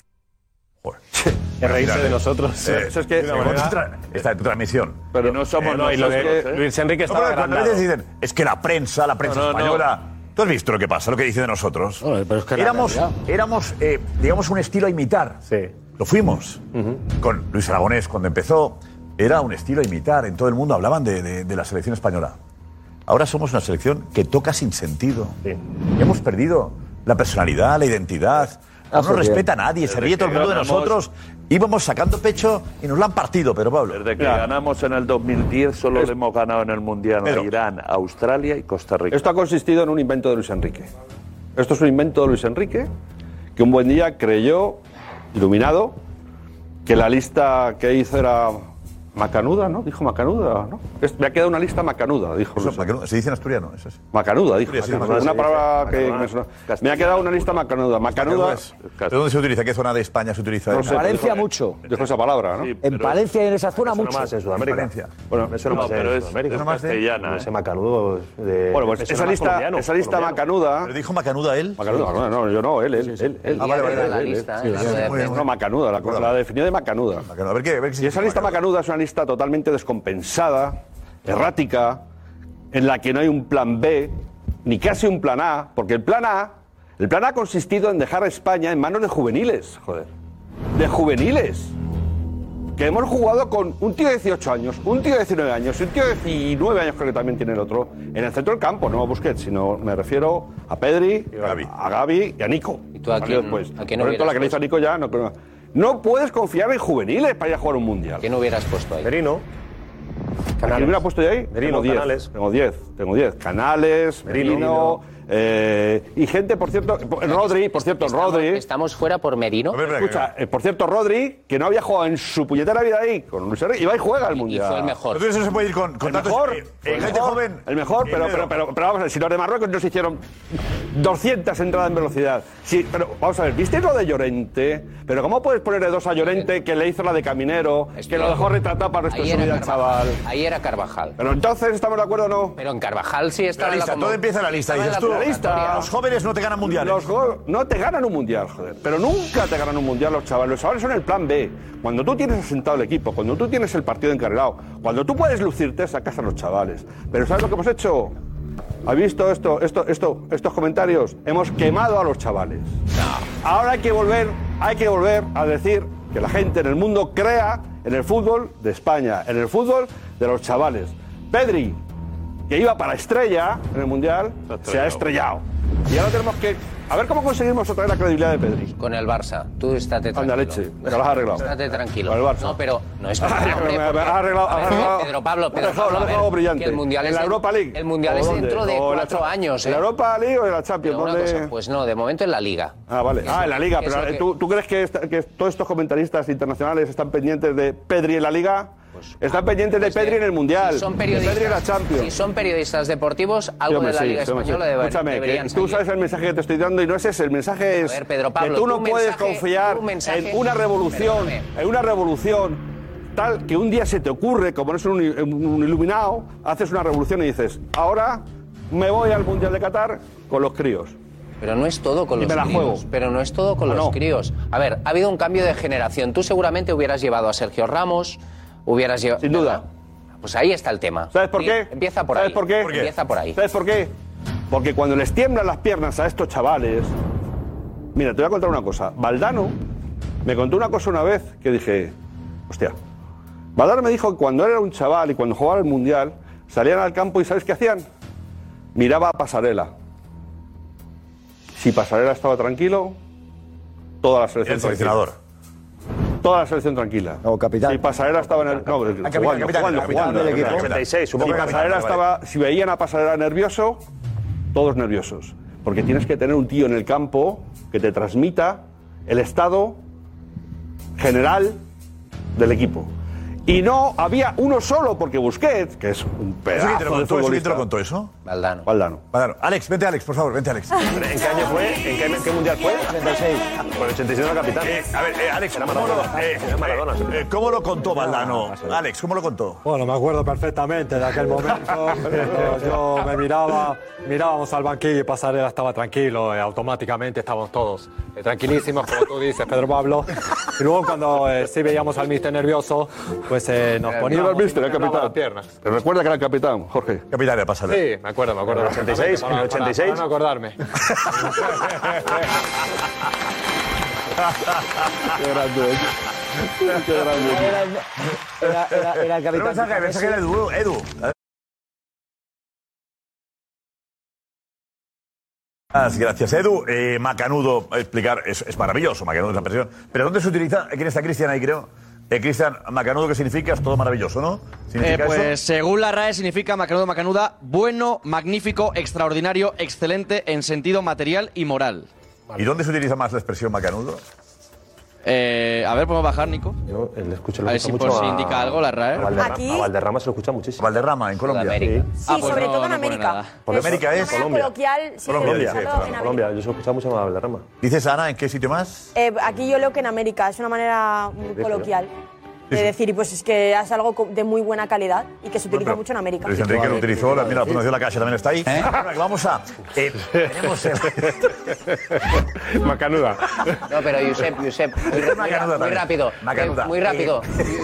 [SPEAKER 4] Que reírse de nosotros.
[SPEAKER 10] Eh,
[SPEAKER 4] Eso es que.
[SPEAKER 10] de una manera- Esta de tu transmisión.
[SPEAKER 4] Pero no
[SPEAKER 10] Eh,
[SPEAKER 4] No, y lo que Luis Enrique
[SPEAKER 10] No, pero
[SPEAKER 4] estaba
[SPEAKER 10] cuando a
[SPEAKER 4] agrandado.
[SPEAKER 10] veces dicen, es que la prensa, la prensa
[SPEAKER 4] No, no, no.
[SPEAKER 10] española. ¿Tú has visto lo que pasa, lo que dice de nosotros?
[SPEAKER 17] la
[SPEAKER 10] éramos,
[SPEAKER 17] realidad-
[SPEAKER 10] éramos eh, digamos, un estilo a imitar. Sí. Lo fuimos. Con Luis Aragonés, cuando empezó, era un estilo a imitar. En todo el mundo hablaban de, de- de la selección española. Ahora somos una selección que toca sin sentido. Y Hemos perdido la personalidad, la identidad.
[SPEAKER 11] Ah,
[SPEAKER 10] No nos
[SPEAKER 11] sí, bien.
[SPEAKER 10] respeta a nadie, se
[SPEAKER 11] Desde
[SPEAKER 10] ríe todo el
[SPEAKER 6] que
[SPEAKER 10] mundo de
[SPEAKER 6] ganamos-
[SPEAKER 10] nosotros. Íbamos sacando pecho y nos la han partido, pero Pablo.
[SPEAKER 6] Desde que
[SPEAKER 10] Mira,
[SPEAKER 6] ganamos en el 2010 solo le hemos ganado en el Mundial a Irán, Australia y Costa Rica.
[SPEAKER 5] Esto ha consistido en un invento de Luis Enrique. Esto es un invento de Luis Enrique, que un buen día creyó, iluminado, que la lista que hizo era macanuda, ¿no? Dijo macanuda, ¿no? Es- me ha quedado una lista macanuda, dijo. Luis Enrique.
[SPEAKER 10] Se dice en asturiano, eso sí.
[SPEAKER 5] Macanuda, dijo.
[SPEAKER 10] Asturias, sí,
[SPEAKER 5] macanuda.
[SPEAKER 10] sí,
[SPEAKER 5] una
[SPEAKER 10] sí,
[SPEAKER 5] palabra
[SPEAKER 10] sí.
[SPEAKER 5] que
[SPEAKER 10] Macanuda.
[SPEAKER 5] me suena. Me ha quedado una lista macanuda. Macanuda.
[SPEAKER 10] ¿De dónde se utiliza? ¿Qué zona de España se utiliza?
[SPEAKER 5] No sé, pero dijo-
[SPEAKER 10] mucho.
[SPEAKER 5] Dijo esa palabra, ¿no?
[SPEAKER 10] En
[SPEAKER 20] Palencia y en esa zona
[SPEAKER 10] suena
[SPEAKER 20] mucho.
[SPEAKER 10] más en Sudamérica.
[SPEAKER 20] En Valencia.
[SPEAKER 4] Bueno, me suena
[SPEAKER 5] No,
[SPEAKER 4] más de
[SPEAKER 5] pero es-
[SPEAKER 4] Sudamérica.
[SPEAKER 5] es más de- castellana,
[SPEAKER 4] Ese macanudo es de.
[SPEAKER 5] Bueno, pues
[SPEAKER 4] me suena
[SPEAKER 5] esa
[SPEAKER 4] más
[SPEAKER 5] lista,
[SPEAKER 4] colombiano,
[SPEAKER 5] esa lista
[SPEAKER 4] colombiano.
[SPEAKER 5] macanuda.
[SPEAKER 10] ¿Pero dijo macanuda ¿eh? él?
[SPEAKER 5] Macanuda, no, no, yo no, él, él. él, él.
[SPEAKER 10] Ah, vale, vale,
[SPEAKER 5] Él,
[SPEAKER 10] vale,
[SPEAKER 5] él,
[SPEAKER 10] la lista,
[SPEAKER 5] él.
[SPEAKER 10] ¿eh? Sí, sí, sí. Muy bien,
[SPEAKER 5] No, macanuda, la, la definió de macanuda.
[SPEAKER 10] A ver qué,
[SPEAKER 5] y esa lista macanuda es una lista totalmente descompensada, errática, en la que no hay un plan B, ni casi un plan A, porque el plan A, el plan A ha consistido en dejar a España en manos de juveniles, joder. De juveniles que hemos jugado con un tío de 18 años, un tío de 19 años y un tío de 19 años creo que también tiene el otro, en el centro del campo, no a Busquets, sino me refiero a Pedri, a Gaby y a Nico. ¿Y
[SPEAKER 21] tú a quién- a quién hubieras
[SPEAKER 5] la que le hizo a Nico ya, no creo- No puedes confiar en juveniles para ir a jugar un mundial. ¿Qué
[SPEAKER 21] no hubieras puesto ahí?
[SPEAKER 5] Merino. ¿Quién hubiera puesto yo ahí? tengo
[SPEAKER 4] Merino,
[SPEAKER 5] 10,
[SPEAKER 4] Canales.
[SPEAKER 5] Tengo 10, tengo 10. Canales, Merino.
[SPEAKER 21] Merino.
[SPEAKER 5] eh, y gente, por cierto, Rodri, por cierto, Rodri.
[SPEAKER 21] Estamos fuera por Merino.
[SPEAKER 5] Escucha, eh, por cierto, Rodri, que no había jugado en su puñetera vida ahí con Luis Enrique, y va y juega al
[SPEAKER 21] Y- y
[SPEAKER 5] Mundial.
[SPEAKER 21] fue el mejor.
[SPEAKER 10] Pero tú eso se puede ir con- con
[SPEAKER 5] el
[SPEAKER 10] datos-
[SPEAKER 5] mejor,
[SPEAKER 10] eh,
[SPEAKER 5] el
[SPEAKER 10] gente
[SPEAKER 5] mejor,
[SPEAKER 10] joven.
[SPEAKER 5] El mejor,
[SPEAKER 10] Eh,
[SPEAKER 5] pero,
[SPEAKER 10] Pedro.
[SPEAKER 5] pero, pero, pero vamos a ver, si los de Marruecos nos hicieron 200 entradas en velocidad. Sí, pero vamos a ver, ¿visteis lo de Llorente? Pero ¿cómo puedes ponerle dos a Llorente que le hizo la de Caminero, que lo dejó retratado para el resto
[SPEAKER 21] Ahí
[SPEAKER 5] de su
[SPEAKER 21] era
[SPEAKER 5] vida, chaval?
[SPEAKER 21] Carvajal. Ahí era Carvajal.
[SPEAKER 5] Pero entonces, ¿estamos de acuerdo o no?
[SPEAKER 21] Pero en Carvajal sí estaba
[SPEAKER 5] La lista,
[SPEAKER 21] en la
[SPEAKER 5] todo empieza en la lista,
[SPEAKER 21] estaba en
[SPEAKER 5] dices
[SPEAKER 21] la
[SPEAKER 5] tú. La lista.
[SPEAKER 21] convocatoria.
[SPEAKER 5] Los jóvenes
[SPEAKER 10] no te ganan mundiales.
[SPEAKER 5] Los go- no te ganan un mundial, joder. Pero nunca te ganan un mundial los chavales. Los chavales son el plan B. Cuando tú tienes asentado el equipo, cuando tú tienes el partido encargado, cuando tú puedes lucirte, sacas a los chavales. Pero ¿sabes lo que hemos hecho? ¿Has visto esto, esto, esto, estos comentarios? Hemos quemado a los chavales. Ahora hay que volver, hay que volver a decir que la gente en el mundo crea en el fútbol de España, en el fútbol de los chavales. Pedri, que iba para estrella en el Mundial, se ha estrellado. Y ahora tenemos que... A ver cómo conseguimos otra vez la credibilidad de Pedri.
[SPEAKER 21] Con el Barça. Tú estate tranquilo.
[SPEAKER 5] Anda, leche. Me lo has arreglado.
[SPEAKER 21] Estate tranquilo.
[SPEAKER 5] Con el Barça.
[SPEAKER 21] No, pero no es
[SPEAKER 5] Ay,
[SPEAKER 21] hombre,
[SPEAKER 5] me- me
[SPEAKER 21] porque-
[SPEAKER 5] has arreglado-
[SPEAKER 21] a ver,
[SPEAKER 5] has arreglado-
[SPEAKER 21] Pedro Pablo,
[SPEAKER 5] lo
[SPEAKER 21] Pedro
[SPEAKER 5] has dejado-
[SPEAKER 21] Pablo,
[SPEAKER 5] lo has
[SPEAKER 21] a ver,
[SPEAKER 5] dejado brillante.
[SPEAKER 21] que el mundial
[SPEAKER 5] ¿En
[SPEAKER 21] es
[SPEAKER 5] la
[SPEAKER 21] en-
[SPEAKER 5] Europa League?
[SPEAKER 21] El mundial
[SPEAKER 5] ¿O
[SPEAKER 21] es
[SPEAKER 5] dónde?
[SPEAKER 21] dentro de
[SPEAKER 5] ¿O en la
[SPEAKER 21] cuatro
[SPEAKER 5] Cha-
[SPEAKER 21] años.
[SPEAKER 5] en la
[SPEAKER 21] ¿eh?
[SPEAKER 5] Europa League o en la Champions?
[SPEAKER 21] Pero una
[SPEAKER 5] ¿Dónde?
[SPEAKER 21] cosa, pues no, de momento en la Liga.
[SPEAKER 5] Ah, vale.
[SPEAKER 21] ¿Qué es
[SPEAKER 5] Ah,
[SPEAKER 21] lo
[SPEAKER 5] en la
[SPEAKER 21] que-
[SPEAKER 5] Liga.
[SPEAKER 21] qué es
[SPEAKER 5] Pero
[SPEAKER 21] lo
[SPEAKER 5] eh,
[SPEAKER 21] que-
[SPEAKER 5] ¿tú, tú crees que, esta- que todos estos comentaristas internacionales están pendientes de Pedri en la Liga?
[SPEAKER 21] Pues,
[SPEAKER 5] están pendientes de Pedri en el Mundial.
[SPEAKER 21] ah, Si son
[SPEAKER 5] de Pedri en la
[SPEAKER 21] periodistas,
[SPEAKER 5] Champions.
[SPEAKER 21] si son periodistas deportivos, algo
[SPEAKER 5] Yo me
[SPEAKER 21] de la
[SPEAKER 5] sé,
[SPEAKER 21] Liga
[SPEAKER 5] yo me sé.
[SPEAKER 21] Española debe-
[SPEAKER 5] Escúchame, que
[SPEAKER 21] deberían
[SPEAKER 5] tú
[SPEAKER 21] salir.
[SPEAKER 5] sabes el mensaje que te estoy dando y no es ese. El mensaje es
[SPEAKER 21] Joder, Pedro Pablo,
[SPEAKER 5] que tú no
[SPEAKER 21] tu
[SPEAKER 5] puedes
[SPEAKER 21] mensaje-
[SPEAKER 5] confiar
[SPEAKER 21] tu mensaje-
[SPEAKER 5] en una revolución,
[SPEAKER 21] Perdóname.
[SPEAKER 5] en una revolución tal que un día se te ocurre, como eres un, un iluminado, haces una revolución y dices, ahora me voy al Mundial de Qatar con los críos.
[SPEAKER 21] Pero no es todo con
[SPEAKER 5] Y
[SPEAKER 21] los
[SPEAKER 5] me la
[SPEAKER 21] críos.
[SPEAKER 5] juego.
[SPEAKER 21] Pero no es todo con
[SPEAKER 5] ¿O
[SPEAKER 21] los
[SPEAKER 5] no?
[SPEAKER 21] críos. A ver, ha habido un cambio de generación. Tú seguramente hubieras llevado a Sergio Ramos, hubieras llevado. Sin duda. Pues ahí está el tema.
[SPEAKER 15] ¿Sabes por
[SPEAKER 21] Y
[SPEAKER 15] qué?
[SPEAKER 21] Empieza por
[SPEAKER 15] ¿Sabes
[SPEAKER 21] ahí.
[SPEAKER 15] por qué?
[SPEAKER 21] Empieza por ahí.
[SPEAKER 15] ¿Sabes por qué? Porque cuando les tiemblan las piernas a estos chavales.
[SPEAKER 5] Mira, te voy a contar una cosa. Valdano me contó una cosa una vez que dije, hostia. Valdano me dijo que cuando era un chaval y cuando jugaba el mundial, salían al campo y ¿sabes qué hacían? Miraba a Pasarela. Si Pasarela estaba tranquilo, toda la selección
[SPEAKER 10] El
[SPEAKER 5] tranquila.
[SPEAKER 10] seleccionador.
[SPEAKER 5] Toda la selección tranquila.
[SPEAKER 11] O capitán.
[SPEAKER 5] Si Pasarela estaba en el. No, jugando,
[SPEAKER 10] capitán, capitán,
[SPEAKER 5] jugando,
[SPEAKER 10] capitán
[SPEAKER 5] jugando,
[SPEAKER 10] del
[SPEAKER 5] capitán.
[SPEAKER 10] equipo. 86,
[SPEAKER 5] Si
[SPEAKER 10] supongo que
[SPEAKER 5] Pasarela
[SPEAKER 10] capitán,
[SPEAKER 5] estaba. Si veían a Pasarela nervioso, todos nerviosos. Porque tienes que tener un tío en el campo que te transmita el estado general del equipo. Y no había uno solo, porque Busquets, que es un
[SPEAKER 10] ¿Eso quién te
[SPEAKER 5] pedazo de
[SPEAKER 10] lo contó? ¿Eso quién te
[SPEAKER 5] futbolista.
[SPEAKER 10] lo contó eso?
[SPEAKER 21] Valdano.
[SPEAKER 5] Valdano.
[SPEAKER 10] Valdano. Alex, vente Alex, por favor, vente Alex.
[SPEAKER 4] ¿En qué año fue? ¿En qué, qué mundial fue? Pues, 86. Por 86 era capitán.
[SPEAKER 10] Eh, a ver, eh, Alex,
[SPEAKER 4] Era
[SPEAKER 10] ¿cómo lo,
[SPEAKER 4] Maradona.
[SPEAKER 10] eh,
[SPEAKER 4] Era Maradona.
[SPEAKER 10] eh, ¿cómo lo contó Valdano? Alex, ¿cómo lo contó?
[SPEAKER 29] Bueno, me acuerdo perfectamente de aquel momento. cuando yo me miraba, mirábamos al banquillo y Pasarela estaba tranquilo, eh, automáticamente estábamos todos eh, tranquilísimos, como tú dices, Pedro Pablo. Y luego cuando eh, sí veíamos al mister nervioso, pues eh, nos poníamos...
[SPEAKER 5] Mira al mister, el
[SPEAKER 29] temblaban
[SPEAKER 5] capitán.
[SPEAKER 29] las piernas.
[SPEAKER 5] Te recuerda que era el capitán, Jorge.
[SPEAKER 10] Capitán de Pasarela.
[SPEAKER 29] Sí, me acuerdo, me acuerdo.
[SPEAKER 5] ¿En el 86?
[SPEAKER 29] Para-
[SPEAKER 5] ¿En el
[SPEAKER 29] para-
[SPEAKER 5] 86?
[SPEAKER 29] Para no acordarme.
[SPEAKER 5] Qué grande. Qué grande.
[SPEAKER 20] Era, era- era el
[SPEAKER 10] Pero
[SPEAKER 20] capitán.
[SPEAKER 10] mensaje, mensaje de Edu, Edu. Gracias, Ah, gracias. Edu, eh, Macanudo, explicar, es, es maravilloso, Macanudo es la presión. Pero ¿dónde se utiliza? ¿Quién está Cristian ahí, creo? Eh, Cristian, Macanudo, ¿qué significa? Es todo maravilloso, ¿no?
[SPEAKER 23] Eh,
[SPEAKER 22] este
[SPEAKER 10] ¿Significa
[SPEAKER 23] pues
[SPEAKER 10] eso?
[SPEAKER 23] según la RAE significa macanudo macanuda bueno, magnífico, extraordinario, excelente en sentido material y moral.
[SPEAKER 10] ¿Y dónde se utiliza más la expresión Macanudo?
[SPEAKER 23] Eh, a ver, podemos bajar, Nico.
[SPEAKER 4] Yo eh, le escucho, le
[SPEAKER 23] A ver
[SPEAKER 4] gusta
[SPEAKER 23] si
[SPEAKER 4] mucho
[SPEAKER 23] por si
[SPEAKER 4] a-
[SPEAKER 23] indica algo la RAE.
[SPEAKER 4] a Valderrama,
[SPEAKER 23] Aquí.
[SPEAKER 4] a Valderrama se lo escucha muchísimo.
[SPEAKER 10] Valderrama, en Colombia.
[SPEAKER 4] Sí,
[SPEAKER 23] Sí, Ah, pues sobre no, todo en no pone América. nada.
[SPEAKER 4] Porque
[SPEAKER 10] Es América,
[SPEAKER 4] de
[SPEAKER 10] es
[SPEAKER 4] manera
[SPEAKER 10] Colombia.
[SPEAKER 8] coloquial, sí,
[SPEAKER 4] Colombia,
[SPEAKER 8] utilizado
[SPEAKER 4] sí,
[SPEAKER 8] en
[SPEAKER 4] claro,
[SPEAKER 8] América.
[SPEAKER 4] Colombia. Yo se lo escuchaba mucho más a Valderrama.
[SPEAKER 10] ¿Dices Ana en qué sitio más?
[SPEAKER 8] Eh, aquí yo leo que en América es una manera muy
[SPEAKER 10] Dejo,
[SPEAKER 8] coloquial de decir, y pues es que es algo co- de muy buena calidad y que se utiliza mucho en América.
[SPEAKER 10] Luis Enrique
[SPEAKER 4] eh,
[SPEAKER 10] lo utilizó, la, mira, la Fundación La Caixa también está ahí. Ahora, Vamos a. eh, tenemos el-
[SPEAKER 5] Macanuda.
[SPEAKER 21] No, pero Josep, Josep, muy, muy-
[SPEAKER 10] Macanuda
[SPEAKER 21] muy
[SPEAKER 10] también.
[SPEAKER 21] rápido. eh,
[SPEAKER 10] Macanuda.
[SPEAKER 21] Muy rápido.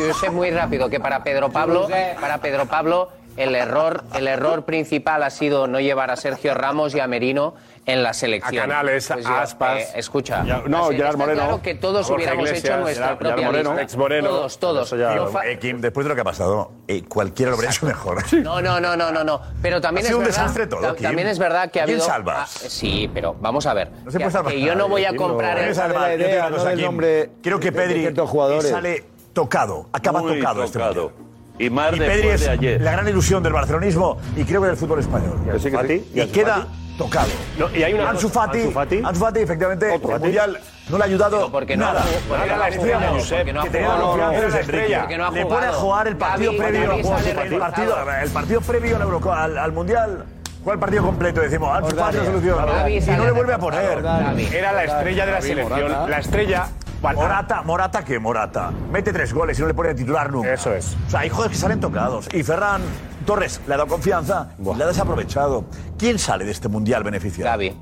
[SPEAKER 21] Josep, muy rápido, que para Pedro Pablo, para Pedro Pablo, el error, el error principal ha sido no llevar a Sergio Ramos y a Merino en la selección.
[SPEAKER 22] A Canales, a Aspas.
[SPEAKER 21] eh, escucha.
[SPEAKER 22] Ya- no,
[SPEAKER 21] así-
[SPEAKER 22] Gerard
[SPEAKER 21] está
[SPEAKER 22] Moreno.
[SPEAKER 21] Claro que todos
[SPEAKER 22] Jorge
[SPEAKER 21] hubiéramos
[SPEAKER 22] Iglesias,
[SPEAKER 21] hecho nuestra
[SPEAKER 22] Gerard-
[SPEAKER 21] propia
[SPEAKER 22] Gerard Moreno,
[SPEAKER 21] lista.
[SPEAKER 22] ex Moreno.
[SPEAKER 21] Todos, todos.
[SPEAKER 10] Eso ya-
[SPEAKER 21] No fa-
[SPEAKER 10] Eh, Kim, después de lo que ha pasado, eh, cualquiera lo habría hecho mejor.
[SPEAKER 21] No, no, no, no, no, no. Pero también
[SPEAKER 10] Ha
[SPEAKER 21] es
[SPEAKER 10] sido un
[SPEAKER 21] verdad,
[SPEAKER 10] desastre todo,
[SPEAKER 21] ta-
[SPEAKER 10] Kim.
[SPEAKER 21] También es verdad que ha
[SPEAKER 10] ¿A quién
[SPEAKER 21] habido.
[SPEAKER 10] salvas?
[SPEAKER 21] ah, sí, pero vamos a ver.
[SPEAKER 10] No se
[SPEAKER 21] que,
[SPEAKER 10] puede salvar.
[SPEAKER 21] que yo no voy a
[SPEAKER 10] Kim,
[SPEAKER 21] comprar
[SPEAKER 10] No
[SPEAKER 21] el.
[SPEAKER 10] puede salvar. Yo te digo una cosa, Kim. Creo
[SPEAKER 6] de
[SPEAKER 10] que Pedri
[SPEAKER 6] ciertos jugadores.
[SPEAKER 10] sale tocado, acaba
[SPEAKER 6] Muy
[SPEAKER 10] tocado, este
[SPEAKER 6] tocado.
[SPEAKER 10] mundial.
[SPEAKER 6] Y más
[SPEAKER 10] Y Pedri
[SPEAKER 6] después
[SPEAKER 10] es
[SPEAKER 6] de ayer.
[SPEAKER 10] la gran ilusión del barcelonismo y creo que del fútbol español.
[SPEAKER 4] sí, que sí.
[SPEAKER 10] Y,
[SPEAKER 4] Y Ansu
[SPEAKER 10] queda tocado.
[SPEAKER 4] y hay una
[SPEAKER 10] Ansu
[SPEAKER 4] cosa-
[SPEAKER 10] Fati,
[SPEAKER 4] Ansu Fati.
[SPEAKER 10] Ansu Fati, efectivamente, el Mundial no le ha ayudado
[SPEAKER 21] porque no
[SPEAKER 10] nada.
[SPEAKER 21] ha jugado, porque
[SPEAKER 10] Nada,
[SPEAKER 21] no ha
[SPEAKER 10] decíamos
[SPEAKER 21] jugado, porque no ha
[SPEAKER 10] que tenía
[SPEAKER 21] jugado.
[SPEAKER 10] confianza en
[SPEAKER 21] Porque no ha
[SPEAKER 10] Luis Enrique.
[SPEAKER 21] jugado. Porque no ha
[SPEAKER 10] Le pone a
[SPEAKER 21] jugado.
[SPEAKER 10] jugar el partido
[SPEAKER 21] Gavi-
[SPEAKER 10] previo
[SPEAKER 21] Gavi sale
[SPEAKER 10] el partido,
[SPEAKER 21] reforzado.
[SPEAKER 10] el partido previo a la Euroco- al, al Mundial. ¿Cuál partido completo? Decimos, Ansu Fati no soluciona.
[SPEAKER 21] Gavi
[SPEAKER 10] Y
[SPEAKER 21] sale
[SPEAKER 10] no le vuelve a poner.
[SPEAKER 21] reforzado. Gavi.
[SPEAKER 22] Era la estrella de la
[SPEAKER 10] Gavi,
[SPEAKER 22] selección.
[SPEAKER 10] Morata.
[SPEAKER 22] La estrella.
[SPEAKER 10] Morata, Morata que Morata. Mete tres goles y no le pone a titular nunca. Eso es. O sea, hay jugadores que salen tocados. Y Ferran Torres le ha dado confianza, y le ha desaprovechado. ¿Quién sale de este mundial beneficiado?
[SPEAKER 21] Gaby.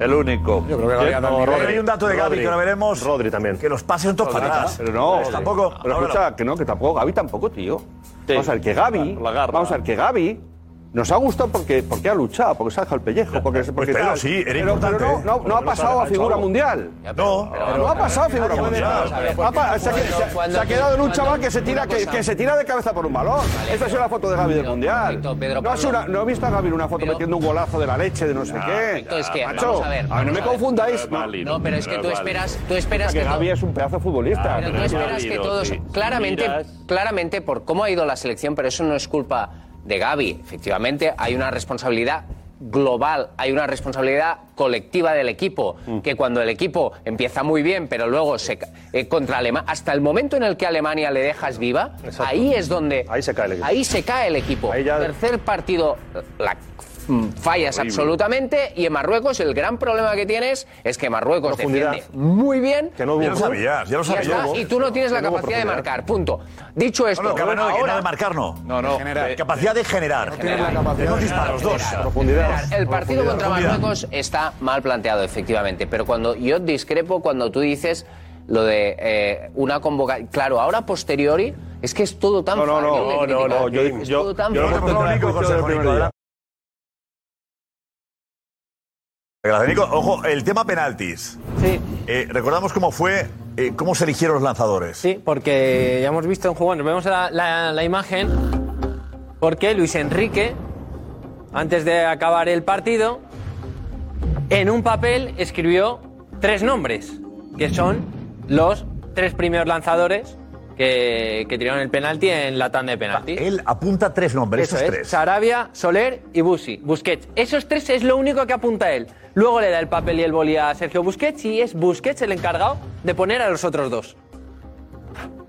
[SPEAKER 6] El único.
[SPEAKER 4] Yo creo que Gavi ha dado el nivel.
[SPEAKER 10] hay un dato de Gaby
[SPEAKER 4] Rodri.
[SPEAKER 10] que ahora veremos.
[SPEAKER 4] Rodri también.
[SPEAKER 10] Que los pases son todos para atrás.
[SPEAKER 5] Pero no, eh,
[SPEAKER 10] Pues tampoco.
[SPEAKER 5] Pero
[SPEAKER 10] Ahora
[SPEAKER 5] escucha, que no, que tampoco. Gaby tampoco, tío. Vamos a ver que Gaby. Vamos a ver que Gaby. Nos ha gustado porque, porque ha luchado, porque se ha dejado el pellejo, porque, porque
[SPEAKER 10] Pues pero
[SPEAKER 5] tal.
[SPEAKER 10] sí, era
[SPEAKER 5] Pero- pero
[SPEAKER 10] importante, ¿eh?
[SPEAKER 5] no, no, no,
[SPEAKER 10] Porque
[SPEAKER 5] ha
[SPEAKER 10] no
[SPEAKER 5] pasado
[SPEAKER 10] se ha
[SPEAKER 5] a figura
[SPEAKER 10] dejado.
[SPEAKER 5] mundial.
[SPEAKER 10] No,
[SPEAKER 5] Pero no ha pasado a figura mundial. Ha pa- Se ha, se ha- se ha quedado en un chaval que se, tira, que, que se tira de cabeza por un balón. Esta es una foto de Gaby del mundial.
[SPEAKER 21] perfecto, Pedro
[SPEAKER 5] No, es
[SPEAKER 21] Pablo.
[SPEAKER 5] una, no he visto a Gaby en una foto metiendo un golazo de la leche, de no sé qué. Ah,
[SPEAKER 21] perfecto, es que,
[SPEAKER 5] Macho,
[SPEAKER 21] vamos a ver,
[SPEAKER 5] mí no
[SPEAKER 21] vamos
[SPEAKER 5] me
[SPEAKER 21] a ver.
[SPEAKER 5] confundáis. No,
[SPEAKER 21] No, pero es que tú esperas, tú esperas
[SPEAKER 5] que
[SPEAKER 21] que.
[SPEAKER 5] Gaby
[SPEAKER 21] to-
[SPEAKER 5] es un pedazo de futbolista.
[SPEAKER 21] Pero tú esperas que todos, claramente, claramente por cómo ha ido la selección, pero eso no es culpa de Gaby. Efectivamente, hay una responsabilidad global, hay una responsabilidad colectiva del equipo,
[SPEAKER 4] Mm.
[SPEAKER 21] que cuando el equipo empieza muy bien, pero luego se ca- eh, contra Alemania, hasta el momento en el que Alemania le dejas viva, ahí es donde
[SPEAKER 4] Ahí se cae el equipo.
[SPEAKER 21] ahí se cae el equipo. Tercer partido, la- mm, fallas
[SPEAKER 4] Horrible.
[SPEAKER 21] absolutamente y en Marruecos el gran problema que tienes es que Marruecos
[SPEAKER 4] Profundidad.
[SPEAKER 21] defiende muy bien.
[SPEAKER 4] Que no hubo.
[SPEAKER 21] Ya
[SPEAKER 4] Ya
[SPEAKER 21] lo
[SPEAKER 4] lo
[SPEAKER 10] sabías, ya lo sabías.
[SPEAKER 21] está, y tú no tienes la
[SPEAKER 10] Que no hubo
[SPEAKER 21] capacidad de
[SPEAKER 10] profundidad.
[SPEAKER 21] marcar, punto. Dicho
[SPEAKER 10] No,
[SPEAKER 21] esto,
[SPEAKER 10] no, que ahora no, que
[SPEAKER 21] ahora-
[SPEAKER 10] nada de marcar no.
[SPEAKER 21] No, no,
[SPEAKER 10] Generar.
[SPEAKER 21] de-
[SPEAKER 10] capacidad de generar.
[SPEAKER 21] tiene la capacidad
[SPEAKER 10] Tenemos
[SPEAKER 21] de
[SPEAKER 10] disparos, dos.
[SPEAKER 21] el partido
[SPEAKER 10] Profundidad.
[SPEAKER 21] contra
[SPEAKER 10] Profundidad.
[SPEAKER 21] Marruecos está mal planteado, efectivamente. Pero cuando yo discrepo cuando tú dices lo de eh, una convocatoria. Claro, ahora posteriori es que es todo tan
[SPEAKER 5] No, no,
[SPEAKER 21] fácil
[SPEAKER 5] no,
[SPEAKER 21] de
[SPEAKER 5] no, no,
[SPEAKER 21] criticar.
[SPEAKER 5] no, yo-
[SPEAKER 21] Es
[SPEAKER 5] yo-
[SPEAKER 21] todo tan
[SPEAKER 5] yo lo
[SPEAKER 21] fácil.
[SPEAKER 5] que tengo único consejo, Nico, adelante.
[SPEAKER 10] Gracias, Nico. Ojo, el tema penaltis. Sí. recordamos cómo fue, eh, cómo se eligieron los lanzadores.
[SPEAKER 3] Sí, porque ya hemos visto en juego, nos vemos la, la- la imagen, porque Luis Enrique, antes de acabar el partido, en un papel escribió tres nombres, que son los tres primeros lanzadores que, que tiraron el penalti en la tanda de penaltis.
[SPEAKER 10] Él apunta tres nombres,
[SPEAKER 3] Eso
[SPEAKER 10] esos
[SPEAKER 3] es,
[SPEAKER 10] tres.
[SPEAKER 3] Sarabia, Soler y Busi, Busquets. Esos tres es lo único que apunta él. Luego le da el papel y el boli a Sergio Busquets y es Busquets el encargado de poner a los otros dos.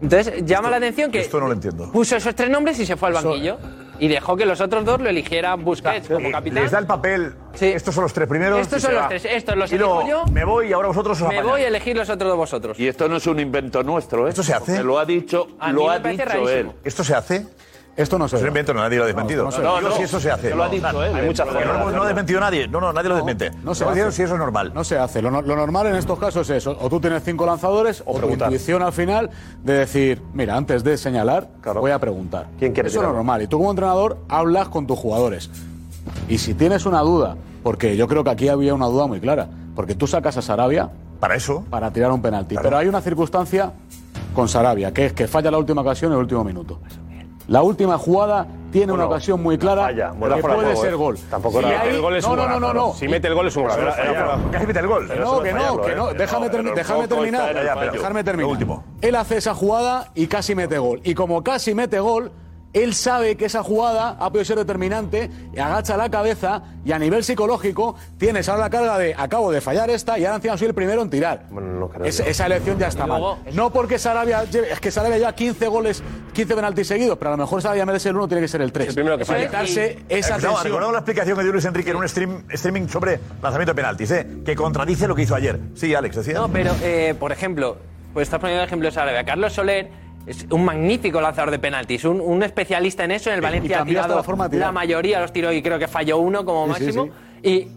[SPEAKER 3] Entonces llama la atención que
[SPEAKER 10] Esto no lo entiendo.
[SPEAKER 3] puso esos tres nombres y se fue al banquillo. Y dejó que los otros dos lo eligieran Busquets como capitán.
[SPEAKER 10] Les da el papel. Estos son los tres primeros.
[SPEAKER 3] Estos
[SPEAKER 10] y
[SPEAKER 3] son
[SPEAKER 10] se
[SPEAKER 3] los
[SPEAKER 10] va.
[SPEAKER 3] tres, estos los
[SPEAKER 10] y luego,
[SPEAKER 3] elijo yo.
[SPEAKER 10] Me voy y ahora vosotros os
[SPEAKER 3] Me voy a elegir los otros de vosotros.
[SPEAKER 6] Y esto no es un invento nuestro, ¿eh?
[SPEAKER 3] Esto se hace.
[SPEAKER 6] Porque Lo ha dicho,
[SPEAKER 3] A mí
[SPEAKER 6] lo
[SPEAKER 3] me
[SPEAKER 6] ha
[SPEAKER 3] parece
[SPEAKER 6] dicho
[SPEAKER 3] rarísimo.
[SPEAKER 6] él.
[SPEAKER 10] ¿Esto se hace?
[SPEAKER 17] Esto no se
[SPEAKER 10] hace. invento, no, nadie lo ha desmentido.
[SPEAKER 6] no se hace.
[SPEAKER 10] Digo
[SPEAKER 6] No,
[SPEAKER 10] si
[SPEAKER 6] no,
[SPEAKER 10] eso se hace.
[SPEAKER 6] que lo ha dicho él,
[SPEAKER 10] Hay
[SPEAKER 6] ¿eh?
[SPEAKER 10] muchas
[SPEAKER 6] Porque
[SPEAKER 10] no, lo- no lo ha desmentido nadie. No, no, nadie lo desmente.
[SPEAKER 17] No se
[SPEAKER 10] Lo
[SPEAKER 17] hace.
[SPEAKER 10] digo si eso es normal.
[SPEAKER 17] No se hace. Lo, no- lo normal en estos casos es eso. O tú tienes cinco lanzadores o, tu intuición al final de decir, mira, antes de señalar, voy a preguntar. ¿Quién
[SPEAKER 4] quiere
[SPEAKER 17] Eso es lo
[SPEAKER 4] tirarlo?
[SPEAKER 17] normal. Y tú como entrenador hablas con tus jugadores. Y si tienes una duda, porque yo creo que aquí había una duda muy clara, porque tú sacas a Sarabia
[SPEAKER 10] para eso,
[SPEAKER 17] para tirar un penalti. Pero hay una circunstancia con Sarabia, que es que falla la última ocasión en el último minuto. La última jugada tiene una ocasión muy clara que
[SPEAKER 4] fuera de
[SPEAKER 17] puede
[SPEAKER 4] juego,
[SPEAKER 17] ser
[SPEAKER 4] ¿eh?
[SPEAKER 17] gol.
[SPEAKER 4] Tampoco
[SPEAKER 17] Si
[SPEAKER 4] era-
[SPEAKER 17] hay-
[SPEAKER 4] el gol es
[SPEAKER 17] no,
[SPEAKER 4] un
[SPEAKER 17] no, no, no,
[SPEAKER 4] golazo, ¿no?
[SPEAKER 17] no.
[SPEAKER 4] Si mete el gol es un golazo.
[SPEAKER 17] Pero-
[SPEAKER 4] Era
[SPEAKER 17] pero-
[SPEAKER 10] Casi mete el gol.
[SPEAKER 17] Que
[SPEAKER 4] Pero
[SPEAKER 17] no,
[SPEAKER 4] eso
[SPEAKER 17] que
[SPEAKER 4] es
[SPEAKER 17] no,
[SPEAKER 4] fallarlo,
[SPEAKER 17] que
[SPEAKER 4] ¿eh?
[SPEAKER 17] no. Déjame
[SPEAKER 4] No, pero
[SPEAKER 17] termi-
[SPEAKER 4] el
[SPEAKER 17] déjame
[SPEAKER 4] foco está
[SPEAKER 17] terminar.
[SPEAKER 4] en el fallo.
[SPEAKER 17] Déjame terminar.
[SPEAKER 4] Lo último.
[SPEAKER 17] Él hace esa jugada y casi mete gol. Y como casi mete gol, él sabe que esa jugada ha podido ser determinante, y agacha la cabeza y a nivel psicológico tienes ahora la carga de acabo de fallar esta y ahora encima soy el primero en tirar. Es- esa elección ya está mal. No porque Sarabia lleve- es que Sarabia lleva 15 goles, 15 penaltis seguidos, pero a lo mejor Sarabia merece el 1, tiene que ser el 3.
[SPEAKER 10] falla.
[SPEAKER 17] Evitarse esa
[SPEAKER 10] Recordamos-
[SPEAKER 17] tensión.
[SPEAKER 10] recordamos la explicación que dio Luis Enrique en un stream, streaming sobre lanzamiento de penaltis, ¿eh? que contradice lo que hizo ayer. Sí, Alex, decía.
[SPEAKER 3] No, pero, eh, por ejemplo, pues estás poniendo el ejemplo de Sarabia. Carlos Soler es un magnífico lanzador de penaltis, un, un especialista en eso. En el Valencia ha
[SPEAKER 17] cambió hasta
[SPEAKER 3] tirado
[SPEAKER 17] la forma de tirar.
[SPEAKER 3] mayoría, los tiró y creo que falló uno como
[SPEAKER 17] Sí, sí,
[SPEAKER 3] máximo. Y,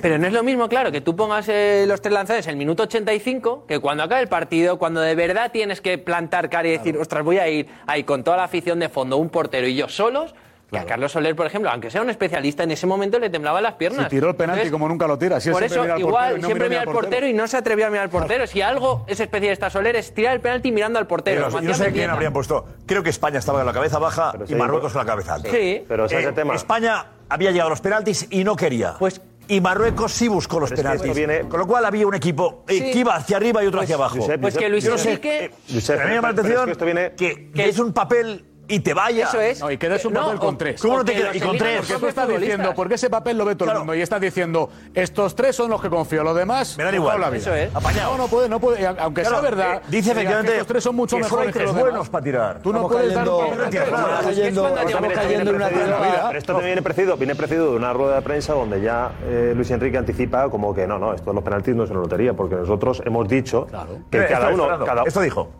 [SPEAKER 3] pero no es lo mismo, claro, que tú pongas eh, los tres lanzadores en el minuto 85, que cuando acabe el partido, cuando de verdad tienes que plantar cara y decir, ostras, voy a ir ahí con toda la afición de fondo, un portero y yo solos. Que a Carlos Soler, por ejemplo, aunque sea un especialista, en ese momento le temblaban las piernas.
[SPEAKER 17] Si tiró el penalti
[SPEAKER 3] Entonces,
[SPEAKER 17] como nunca lo tira. Si él
[SPEAKER 3] por
[SPEAKER 17] siempre
[SPEAKER 3] eso,
[SPEAKER 17] mira al portero
[SPEAKER 3] igual,
[SPEAKER 17] y no
[SPEAKER 3] siempre
[SPEAKER 17] ni
[SPEAKER 3] mira al portero, y no se atrevía a mirar al portero. Si algo es especialista Soler es tirar el penalti mirando al portero.
[SPEAKER 10] Pero
[SPEAKER 3] como
[SPEAKER 10] yo no
[SPEAKER 3] hacía
[SPEAKER 10] sé quién
[SPEAKER 3] Mendieta.
[SPEAKER 10] habrían puesto. Creo que España estaba con la cabeza baja
[SPEAKER 3] Pero
[SPEAKER 10] y
[SPEAKER 3] sí,
[SPEAKER 10] Marruecos
[SPEAKER 3] pero-
[SPEAKER 10] con la cabeza alta. Eh,
[SPEAKER 3] Sí. Pero ese es el tema.
[SPEAKER 10] España había llegado a los penaltis y no quería. Pues y Marruecos sí buscó los
[SPEAKER 4] Pero es que
[SPEAKER 10] penaltis.
[SPEAKER 4] esto viene-
[SPEAKER 10] Con lo cual había un equipo eh,
[SPEAKER 4] Sí.
[SPEAKER 10] que iba hacia arriba y otro
[SPEAKER 4] Pues-
[SPEAKER 10] hacia abajo.
[SPEAKER 4] Josep, Pues que Josep, Luis
[SPEAKER 10] Yo no sé,
[SPEAKER 4] Enrique-
[SPEAKER 10] eh,
[SPEAKER 4] Josep,
[SPEAKER 10] a mí me llama la
[SPEAKER 4] pero es que
[SPEAKER 10] atención
[SPEAKER 4] esto
[SPEAKER 10] que, que es un papel y te vaya.
[SPEAKER 17] Eso es. No, y quedas un papel con tres.
[SPEAKER 10] ¿Cómo no te quedas? Y con tres.
[SPEAKER 17] Porque tú estás diciendo, porque ese papel lo ve todo el mundo y estás diciendo, estos tres son los que confío, los demás.
[SPEAKER 10] Me dan
[SPEAKER 17] no
[SPEAKER 10] igual.
[SPEAKER 17] juego la vida.
[SPEAKER 10] Eso es. Apañado.
[SPEAKER 17] No, no puede, no puede. y Aunque
[SPEAKER 10] Claro,
[SPEAKER 17] sea verdad.
[SPEAKER 10] eh, dice
[SPEAKER 17] que digas que
[SPEAKER 10] efectivamente
[SPEAKER 17] Estos tres son mucho
[SPEAKER 10] que solo hay
[SPEAKER 17] mejores que
[SPEAKER 10] tres
[SPEAKER 17] los demás.
[SPEAKER 10] buenos para tirar.
[SPEAKER 17] Tú no
[SPEAKER 10] Estamos
[SPEAKER 17] puedes dar
[SPEAKER 10] cayendo-
[SPEAKER 17] un
[SPEAKER 10] Estamos cayendo-
[SPEAKER 4] También esto viene precedido-
[SPEAKER 17] tirada.
[SPEAKER 4] Pero esto también viene precedido, viene precedido de una rueda de prensa donde ya eh, Luis Enrique anticipa como que no, no, esto de los penaltis no es una lotería, porque nosotros hemos dicho que
[SPEAKER 10] Mira,
[SPEAKER 4] cada
[SPEAKER 10] esto,
[SPEAKER 4] uno.
[SPEAKER 10] Fernando,
[SPEAKER 4] Cada...
[SPEAKER 10] Esto dijo.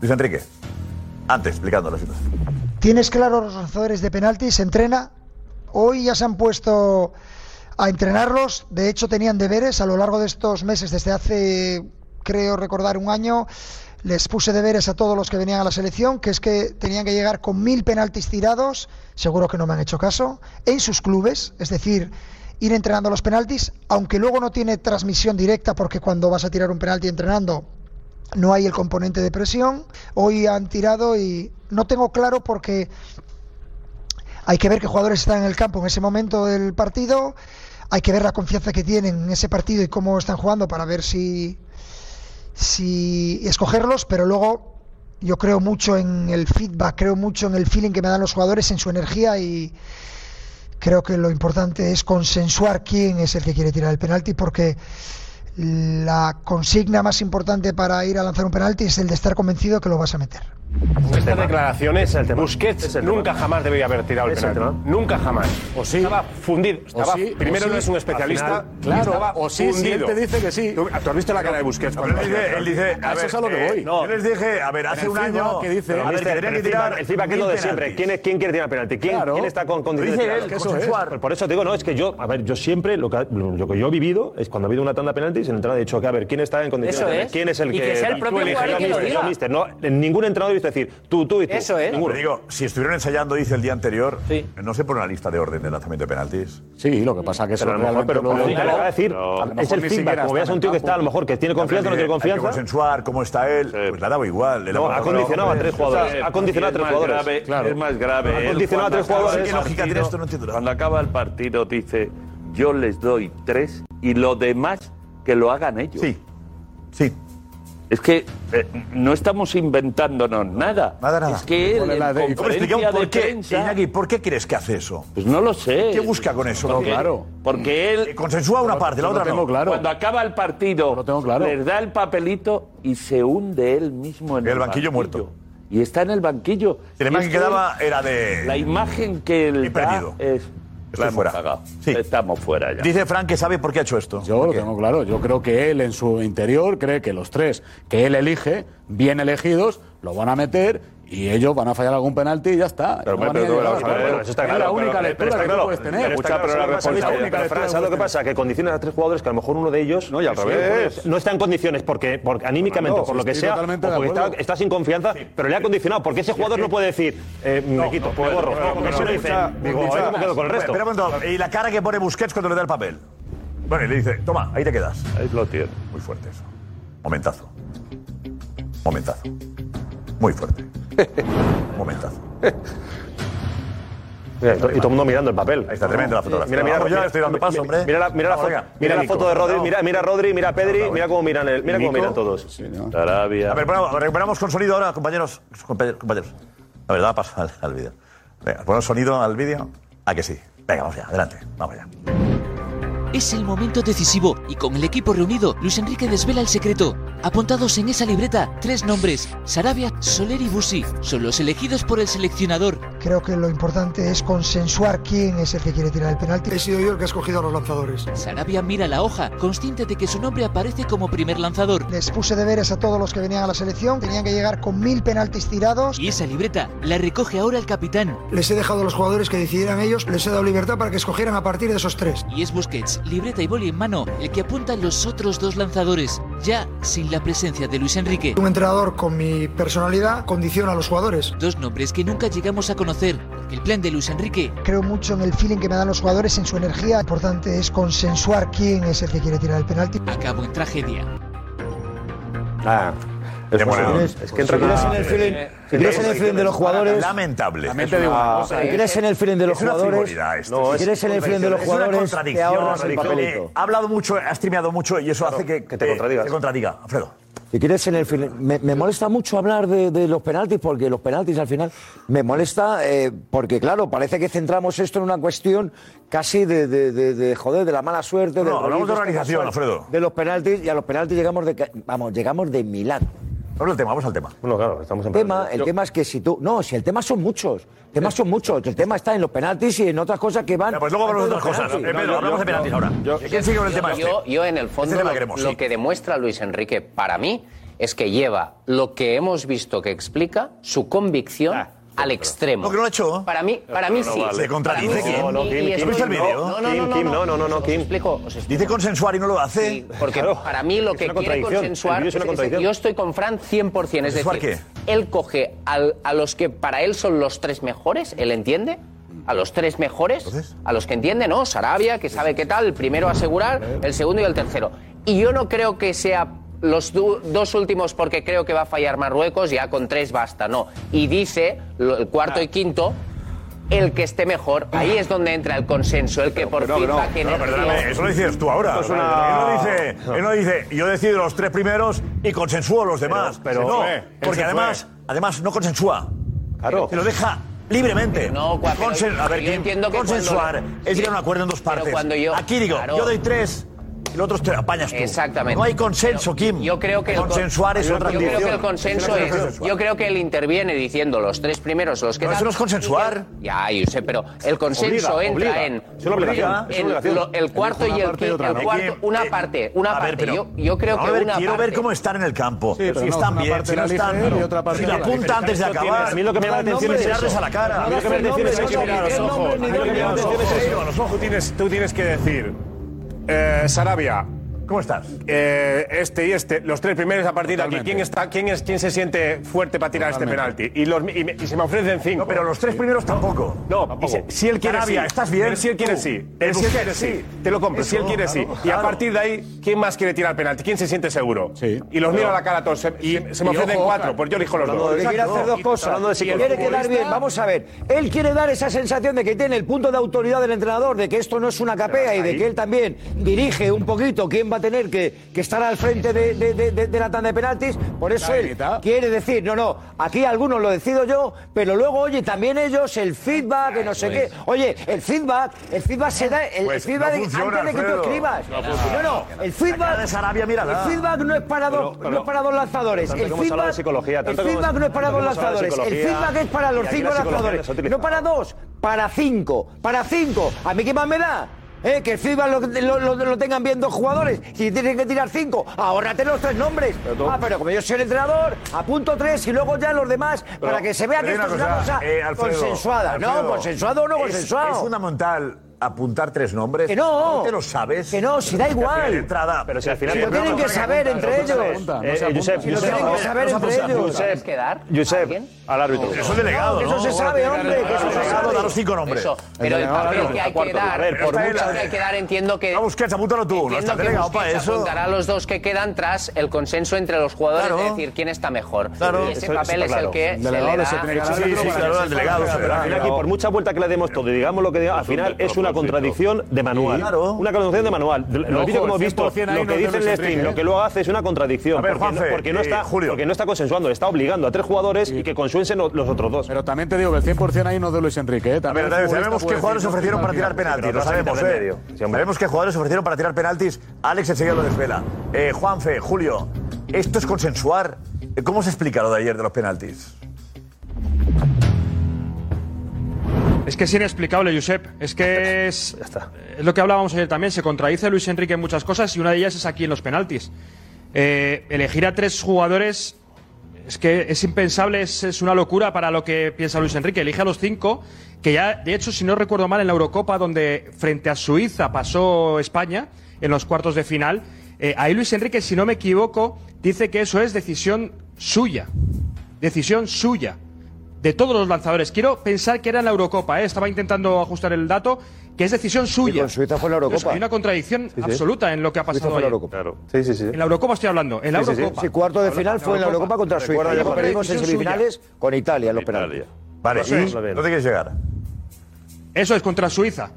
[SPEAKER 10] Luis Enrique. Antes, explicando la situación.
[SPEAKER 19] ¿Tienes claro los lanzadores de penaltis? ¿Se entrena? Hoy ya se han puesto a entrenarlos. De hecho, tenían deberes a lo largo de estos meses, desde hace, creo recordar, un año. Les puse deberes a todos los que venían a la selección, que es que tenían que llegar con mil penaltis tirados, seguro que no me han hecho caso, en sus clubes, es decir, ir entrenando los penaltis, aunque luego no tiene transmisión directa, porque cuando vas a tirar un penalti entrenando, no hay el componente de presión. Hoy han tirado y no tengo claro porque hay que ver qué jugadores están en el campo en ese momento del partido. Hay que ver la confianza que tienen en ese partido y cómo están jugando para ver si, si escogerlos. Pero luego yo creo mucho en el feedback, creo mucho en el feeling que me dan los jugadores, en su energía y creo que lo importante es consensuar quién es el que quiere tirar el penalti porque la consigna más importante para ir a lanzar un penalti es el de estar convencido que lo vas a meter.
[SPEAKER 1] Estas declaraciones, Busquets nunca jamás debería haber tirado el
[SPEAKER 4] Es el
[SPEAKER 1] penalti. Nunca jamás. O sí. Estaba fundido. Estaba,
[SPEAKER 4] sí, o
[SPEAKER 1] primero
[SPEAKER 4] sí.
[SPEAKER 1] no es un
[SPEAKER 4] Al
[SPEAKER 1] especialista.
[SPEAKER 4] final,
[SPEAKER 1] y
[SPEAKER 4] claro,
[SPEAKER 1] estaba
[SPEAKER 4] o sí, sí, él
[SPEAKER 1] fundido.
[SPEAKER 4] te dice que sí.
[SPEAKER 1] ¿Tú, tú has visto la cara de Busquets?
[SPEAKER 4] No,
[SPEAKER 1] cuando-
[SPEAKER 4] pero él dice- él dice,
[SPEAKER 1] A
[SPEAKER 4] a
[SPEAKER 1] ver,
[SPEAKER 4] ver, eh,
[SPEAKER 1] no.
[SPEAKER 4] no.
[SPEAKER 1] Yo les dije, a ver,
[SPEAKER 4] En
[SPEAKER 1] hace
[SPEAKER 4] el
[SPEAKER 1] un
[SPEAKER 4] feedback
[SPEAKER 1] año.
[SPEAKER 4] que dice-
[SPEAKER 1] pero,
[SPEAKER 4] A ver,
[SPEAKER 1] mister,
[SPEAKER 4] tendría
[SPEAKER 1] tenés
[SPEAKER 4] que tirar-
[SPEAKER 1] tirar
[SPEAKER 4] el feedback es lo
[SPEAKER 1] mil
[SPEAKER 4] de siempre.
[SPEAKER 1] penaltis.
[SPEAKER 4] ¿Quién, es- quién quiere tirar el penalti? ¿Quién,
[SPEAKER 1] Claro.
[SPEAKER 4] quién está con condiciones
[SPEAKER 1] Dice
[SPEAKER 4] de
[SPEAKER 1] él,
[SPEAKER 4] tirarlo?
[SPEAKER 1] Eso es. consensuar.
[SPEAKER 4] Por eso te digo, no, es que yo, a ver, yo siempre, lo que, lo que yo he vivido es cuando ha habido una tanda de penaltis, el entrenador ha dicho que, a ver, ¿quién está en condiciones?
[SPEAKER 3] Eso
[SPEAKER 4] de tirar?
[SPEAKER 3] es.
[SPEAKER 4] ¿Quién es el
[SPEAKER 3] Y
[SPEAKER 4] que.?
[SPEAKER 3] que sea el
[SPEAKER 4] tú
[SPEAKER 3] propio
[SPEAKER 4] eliges,
[SPEAKER 3] jugador
[SPEAKER 4] yo,
[SPEAKER 3] el que lo
[SPEAKER 4] mister, yo,
[SPEAKER 3] diga.
[SPEAKER 4] mister. No, ningún entrenador dice decir tú, tú y tú. Ninguno.
[SPEAKER 10] Te digo, si estuvieron ensayando, dice el día anterior, no se pone una lista de orden de lanzamiento de penaltis.
[SPEAKER 17] Sí, lo que pasa que eso
[SPEAKER 10] Pero a lo mejor,
[SPEAKER 17] realmente
[SPEAKER 10] pero
[SPEAKER 17] lo-
[SPEAKER 10] como
[SPEAKER 4] Te lo va a decir,
[SPEAKER 10] No. A lo
[SPEAKER 4] es
[SPEAKER 10] mejor
[SPEAKER 4] el
[SPEAKER 10] ni
[SPEAKER 4] feedback.
[SPEAKER 10] siquiera
[SPEAKER 4] Como veas
[SPEAKER 10] está
[SPEAKER 4] a un tío
[SPEAKER 10] en
[SPEAKER 4] que
[SPEAKER 10] campo.
[SPEAKER 4] está, a lo mejor, que tiene confianza o no
[SPEAKER 10] Hay
[SPEAKER 4] tiene
[SPEAKER 10] que
[SPEAKER 4] confianza.
[SPEAKER 10] consensuar cómo está él, pues le daba igual. le
[SPEAKER 4] No,
[SPEAKER 10] daba
[SPEAKER 4] ha
[SPEAKER 10] igual.
[SPEAKER 4] condicionado a tres jugadores.
[SPEAKER 10] Sí,
[SPEAKER 4] Ha condicionado a tres
[SPEAKER 10] es más
[SPEAKER 4] jugadores.
[SPEAKER 10] grave,
[SPEAKER 4] Claro.
[SPEAKER 10] es más grave.
[SPEAKER 4] Ha
[SPEAKER 10] Él
[SPEAKER 4] condicionado a
[SPEAKER 10] cuando
[SPEAKER 4] tres jugadores.
[SPEAKER 10] acaba el partido- tiene esto? No
[SPEAKER 6] Cuando acaba el partido dice, yo les doy tres y lo demás que lo hagan ellos. Sí,
[SPEAKER 10] sí.
[SPEAKER 6] Es que eh, no estamos inventándonos nada.
[SPEAKER 10] Nada, nada.
[SPEAKER 6] Es que él, en
[SPEAKER 10] Hombre,
[SPEAKER 6] conferencia
[SPEAKER 10] explica
[SPEAKER 6] de
[SPEAKER 10] por qué,
[SPEAKER 6] prensa...
[SPEAKER 10] Iñaki, ¿por qué crees que hace eso?
[SPEAKER 6] Pues no lo sé.
[SPEAKER 10] ¿Qué busca con eso?
[SPEAKER 6] Porque- Porque él...
[SPEAKER 10] consensúa una parte, la
[SPEAKER 6] Lo
[SPEAKER 10] otra
[SPEAKER 6] tengo
[SPEAKER 10] no.
[SPEAKER 6] claro. Cuando acaba el partido,
[SPEAKER 10] claro.
[SPEAKER 6] les da el papelito y se hunde él mismo en el,
[SPEAKER 10] El banquillo muerto.
[SPEAKER 6] Y está en el banquillo.
[SPEAKER 10] Y la
[SPEAKER 6] Y
[SPEAKER 10] imagen
[SPEAKER 6] es
[SPEAKER 10] que daba era de-
[SPEAKER 6] La imagen que él da
[SPEAKER 10] perdido.
[SPEAKER 6] es...
[SPEAKER 10] Estoy
[SPEAKER 6] la
[SPEAKER 10] fuera.
[SPEAKER 6] hemos cagado. Estamos fuera ya.
[SPEAKER 10] Dice Frank que sabe por qué ha hecho esto.
[SPEAKER 17] Yo lo tengo claro. Yo creo que él en su interior cree que los tres que él elige, bien elegidos, lo van a meter y ellos van a fallar algún penalti y ya está.
[SPEAKER 4] Pero,
[SPEAKER 17] No van
[SPEAKER 4] pero,
[SPEAKER 17] a
[SPEAKER 4] pero,
[SPEAKER 17] llegar.
[SPEAKER 4] pero, pero, pero, eso está
[SPEAKER 17] Es
[SPEAKER 4] claro,
[SPEAKER 17] la
[SPEAKER 4] pero,
[SPEAKER 17] única
[SPEAKER 4] pero,
[SPEAKER 17] lectura
[SPEAKER 4] pero
[SPEAKER 17] que
[SPEAKER 4] está
[SPEAKER 17] tú
[SPEAKER 4] claro,
[SPEAKER 17] puedes tener.
[SPEAKER 4] pero está claro, pero la responsabilidad- pero, Fran, ¿sabes lo que pasa? Que condicionas a tres jugadores que a lo mejor uno de ellos
[SPEAKER 5] No, y al
[SPEAKER 4] sí,
[SPEAKER 5] revés.
[SPEAKER 4] Pues no está en condiciones porque, porque anímicamente,
[SPEAKER 5] Fernando,
[SPEAKER 4] por lo que
[SPEAKER 5] estoy
[SPEAKER 4] sea, o
[SPEAKER 5] totalmente de
[SPEAKER 4] porque está,
[SPEAKER 5] acuerdo.
[SPEAKER 4] está sin confianza, pero le ha condicionado porque ese jugador no puede decir eh, me quito, me borro, porque si no dice, digo, a ver cómo quedo con el resto.
[SPEAKER 10] Espera un momento, y la cara que pone Busquets cuando le da el papel. Bueno, y le dice, toma, ahí te quedas.
[SPEAKER 6] Ahí lo tiene.
[SPEAKER 10] Muy fuerte eso. Momentazo. Momentazo. Muy fuerte. Momentazo.
[SPEAKER 4] Mira, y to- y todo el mundo mirando el papel.
[SPEAKER 10] Ahí está, tremenda la fotografía.
[SPEAKER 4] Mira, mira,
[SPEAKER 10] Vamos,
[SPEAKER 4] mira-
[SPEAKER 10] ya estoy dando
[SPEAKER 4] mira-
[SPEAKER 10] paso, hombre.
[SPEAKER 4] Mira la, mira la
[SPEAKER 10] Vamos,
[SPEAKER 4] fo-
[SPEAKER 10] venga.
[SPEAKER 4] mira la
[SPEAKER 10] Nico.
[SPEAKER 4] foto de Rodri,
[SPEAKER 10] No.
[SPEAKER 4] mira, mira a Rodri, mira a Pedri, mira cómo miran, el, mira cómo
[SPEAKER 10] Nico.
[SPEAKER 4] miran todos.
[SPEAKER 6] Arabia.
[SPEAKER 10] A ver, bravo, recuperamos con sonido ahora, compañeros. Compañeros. compañeros. A ver, da paso al, al vídeo. Venga, ponemos sonido al vídeo. Ah, que sí. Venga, vamos ya, adelante. Vamos ya.
[SPEAKER 30] Es el momento decisivo y con el equipo reunido, Luis Enrique desvela el secreto. Apuntados en esa libreta, tres nombres, Sarabia, Soler y Busi, son los elegidos por el seleccionador.
[SPEAKER 19] Creo que lo importante es consensuar quién es el que quiere tirar el penalti. He sido yo el que ha escogido a los lanzadores.
[SPEAKER 30] Sarabia mira la hoja, consciente de que su nombre aparece como primer lanzador.
[SPEAKER 19] Les puse deberes a todos los que venían a la selección. Tenían que llegar con mil penaltis tirados.
[SPEAKER 30] Y esa libreta la recoge ahora el capitán.
[SPEAKER 19] Les he dejado a los jugadores que decidieran ellos, les he dado libertad para que escogieran a partir de esos tres.
[SPEAKER 30] Y es Busquets, libreta y boli en mano, el que apunta los otros dos lanzadores, ya sin la presencia de Luis Enrique.
[SPEAKER 19] Un entrenador con mi personalidad condiciona a los jugadores.
[SPEAKER 30] Dos nombres que nunca llegamos a conocer, porque el plan de Luis Enrique
[SPEAKER 19] Creo mucho en el feeling que me dan los jugadores, en su energía. Lo importante es consensuar quién es el que quiere tirar el penalti.
[SPEAKER 30] acabó en tragedia.
[SPEAKER 10] Ah. Es,
[SPEAKER 30] bueno.
[SPEAKER 10] es que
[SPEAKER 30] Si crees
[SPEAKER 10] en
[SPEAKER 30] en el
[SPEAKER 10] el
[SPEAKER 30] feeling- si crees en el feeling
[SPEAKER 10] de los jugadores. Lamentable.
[SPEAKER 30] También te digo una cosa,
[SPEAKER 10] Si
[SPEAKER 30] ¿eh?
[SPEAKER 10] crees en el feeling de los
[SPEAKER 30] Es una
[SPEAKER 10] jugadores.
[SPEAKER 30] frivolidad esto.
[SPEAKER 10] no,
[SPEAKER 30] Si
[SPEAKER 10] es
[SPEAKER 30] crees en el feeling de los
[SPEAKER 10] es una
[SPEAKER 30] jugadores,
[SPEAKER 10] contradicción,
[SPEAKER 30] te ahorras el
[SPEAKER 10] contradicción.
[SPEAKER 30] papelito.
[SPEAKER 10] Eh, Ha hablado mucho, ha streameado mucho y eso hace que, te, contradiga. Te contradiga, Alfredo.
[SPEAKER 11] Si quieres en el final- me, me molesta mucho hablar de, de los penaltis porque los penaltis al final me molesta eh, porque claro parece que centramos esto en una cuestión casi de, de, de- de, joder de la mala suerte del
[SPEAKER 10] No, hablamos
[SPEAKER 11] rollo este
[SPEAKER 10] de organización,
[SPEAKER 11] casual,
[SPEAKER 10] Alfredo.
[SPEAKER 11] de los penaltis y a los penaltis llegamos de ca- vamos llegamos de Milán
[SPEAKER 10] Vamos al tema, vamos al tema.
[SPEAKER 4] Bueno, claro, estamos en
[SPEAKER 11] el tema, el tema es que si tú. No, si el tema son muchos. Temas son muchos. El tema está en los penaltis y en otras cosas que van.
[SPEAKER 10] Eh. pues luego hablamos de otras cosas. Eh, Pedro, hablamos de penaltis ahora. ¿Quién sigue con el
[SPEAKER 21] Yo-
[SPEAKER 10] tema
[SPEAKER 21] yo,
[SPEAKER 10] este?
[SPEAKER 21] yo, en el fondo,
[SPEAKER 10] tema
[SPEAKER 21] lo,
[SPEAKER 10] queremos,
[SPEAKER 21] lo
[SPEAKER 10] sí.
[SPEAKER 21] que demuestra Luis Enrique para mí es que lleva lo que hemos visto que explica su convicción al extremo.
[SPEAKER 10] No, que no lo ha hecho.
[SPEAKER 21] Para mí, para mí
[SPEAKER 10] Ah, No, no
[SPEAKER 21] sí.
[SPEAKER 10] vale. Se contradice,
[SPEAKER 21] Para mí sí.
[SPEAKER 10] Kim. No, no,
[SPEAKER 21] Y-
[SPEAKER 10] Kim,
[SPEAKER 21] y
[SPEAKER 10] Kim.
[SPEAKER 21] estoy-
[SPEAKER 10] ¿Viste el vídeo?
[SPEAKER 21] No, no,
[SPEAKER 10] Kim,
[SPEAKER 21] no, no,
[SPEAKER 10] Kim,
[SPEAKER 21] no,
[SPEAKER 10] no, no, no, no,
[SPEAKER 21] os
[SPEAKER 10] Kim.
[SPEAKER 21] explico, os explico.
[SPEAKER 10] Dice consensuar y no lo hace.
[SPEAKER 21] Sí, porque para mí lo
[SPEAKER 10] Es
[SPEAKER 21] que
[SPEAKER 10] una
[SPEAKER 21] quiere
[SPEAKER 10] contradicción. El
[SPEAKER 21] consensuar
[SPEAKER 10] vídeo es una
[SPEAKER 21] es- es-
[SPEAKER 10] contradicción.
[SPEAKER 21] yo estoy con Fran 100%, es
[SPEAKER 10] ¿Consensuar
[SPEAKER 21] decir, él coge al- a los que para él son los tres mejores, él entiende, a los tres mejores, a los que entiende, ¿no? Sarabia, que sabe qué tal, el primero asegurar, el segundo y el tercero. Y yo no creo que sea los du- dos últimos porque creo que va a fallar Marruecos, ya con tres basta, no. Y dice lo- el
[SPEAKER 10] Ah.
[SPEAKER 21] cuarto y quinto. El que esté mejor, ahí es donde entra el consenso, el que por
[SPEAKER 10] No, no,
[SPEAKER 21] feedback
[SPEAKER 10] no,
[SPEAKER 21] energía-
[SPEAKER 10] perdóname, eso lo dices tú ahora.
[SPEAKER 21] Esto es Pues una-
[SPEAKER 10] Él, Pues no dice, él no dice, yo decido los tres primeros y consensúo los demás.
[SPEAKER 21] pero-
[SPEAKER 10] no,
[SPEAKER 21] él se fue,
[SPEAKER 10] porque
[SPEAKER 21] él se
[SPEAKER 10] además, además no consensúa.
[SPEAKER 21] Claro.
[SPEAKER 10] Se lo deja libremente.
[SPEAKER 21] No, cua- pero
[SPEAKER 10] Consen- a ver,
[SPEAKER 21] yo
[SPEAKER 10] Kim,
[SPEAKER 21] entiendo que
[SPEAKER 10] consensuar
[SPEAKER 21] cuando-
[SPEAKER 10] es llegar a un acuerdo en dos
[SPEAKER 21] Pero
[SPEAKER 10] partes.
[SPEAKER 21] cuando yo-
[SPEAKER 10] Aquí digo,
[SPEAKER 21] claro.
[SPEAKER 10] yo doy tres, el otro te lo apañas tú.
[SPEAKER 21] Exactamente.
[SPEAKER 10] No hay consenso, Kim.
[SPEAKER 21] Yo creo que el con-
[SPEAKER 10] Consensuar es
[SPEAKER 21] yo
[SPEAKER 10] otra
[SPEAKER 21] creo que el
[SPEAKER 10] condición.
[SPEAKER 21] consenso
[SPEAKER 10] Eso no es
[SPEAKER 21] es.
[SPEAKER 10] consensuar.
[SPEAKER 21] Yo creo que él interviene diciendo los tres primeros, los que.
[SPEAKER 10] No, eso no es
[SPEAKER 21] consensuar. Ya, yo sé, pero el consenso
[SPEAKER 10] Obliga,
[SPEAKER 21] entra
[SPEAKER 10] obliga.
[SPEAKER 21] en.
[SPEAKER 10] Es una obligación,
[SPEAKER 21] en
[SPEAKER 10] es una obligación.
[SPEAKER 21] lo- el cuarto
[SPEAKER 10] Una
[SPEAKER 21] y el
[SPEAKER 10] parte y
[SPEAKER 21] quinto.
[SPEAKER 10] otra
[SPEAKER 21] El
[SPEAKER 10] no.
[SPEAKER 21] cuarto,
[SPEAKER 10] Kim,
[SPEAKER 21] una parte, una
[SPEAKER 10] A ver,
[SPEAKER 21] parte.
[SPEAKER 10] pero-
[SPEAKER 21] Yo, yo creo
[SPEAKER 10] Vamos
[SPEAKER 21] que
[SPEAKER 10] a ver,
[SPEAKER 21] una
[SPEAKER 10] quiero
[SPEAKER 21] parte.
[SPEAKER 10] ver cómo están en el campo.
[SPEAKER 21] Sí, pero
[SPEAKER 10] si
[SPEAKER 21] no,
[SPEAKER 10] están
[SPEAKER 21] una
[SPEAKER 10] bien,
[SPEAKER 21] parte
[SPEAKER 10] si no
[SPEAKER 21] la elige él
[SPEAKER 10] están.
[SPEAKER 21] y otra parte
[SPEAKER 10] si
[SPEAKER 21] la
[SPEAKER 10] la
[SPEAKER 21] elige él.
[SPEAKER 10] apunta antes de
[SPEAKER 21] Tú tienes-
[SPEAKER 10] acabar.
[SPEAKER 21] a mí lo que me llama la atención es
[SPEAKER 10] tirarles
[SPEAKER 21] eso.
[SPEAKER 10] a la cara.
[SPEAKER 21] A mí lo que me
[SPEAKER 10] Tienes
[SPEAKER 21] atención es
[SPEAKER 10] que
[SPEAKER 21] eso.
[SPEAKER 10] mirar a los ojos.
[SPEAKER 21] Nombre,
[SPEAKER 10] Tienes que mirar a los ojos.
[SPEAKER 15] a los ojos tienes, tú tienes que decir, eh, Sarabia.
[SPEAKER 10] ¿Cómo estás?
[SPEAKER 15] este y este, los tres primeros a partir de aquí. ¿Quién, está, quién, es, ¿Quién se siente fuerte para tirar
[SPEAKER 10] Totalmente.
[SPEAKER 15] este penalti? Y, los, y me- y se me ofrecen cinco. No,
[SPEAKER 10] pero los tres primeros tampoco.
[SPEAKER 15] No,
[SPEAKER 10] Tampoco.
[SPEAKER 15] y se- si él quiere
[SPEAKER 10] Sarabia,
[SPEAKER 15] sí.
[SPEAKER 10] ¿estás bien?
[SPEAKER 15] Pero si él quiere
[SPEAKER 10] Tú.
[SPEAKER 15] sí.
[SPEAKER 10] El
[SPEAKER 15] Pero si él
[SPEAKER 10] Busquets,
[SPEAKER 15] quiere sí.
[SPEAKER 10] sí.
[SPEAKER 15] Te lo compro.
[SPEAKER 10] Eso,
[SPEAKER 15] si él quiere sí.
[SPEAKER 10] claro,
[SPEAKER 15] Y a
[SPEAKER 10] claro.
[SPEAKER 15] partir de ahí, ¿quién más quiere tirar penalti? ¿Quién se siente seguro? Y los
[SPEAKER 10] Pero-
[SPEAKER 15] miro a la cara a todos. Se, se- se me
[SPEAKER 10] y
[SPEAKER 15] ofrecen
[SPEAKER 10] ojo,
[SPEAKER 15] cuatro,
[SPEAKER 10] Oscar.
[SPEAKER 15] pues yo elijo los
[SPEAKER 10] Hablando
[SPEAKER 15] dos.
[SPEAKER 10] de-
[SPEAKER 11] Porque quiere
[SPEAKER 15] Exacto.
[SPEAKER 11] hacer dos
[SPEAKER 15] Y-
[SPEAKER 11] cosas.
[SPEAKER 15] hablando de
[SPEAKER 11] Quiere
[SPEAKER 15] psicología.
[SPEAKER 11] quedar bien. Vamos a ver. Él quiere dar esa sensación de que tiene el punto de autoridad del entrenador, de que esto no es una capea y de que él también dirige un poquito quién va a tener que, que estar al frente de, de- de- de- de la tanda de penaltis. Por eso él quiere decir, no, no, aquí algunos lo decido yo, pero luego, oye, también ellos, el feedback, que no sé
[SPEAKER 10] pues.
[SPEAKER 11] qué. Oye, el feedback, el feedback se da, el,
[SPEAKER 10] Pues,
[SPEAKER 11] feedback
[SPEAKER 10] no
[SPEAKER 11] de-
[SPEAKER 10] funciona,
[SPEAKER 11] antes de que
[SPEAKER 10] Alfredo.
[SPEAKER 11] tú escribas.
[SPEAKER 10] No
[SPEAKER 11] No,
[SPEAKER 10] funciona.
[SPEAKER 11] no, el
[SPEAKER 10] La cara
[SPEAKER 11] feedback,
[SPEAKER 10] de Sarabia, mírala.
[SPEAKER 11] el feedback no es para dos,
[SPEAKER 10] Pero-
[SPEAKER 11] no es para dos lanzadores.
[SPEAKER 4] tanto
[SPEAKER 11] El
[SPEAKER 4] que hemos hablado de
[SPEAKER 11] feedback,
[SPEAKER 4] psicología,
[SPEAKER 11] el
[SPEAKER 4] tanto que hemos-
[SPEAKER 11] feedback no es para dos
[SPEAKER 4] tanto que hemos hablado de
[SPEAKER 11] lanzadores. El
[SPEAKER 4] psicología,
[SPEAKER 11] feedback es para
[SPEAKER 4] y
[SPEAKER 11] los
[SPEAKER 4] aquí
[SPEAKER 11] cinco
[SPEAKER 4] la psicología
[SPEAKER 11] lanzadores.
[SPEAKER 4] no se utiliza.
[SPEAKER 11] No para dos, para cinco. Para cinco. ¿A mí qué más me da? ¿Eh? Que el feedback lo, lo- lo- lo tengan bien dos jugadores. Si tienen que tirar cinco, ahorrate los tres nombres. ah, pero como yo soy el entrenador, apunto tres y luego ya los demás para que se vea que
[SPEAKER 10] Pero
[SPEAKER 11] esto
[SPEAKER 10] hay
[SPEAKER 11] es una cosa
[SPEAKER 10] eh, Alfredo,
[SPEAKER 11] consensuada.
[SPEAKER 10] Alfredo,
[SPEAKER 11] no, consensuado o no
[SPEAKER 10] es-
[SPEAKER 11] consensuado.
[SPEAKER 10] Es fundamental apuntar tres nombres.
[SPEAKER 11] Que no.
[SPEAKER 10] te lo sabes?
[SPEAKER 11] Que no, si da igual.
[SPEAKER 10] De entrada.
[SPEAKER 4] Pero si al final-
[SPEAKER 10] Sí,
[SPEAKER 4] Lo
[SPEAKER 10] pero
[SPEAKER 4] tienen
[SPEAKER 10] no,
[SPEAKER 4] que
[SPEAKER 10] no,
[SPEAKER 4] saber
[SPEAKER 10] no,
[SPEAKER 4] entre
[SPEAKER 10] no, no,
[SPEAKER 4] ellos.
[SPEAKER 10] no, no,
[SPEAKER 4] Eh,
[SPEAKER 10] no, no,
[SPEAKER 4] Josep,
[SPEAKER 10] no,
[SPEAKER 4] Josep,
[SPEAKER 10] no,
[SPEAKER 4] tienen que
[SPEAKER 10] no,
[SPEAKER 4] saber
[SPEAKER 10] no, no,
[SPEAKER 4] entre
[SPEAKER 10] no,
[SPEAKER 4] ellos.
[SPEAKER 10] no,
[SPEAKER 4] Josep,
[SPEAKER 10] no,
[SPEAKER 21] ¿Tienes que dar?
[SPEAKER 4] Josep, al árbitro.
[SPEAKER 10] Eso es delegado,
[SPEAKER 4] No,
[SPEAKER 10] ¿no?
[SPEAKER 4] eso se sabe, hombre, que eso se sabe.
[SPEAKER 10] Delegado, dar los cinco nombres.
[SPEAKER 21] Eso, pero el papel que hay que dar, por mucho que hay que dar, entiendo que.
[SPEAKER 10] No, Busquets, apúntalo tú. No
[SPEAKER 21] Entiendo
[SPEAKER 10] estás
[SPEAKER 21] que
[SPEAKER 10] delegado para
[SPEAKER 21] Busquets
[SPEAKER 10] eso.
[SPEAKER 21] apuntará a los dos que quedan tras el consenso entre los jugadores
[SPEAKER 10] Claro.
[SPEAKER 21] de decir quién está mejor.
[SPEAKER 10] Claro.
[SPEAKER 21] Y ese
[SPEAKER 10] Eso- eso
[SPEAKER 21] papel
[SPEAKER 10] está
[SPEAKER 21] es
[SPEAKER 10] claro.
[SPEAKER 21] el que
[SPEAKER 10] El
[SPEAKER 21] se
[SPEAKER 10] delegado
[SPEAKER 21] le da.
[SPEAKER 10] se tiene que dar Sí, sí, sí, algo para claro, que el se delegado salga. se verá.
[SPEAKER 4] Al final, aquí, por mucha vuelta que le demos todo y digamos lo que digamos, al final es una contradicción de manual.
[SPEAKER 10] Sí, claro.
[SPEAKER 4] Una contradicción de manual. De-
[SPEAKER 10] Pero
[SPEAKER 4] Los vídeos que
[SPEAKER 10] ojo,
[SPEAKER 4] hemos
[SPEAKER 10] el
[SPEAKER 4] visto,
[SPEAKER 10] 100% ahí
[SPEAKER 4] lo
[SPEAKER 10] no
[SPEAKER 4] que
[SPEAKER 10] es de
[SPEAKER 4] dice el
[SPEAKER 10] Luis
[SPEAKER 4] stream,
[SPEAKER 10] Enrique,
[SPEAKER 4] lo
[SPEAKER 10] ¿eh?
[SPEAKER 4] que luego hace es una
[SPEAKER 10] A
[SPEAKER 4] contradicción.
[SPEAKER 10] ver,
[SPEAKER 4] porque no-
[SPEAKER 10] Juanfe,
[SPEAKER 4] Porque no está
[SPEAKER 10] eh, Julio.
[SPEAKER 4] porque no está consensuando, está obligando a tres jugadores y que consuensen los los otros dos.
[SPEAKER 31] Pero también te digo que el 100% ahí no es de Luis Enrique. ¿eh?
[SPEAKER 10] A
[SPEAKER 31] También
[SPEAKER 10] ver,
[SPEAKER 31] el futbolista
[SPEAKER 10] sabemos
[SPEAKER 31] puede
[SPEAKER 10] qué jugadores
[SPEAKER 31] decir,
[SPEAKER 10] ofrecieron
[SPEAKER 31] "No,
[SPEAKER 10] para
[SPEAKER 31] mira,
[SPEAKER 10] tirar penaltis,
[SPEAKER 31] pero
[SPEAKER 10] lo
[SPEAKER 31] vas a quitar
[SPEAKER 10] sabemos,
[SPEAKER 31] de
[SPEAKER 10] ¿eh?
[SPEAKER 31] medio".
[SPEAKER 10] Sabemos qué jugadores ofrecieron para tirar penaltis. Alex enseguida lo desvela. Eh, Juanfe, Julio, esto es consensuar. Eh, ¿Cómo se explica lo de ayer de los penaltis?
[SPEAKER 14] Es que es inexplicable, Josep. Es que es, es lo que hablábamos ayer también. Se contradice Luis Enrique en muchas cosas y una de ellas es aquí en los penaltis. Eh, elegir a tres jugadores es que es impensable, es, es una locura para lo que piensa Luis Enrique. Elige a los cinco, que ya, de hecho, si no recuerdo mal, en la Eurocopa, donde frente a Suiza pasó España en los cuartos de final, eh, ahí Luis Enrique, si no me equivoco, dice que eso es decisión suya. Decisión suya de todos los lanzadores. Quiero pensar que era en la Eurocopa, ¿eh? estaba intentando ajustar el dato, que es decisión suya.
[SPEAKER 32] con Suiza fue en la Eurocopa.
[SPEAKER 14] Entonces, hay una contradicción
[SPEAKER 32] sí.
[SPEAKER 14] absoluta en lo que ha
[SPEAKER 32] Suiza
[SPEAKER 14] pasado.
[SPEAKER 32] fue en la
[SPEAKER 14] ayer.
[SPEAKER 32] Eurocopa.
[SPEAKER 4] Sí, sí, sí.
[SPEAKER 14] En la Eurocopa estoy hablando. En la
[SPEAKER 32] Sí, sí, sí.
[SPEAKER 14] Eurocopa.
[SPEAKER 32] Sí, cuarto de final fue en la Eurocopa contra Suiza.
[SPEAKER 14] Recuerda,
[SPEAKER 32] Luego
[SPEAKER 14] Jacob,
[SPEAKER 32] perdimos en
[SPEAKER 14] decisión suya.
[SPEAKER 32] semifinales con Italia en los penaltis.
[SPEAKER 14] Vale,
[SPEAKER 32] Eso
[SPEAKER 14] y-
[SPEAKER 32] es.
[SPEAKER 14] ¿dónde
[SPEAKER 10] quieres llegar?
[SPEAKER 14] Eso es contra Suiza.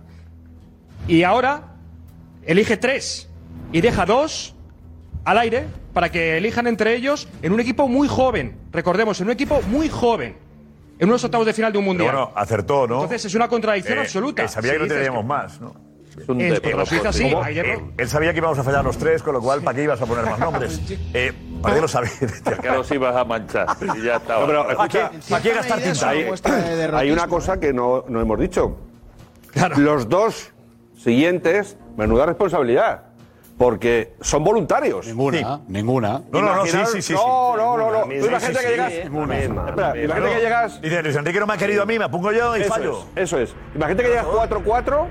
[SPEAKER 14] Y ahora elige tres y deja dos al aire para que elijan entre ellos en un equipo muy joven. Recordemos, en un equipo muy joven. En unos octavos de final de un mundial.
[SPEAKER 10] Pero bueno, acertó, ¿no?
[SPEAKER 14] Entonces es una contradicción
[SPEAKER 10] Eh,
[SPEAKER 14] absoluta.
[SPEAKER 10] eh, sabía
[SPEAKER 14] Si
[SPEAKER 10] que no
[SPEAKER 14] dices
[SPEAKER 10] teníamos más, ¿no?
[SPEAKER 14] un Es, débil, contra Suiza sí,
[SPEAKER 10] ¿Cómo?
[SPEAKER 14] ayer no.
[SPEAKER 10] Eh, él sabía que íbamos a fallar los tres, con lo cual, ¿para qué ibas a poner más nombres? Eh, ¿Para qué lo sabías?
[SPEAKER 6] Que los ibas a manchar. Y ya estaba.
[SPEAKER 10] No, pero, ¿Para qué, para qué gastar tinta?
[SPEAKER 5] Hay, hay una cosa que no, no hemos dicho. Los dos siguientes, menuda responsabilidad. Porque son voluntarios. Ninguna,
[SPEAKER 31] Ah, ninguna.
[SPEAKER 5] No, no, no, sí, sí, sí.
[SPEAKER 10] No,
[SPEAKER 5] no, no, no.
[SPEAKER 10] Tú imagínate que llegas- Espera, imagínate que llegas. Dice Luis Enrique no me ha querido a mí, me apungo yo y
[SPEAKER 5] Eso
[SPEAKER 10] fallo.
[SPEAKER 5] es, eso es. Imagínate que llegas 4-4,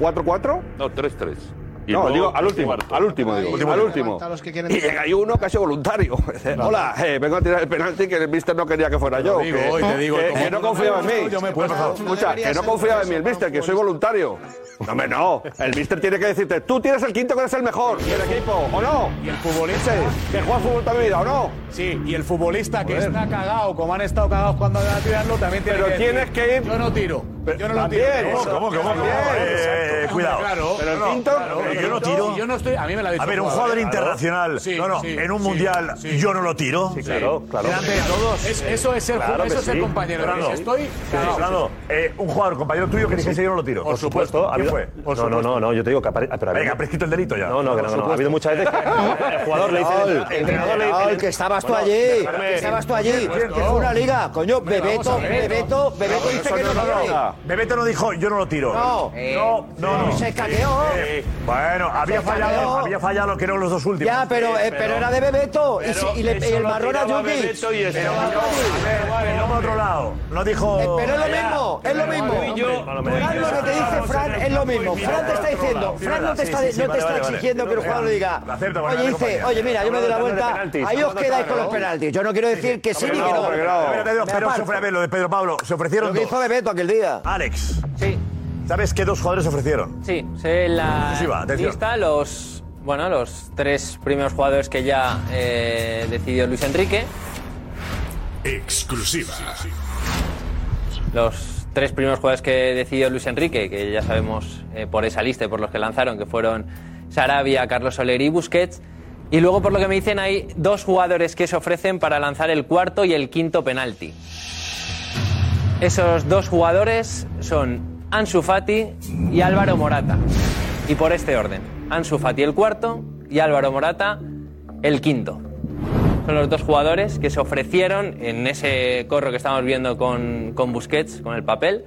[SPEAKER 5] 4-4.
[SPEAKER 6] No, 3-3. Y
[SPEAKER 5] No,
[SPEAKER 6] luego
[SPEAKER 5] digo, al último,
[SPEAKER 6] cuarto.
[SPEAKER 5] al último, digo,
[SPEAKER 6] Último,
[SPEAKER 5] al
[SPEAKER 6] último.
[SPEAKER 5] último. Y llega ahí uno casi voluntario. Dice, Hola, eh, vengo a tirar el penalti que el mister no quería que fuera yo.
[SPEAKER 31] digo
[SPEAKER 5] que,
[SPEAKER 31] hoy, te
[SPEAKER 5] que-
[SPEAKER 31] digo,
[SPEAKER 5] que
[SPEAKER 31] como
[SPEAKER 5] no
[SPEAKER 31] tú no
[SPEAKER 5] confiaba en
[SPEAKER 31] eres
[SPEAKER 5] mí.
[SPEAKER 31] tú, yo me he puesto-
[SPEAKER 5] Escucha,
[SPEAKER 31] no
[SPEAKER 5] escucha,
[SPEAKER 31] debería
[SPEAKER 5] que no
[SPEAKER 31] ser
[SPEAKER 5] confiaba en
[SPEAKER 31] eso
[SPEAKER 5] mí el mister, que soy voluntario. No, hombre, no. El mister tiene que decirte, tú tienes el quinto que eres el mejor del equipo, ¿o no? Y el futbolista que juega fútbol toda mi vida, ¿o no?
[SPEAKER 17] Sí, y el futbolista que está cagado, como han estado cagados cuando van a tirarlo, también tiene
[SPEAKER 5] Pero
[SPEAKER 17] que decir,
[SPEAKER 5] tienes que ir.
[SPEAKER 17] Yo no tiro.
[SPEAKER 10] Yo no lo tiro.
[SPEAKER 15] También.
[SPEAKER 10] ¿Cómo, cómo, cómo?
[SPEAKER 15] También.
[SPEAKER 10] Eh, eh, cuidado.
[SPEAKER 15] Claro.
[SPEAKER 10] Pero el
[SPEAKER 15] No,
[SPEAKER 10] Pinto,
[SPEAKER 15] claro.
[SPEAKER 10] eh, yo no tiro.
[SPEAKER 15] Yo no estoy. A mí me la dice
[SPEAKER 10] A ver, un
[SPEAKER 15] jugador,
[SPEAKER 10] jugador
[SPEAKER 15] claro.
[SPEAKER 10] internacional.
[SPEAKER 15] Sí,
[SPEAKER 10] No, no,
[SPEAKER 15] sí,
[SPEAKER 10] en un
[SPEAKER 15] sí,
[SPEAKER 10] mundial
[SPEAKER 15] sí.
[SPEAKER 10] yo no lo tiro.
[SPEAKER 15] Sí, claro, claro. Delante de todos. Es- eso es ser
[SPEAKER 10] Claro
[SPEAKER 15] jugador,
[SPEAKER 10] que
[SPEAKER 15] eso es ser
[SPEAKER 10] sí.
[SPEAKER 15] compañero.
[SPEAKER 10] Fernando,
[SPEAKER 15] Estoy-
[SPEAKER 10] sí,
[SPEAKER 15] Claro.
[SPEAKER 10] Fernando, eh, un jugador, compañero tuyo, que dice que yo no lo tiro.
[SPEAKER 4] Por supuesto. ha
[SPEAKER 10] ¿Quién
[SPEAKER 4] habido-
[SPEAKER 10] fue?
[SPEAKER 4] No, no, no, no, yo te digo que apare- ah, pero ha habido-
[SPEAKER 10] Venga, prescrito el delito ya.
[SPEAKER 4] No, no, que no, no, no. Ha habido muchas veces que el jugador le dice.
[SPEAKER 20] Entrenador,
[SPEAKER 4] el entrenador le dice-
[SPEAKER 20] entrenador, que estabas tú
[SPEAKER 4] Bueno,
[SPEAKER 20] allí.
[SPEAKER 4] déjame-
[SPEAKER 20] Que estabas tú allí.
[SPEAKER 4] Por
[SPEAKER 20] Que
[SPEAKER 4] supuesto.
[SPEAKER 20] fue una liga. Coño,
[SPEAKER 4] Hombre, vamos
[SPEAKER 20] Bebeto,
[SPEAKER 4] a ver,
[SPEAKER 20] Bebeto,
[SPEAKER 4] ¿no?
[SPEAKER 20] Bebeto dice
[SPEAKER 10] Eso
[SPEAKER 20] que no
[SPEAKER 10] no, no,
[SPEAKER 20] lo
[SPEAKER 10] no. Bebeto no dijo, yo no lo tiro.
[SPEAKER 20] No, Eh,
[SPEAKER 10] no, no. no.
[SPEAKER 20] se escaqueó.
[SPEAKER 10] Eh, Bueno, había
[SPEAKER 20] Se escaqueó.
[SPEAKER 10] fallado, había fallado, creo, los dos últimos.
[SPEAKER 20] Ya, pero, eh, pero era de Bebeto. Y, si- y le- y el marrón a Jokic.
[SPEAKER 10] Pero vamos a ver, vamos a otro lado. No dijo.
[SPEAKER 20] Eh, Pero es lo mismo, es lo mismo. Fran, lo que te dice Fran es lo mismo. Fran te está diciendo, Fran no te está, no te está exigiendo que el jugador le diga. Oye, dice, oye, mira, yo me doy la vuelta, ahí os quedáis con los penaltis. Yo no quiero decir que sí ni que no.
[SPEAKER 10] Pero,
[SPEAKER 20] Me
[SPEAKER 10] pero se
[SPEAKER 20] aparto.
[SPEAKER 10] fue a ver lo de Pedro Pablo. Se ofrecieron
[SPEAKER 20] Lo que
[SPEAKER 10] dos.
[SPEAKER 20] hizo Bebeto aquel día.
[SPEAKER 10] Alex.
[SPEAKER 3] Sí.
[SPEAKER 10] ¿Sabes qué dos jugadores ofrecieron?
[SPEAKER 3] Sí, sé la
[SPEAKER 10] Exclusiva, atención.
[SPEAKER 3] lista, los, bueno, los tres primeros jugadores que ya eh, decidió Luis Enrique.
[SPEAKER 12] Exclusiva.
[SPEAKER 3] Los tres primeros jugadores que decidió Luis Enrique, que ya sabemos eh, por esa lista y por los que lanzaron, que fueron Sarabia, Carlos Soler y Busquets. Y luego, por lo que me dicen, hay dos jugadores que se ofrecen para lanzar el cuarto y el quinto penalti. Esos dos jugadores son Ansu Fati y Álvaro Morata. Y por este orden, Ansu Fati el cuarto y Álvaro Morata el quinto. Son los dos jugadores que se ofrecieron en ese corro que estamos viendo con, con Busquets, con el papel,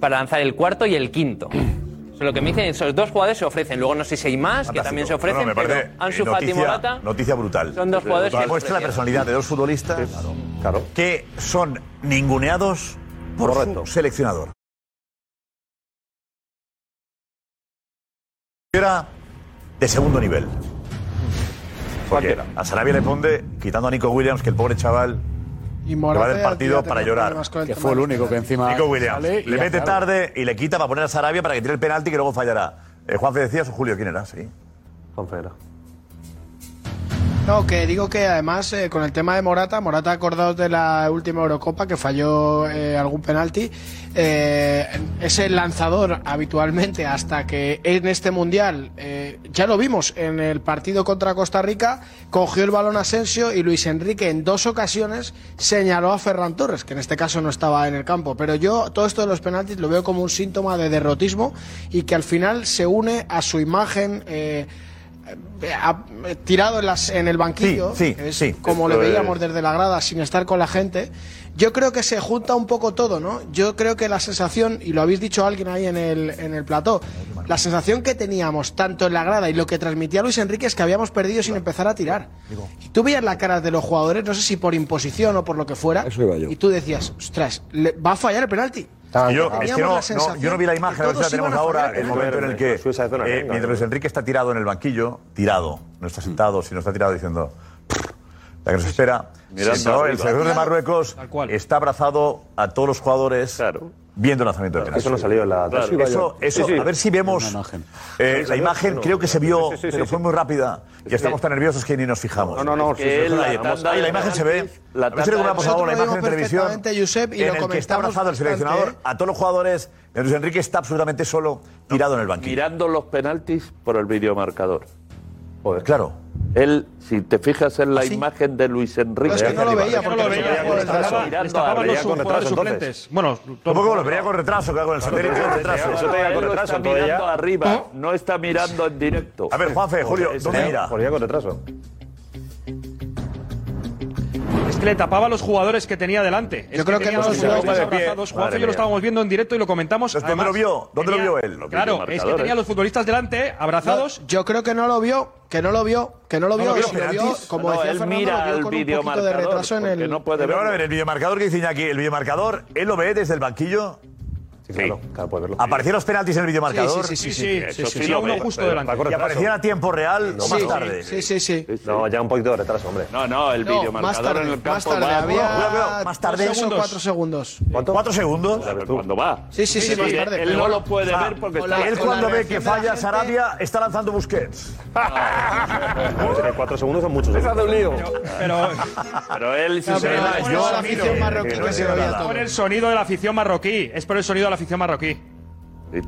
[SPEAKER 3] para lanzar el cuarto y el quinto. Eso es lo que me dicen, esos dos jugadores se ofrecen. Luego no sé si hay más que también se ofrecen,
[SPEAKER 10] No, no, me parece,
[SPEAKER 3] pero Ansu
[SPEAKER 10] eh,
[SPEAKER 3] Fati y
[SPEAKER 10] noticia-
[SPEAKER 3] Morata
[SPEAKER 10] Noticia brutal.
[SPEAKER 3] Son dos jugadores
[SPEAKER 10] Brutal.
[SPEAKER 3] que-
[SPEAKER 10] Muestra la personalidad de dos futbolistas que son ninguneados por su seleccionador. Era de segundo nivel. Porque a Sarabia le pone, quitando a Nico Williams, que el pobre chaval
[SPEAKER 17] Y
[SPEAKER 10] le va del partido para llorar.
[SPEAKER 17] Que fue el este. único que encima.
[SPEAKER 10] Nico Williams
[SPEAKER 17] sale y
[SPEAKER 10] le
[SPEAKER 17] ya,
[SPEAKER 10] mete
[SPEAKER 17] claro.
[SPEAKER 10] tarde y le quita para poner a Sarabia para que tire el penalti que luego fallará. Eh, Juanfe decías o Julio, ¿quién era? Sí. Juanfe era.
[SPEAKER 16] No, que digo que además eh, con el tema de Morata, Morata acordados de la última Eurocopa que falló eh, algún penalti, eh, es el lanzador habitualmente hasta que en este mundial, eh, ya lo vimos en el partido contra Costa Rica, cogió el balón Asensio y Luis Enrique en dos ocasiones señaló a Ferran Torres, que en este caso no estaba en el campo. Pero yo todo esto de los penaltis lo veo como un síntoma de derrotismo y que al final se une a su imagen. eh, ha- eh, tirado en, las, en el banquillo,
[SPEAKER 10] Sí, sí,
[SPEAKER 16] que es
[SPEAKER 10] sí.
[SPEAKER 16] como le
[SPEAKER 10] Esto es-
[SPEAKER 16] veíamos desde la grada sin estar con la gente, yo creo que se junta un poco todo, ¿no? Yo creo que la sensación, y lo habéis dicho alguien ahí en el, en el plató, la sensación que teníamos tanto en la grada y lo que transmitía Luis Enrique es que habíamos perdido sin empezar a tirar. Y tú veías la cara de los jugadores, no sé si por imposición o por lo que fuera, y tú decías, ostras, le- va a fallar el penalti.
[SPEAKER 10] Y yo,
[SPEAKER 16] Teníamos
[SPEAKER 10] es que no,
[SPEAKER 16] la
[SPEAKER 10] no,
[SPEAKER 16] sensación
[SPEAKER 10] yo no vi la
[SPEAKER 16] que
[SPEAKER 10] imagen, a ver si la
[SPEAKER 16] todos
[SPEAKER 10] tenemos
[SPEAKER 16] iban a fallar
[SPEAKER 10] ahora,
[SPEAKER 16] el
[SPEAKER 10] el
[SPEAKER 16] penalti.
[SPEAKER 10] momento en el que,
[SPEAKER 4] Suiza de zona,
[SPEAKER 10] eh,
[SPEAKER 4] venga,
[SPEAKER 10] mientras Luis Enrique está tirado en el banquillo, tirado, no está sentado, sino está tirado diciendo, la que nos espera,
[SPEAKER 6] Mirando
[SPEAKER 10] Sí, no,
[SPEAKER 6] arriba.
[SPEAKER 10] el seleccionador de Marruecos está abrazado a todos los jugadores viendo el lanzamiento de penalti.
[SPEAKER 4] Eso no salió en la-
[SPEAKER 10] Claro.
[SPEAKER 4] Eso iba
[SPEAKER 10] Eso,
[SPEAKER 4] yo.
[SPEAKER 10] eso,
[SPEAKER 4] Sí, sí.
[SPEAKER 10] a ver si vemos eh, la imagen, creo que se vio, pero fue muy rápida, y estamos tan nerviosos que ni nos fijamos.
[SPEAKER 6] No, no, no,
[SPEAKER 10] Es que
[SPEAKER 6] sí, sí,
[SPEAKER 10] él la-
[SPEAKER 6] sí, vamos,
[SPEAKER 10] ahí la imagen se ve.
[SPEAKER 6] la
[SPEAKER 10] A ver si
[SPEAKER 6] tanda-
[SPEAKER 10] recordamos
[SPEAKER 6] Nosotros
[SPEAKER 10] ahora la
[SPEAKER 6] lo
[SPEAKER 10] imagen en
[SPEAKER 16] vimos
[SPEAKER 10] televisión
[SPEAKER 16] perfectamente, Josep, y
[SPEAKER 10] en
[SPEAKER 16] lo
[SPEAKER 10] el que está
[SPEAKER 16] comentamos
[SPEAKER 10] abrazado el
[SPEAKER 16] bastante,
[SPEAKER 10] seleccionador
[SPEAKER 16] ¿eh?
[SPEAKER 10] a todos los jugadores. Luis Enrique está absolutamente solo, tirado en el banquillo.
[SPEAKER 6] Mirando los penaltis por el videomarcador.
[SPEAKER 10] Joder. Claro. ¿Ah,
[SPEAKER 6] Él, si te fijas en la imagen de Luis Enrique.
[SPEAKER 16] es que no lo veía,
[SPEAKER 6] Estaba
[SPEAKER 16] porque no lo veía por el
[SPEAKER 6] mirando
[SPEAKER 16] retraso.
[SPEAKER 6] a-
[SPEAKER 16] Estaban los
[SPEAKER 6] veía con
[SPEAKER 16] jugadores
[SPEAKER 6] retraso, entonces.
[SPEAKER 16] suplentes.
[SPEAKER 14] Bueno,
[SPEAKER 10] Tampoco lo veía con retraso, claro, con el satélite con retraso.
[SPEAKER 6] Eso te diga con retraso, está mirando arriba, no está mirando en directo.
[SPEAKER 10] A ver, Juanfe, Julio,
[SPEAKER 6] Joder,
[SPEAKER 10] ¿dónde
[SPEAKER 6] este-
[SPEAKER 10] mira?
[SPEAKER 4] Por ya con retraso.
[SPEAKER 14] Es que le tapaba a los jugadores que tenía delante. Es
[SPEAKER 16] Yo creo que
[SPEAKER 14] tenía
[SPEAKER 16] no
[SPEAKER 14] dos
[SPEAKER 16] los vio.
[SPEAKER 14] jugadores
[SPEAKER 16] De pie.
[SPEAKER 14] abrazados. Juanfe
[SPEAKER 16] Madre
[SPEAKER 14] y yo lo
[SPEAKER 16] mía.
[SPEAKER 14] estábamos viendo en directo y lo comentamos.
[SPEAKER 16] Entonces, ¿dónde
[SPEAKER 14] Además,
[SPEAKER 16] lo vio? ¿Dónde lo
[SPEAKER 14] tenía-
[SPEAKER 16] vio él?
[SPEAKER 14] Claro,
[SPEAKER 16] Los
[SPEAKER 14] es que
[SPEAKER 16] videomarcadores.
[SPEAKER 10] ¿eh?
[SPEAKER 14] tenía a los futbolistas delante, eh, abrazados.
[SPEAKER 16] No, yo creo que no lo vio, que no lo vio, que no lo
[SPEAKER 14] No
[SPEAKER 16] vio,
[SPEAKER 14] lo vio,
[SPEAKER 16] si lo
[SPEAKER 14] pero
[SPEAKER 16] vio
[SPEAKER 14] antes-
[SPEAKER 16] como
[SPEAKER 14] no,
[SPEAKER 16] decía
[SPEAKER 14] él
[SPEAKER 16] Fernando,
[SPEAKER 14] mira
[SPEAKER 16] lo vio
[SPEAKER 14] al
[SPEAKER 16] con un poquito de retraso en el
[SPEAKER 10] Pero ahora a ver, el videomarcador que dice Iñaki, el videomarcador, ¿él lo ve desde el banquillo? Sí, claro, puede verlo. ¿Aparecieron los penaltis en el videomarcador?
[SPEAKER 16] Sí, sí, sí, sí, sí,
[SPEAKER 4] sí, sí, sí, uno justo delante.
[SPEAKER 10] ¿Y aparecían a tiempo real o
[SPEAKER 16] Sí,
[SPEAKER 10] más
[SPEAKER 16] sí,
[SPEAKER 10] tarde?
[SPEAKER 16] Sí, sí, sí.
[SPEAKER 4] No, ya un poquito de retraso, hombre.
[SPEAKER 6] No, no, el
[SPEAKER 16] No, más tarde, más tarde, había
[SPEAKER 10] más tarde.
[SPEAKER 16] tres o cuatro segundos.
[SPEAKER 10] ¿Cuánto? ¿Cuatro segundos?
[SPEAKER 6] Cuando va.
[SPEAKER 16] Sí, sí, sí, más tarde.
[SPEAKER 6] Él
[SPEAKER 16] pero
[SPEAKER 6] no
[SPEAKER 16] bueno.
[SPEAKER 6] lo puede ver porque
[SPEAKER 16] con la-
[SPEAKER 6] está...
[SPEAKER 10] Ah, Él
[SPEAKER 16] con
[SPEAKER 10] cuando
[SPEAKER 16] la
[SPEAKER 10] ve que
[SPEAKER 16] reacción de la
[SPEAKER 10] falla
[SPEAKER 16] gente-
[SPEAKER 10] Sarabia, está lanzando Busquets.
[SPEAKER 4] Cuatro segundos son muchos.
[SPEAKER 10] Esa de un lío.
[SPEAKER 14] Pero,
[SPEAKER 6] pero él
[SPEAKER 14] No,
[SPEAKER 6] sí se
[SPEAKER 14] pero
[SPEAKER 6] ve.
[SPEAKER 14] es por la afición marroquí. Con el sonido de la afición marroquí. Es por el sonido de la afición marroquí.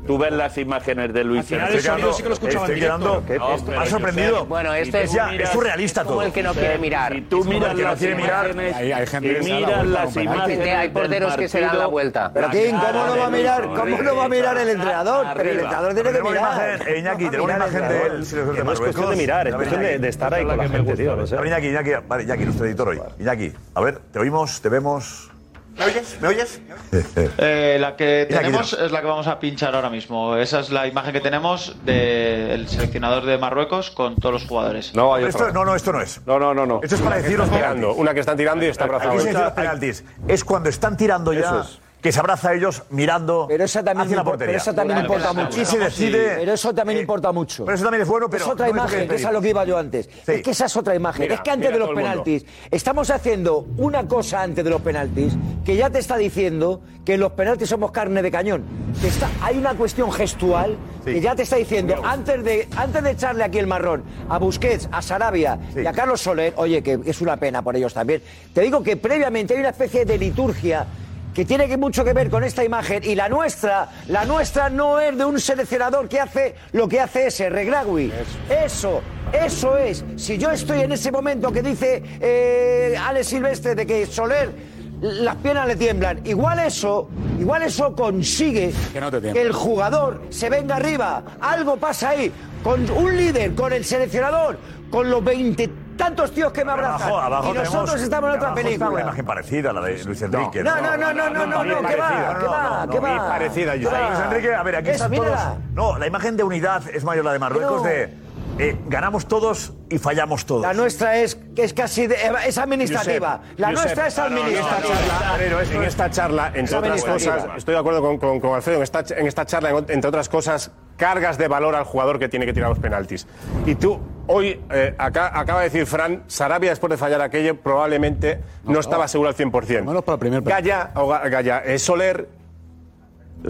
[SPEAKER 6] Tú ves las imágenes de Luis
[SPEAKER 14] final el
[SPEAKER 6] Enrique.
[SPEAKER 14] sonido sí que lo escuchaba en
[SPEAKER 6] Estoy
[SPEAKER 14] directo.
[SPEAKER 6] quedando-
[SPEAKER 14] ¿Qué?
[SPEAKER 6] No,
[SPEAKER 14] Esto-
[SPEAKER 6] pero
[SPEAKER 14] ha sorprendido.
[SPEAKER 6] Josep,
[SPEAKER 15] Bueno,
[SPEAKER 6] si
[SPEAKER 15] este
[SPEAKER 6] tú
[SPEAKER 15] es ya-
[SPEAKER 6] miras-
[SPEAKER 15] es surrealista
[SPEAKER 6] es como
[SPEAKER 15] todo.
[SPEAKER 6] el que no quiere
[SPEAKER 15] Sí.
[SPEAKER 6] mirar.
[SPEAKER 15] Si tú
[SPEAKER 6] Es como
[SPEAKER 15] miras
[SPEAKER 6] el que no
[SPEAKER 15] las
[SPEAKER 6] quiere mirar.
[SPEAKER 15] imágenes- Hay- hay gente
[SPEAKER 6] y
[SPEAKER 15] que se da la
[SPEAKER 6] miras
[SPEAKER 15] vuelta
[SPEAKER 6] las
[SPEAKER 15] con penalti.
[SPEAKER 6] imágenes
[SPEAKER 21] Hay
[SPEAKER 6] del
[SPEAKER 21] porteros que se dan la
[SPEAKER 6] partido.
[SPEAKER 21] vuelta.
[SPEAKER 6] La
[SPEAKER 11] Joaquín,
[SPEAKER 6] cara
[SPEAKER 11] ¿cómo no
[SPEAKER 6] de
[SPEAKER 11] va a
[SPEAKER 6] Luis
[SPEAKER 11] mirar, cómo
[SPEAKER 6] Enrique.
[SPEAKER 11] no va a mirar el entrenador? Pero el
[SPEAKER 6] Arriba.
[SPEAKER 11] entrenador tiene que
[SPEAKER 6] Tenemos
[SPEAKER 11] mirar.
[SPEAKER 10] imagen, eh, Iñaki, tenemos
[SPEAKER 11] Mirar el
[SPEAKER 10] imagen de
[SPEAKER 11] entrenador.
[SPEAKER 10] él, si le suelta
[SPEAKER 4] Que no es cuestión de
[SPEAKER 10] Marruecos.
[SPEAKER 4] mirar, es
[SPEAKER 10] A ver,
[SPEAKER 4] cuestión de,
[SPEAKER 10] Iñaki.
[SPEAKER 4] de estar ahí con la gente, tío. no sé.
[SPEAKER 10] A ver, Iñaki, Iñaki, vale, Iñaki, nuestro editor hoy. Iñaki, a ver, te oímos, te vemos.
[SPEAKER 12] ¿Me oyes? ¿Me oyes?
[SPEAKER 18] Eh, la que
[SPEAKER 10] Mira, aquí
[SPEAKER 18] tenemos es la que vamos a pinchar ahora mismo. Esa es la imagen que tenemos del seleccionador de Marruecos con todos los jugadores.
[SPEAKER 10] No, hay Esto- otra. no, no, esto no es.
[SPEAKER 15] No, no, no, no.
[SPEAKER 10] Esto es para decir los penaltis.
[SPEAKER 15] Una que están tirando y
[SPEAKER 10] está
[SPEAKER 15] están
[SPEAKER 10] Aquí se decían los penaltis. Es cuando están tirando ya.
[SPEAKER 15] Eso es.
[SPEAKER 10] Que se abraza a ellos mirando hacia la
[SPEAKER 11] impo-
[SPEAKER 10] portería.
[SPEAKER 11] pero esa también
[SPEAKER 10] Claro,
[SPEAKER 11] importa
[SPEAKER 10] pero
[SPEAKER 11] mucho.
[SPEAKER 10] Aquí se decide.
[SPEAKER 11] Pero eso también importa mucho.
[SPEAKER 10] Pero eso también es bueno, pero
[SPEAKER 11] Es otra
[SPEAKER 10] no es lo que
[SPEAKER 11] imagen, que
[SPEAKER 10] quería.
[SPEAKER 11] esa es lo que iba yo antes. Es que esa es otra imagen.
[SPEAKER 10] Mira,
[SPEAKER 11] es que antes de
[SPEAKER 10] mira
[SPEAKER 11] los
[SPEAKER 10] todo el mundo.
[SPEAKER 11] penaltis, estamos haciendo una cosa antes de los penaltis que ya te está diciendo que en los penaltis somos carne de cañón. Te está- hay una cuestión gestual que ya te está diciendo, antes de, antes de echarle aquí el marrón a Busquets, a Sarabia y a Carlos Soler, oye, que es una pena por ellos también. Te digo que previamente hay una especie de liturgia que tiene que mucho que ver con esta imagen y la nuestra, la nuestra no es de un seleccionador que hace lo que hace ese Regragui. Eso, eso es. Si yo estoy en ese momento que dice eh, Alex Silvestre de que Soler las piernas le tiemblan, igual eso, igual eso consigue
[SPEAKER 17] Que no te
[SPEAKER 11] que
[SPEAKER 17] tiemblen.
[SPEAKER 11] el jugador se venga arriba. Algo pasa ahí. Con un líder, con el seleccionador, con los veintitantos tíos que me abrazan.
[SPEAKER 10] Abajo, abajo
[SPEAKER 11] y nosotros
[SPEAKER 10] tenemos-
[SPEAKER 11] estamos en otra
[SPEAKER 10] abajo está una
[SPEAKER 11] película.
[SPEAKER 10] imagen parecida a la de Luis Enrique.
[SPEAKER 11] No, no, no, no, no, no, no, que va, que va, que va.
[SPEAKER 10] parecida,
[SPEAKER 11] yo.
[SPEAKER 10] Luis Enrique, a ver, aquí
[SPEAKER 11] Es-
[SPEAKER 10] están
[SPEAKER 11] mírala.
[SPEAKER 10] todos. No, la imagen de unidad es mayor la de Marruecos
[SPEAKER 11] No.
[SPEAKER 10] de eh, ganamos todos y fallamos todos.
[SPEAKER 11] La nuestra es, es casi de- es administrativa.
[SPEAKER 10] Josep,
[SPEAKER 11] la
[SPEAKER 10] Josep,
[SPEAKER 11] nuestra es
[SPEAKER 10] no, no, no,
[SPEAKER 11] administrativa.
[SPEAKER 10] no, no, no, no,
[SPEAKER 15] Pero es- en esta charla, entre
[SPEAKER 11] Esa
[SPEAKER 15] otras
[SPEAKER 11] administrativa.
[SPEAKER 15] cosas, estoy de acuerdo con, con- con Alfredo, en esta, ch- en esta charla, en- entre otras cosas, cargas de valor al jugador que tiene que tirar los penaltis. Y tú, hoy, eh, acá, acaba de decir Fran, Sarabia después de fallar aquello probablemente no, estaba seguro al 100%. Menos para el primer Gaya, o Ga- Gaya, eh, Soler,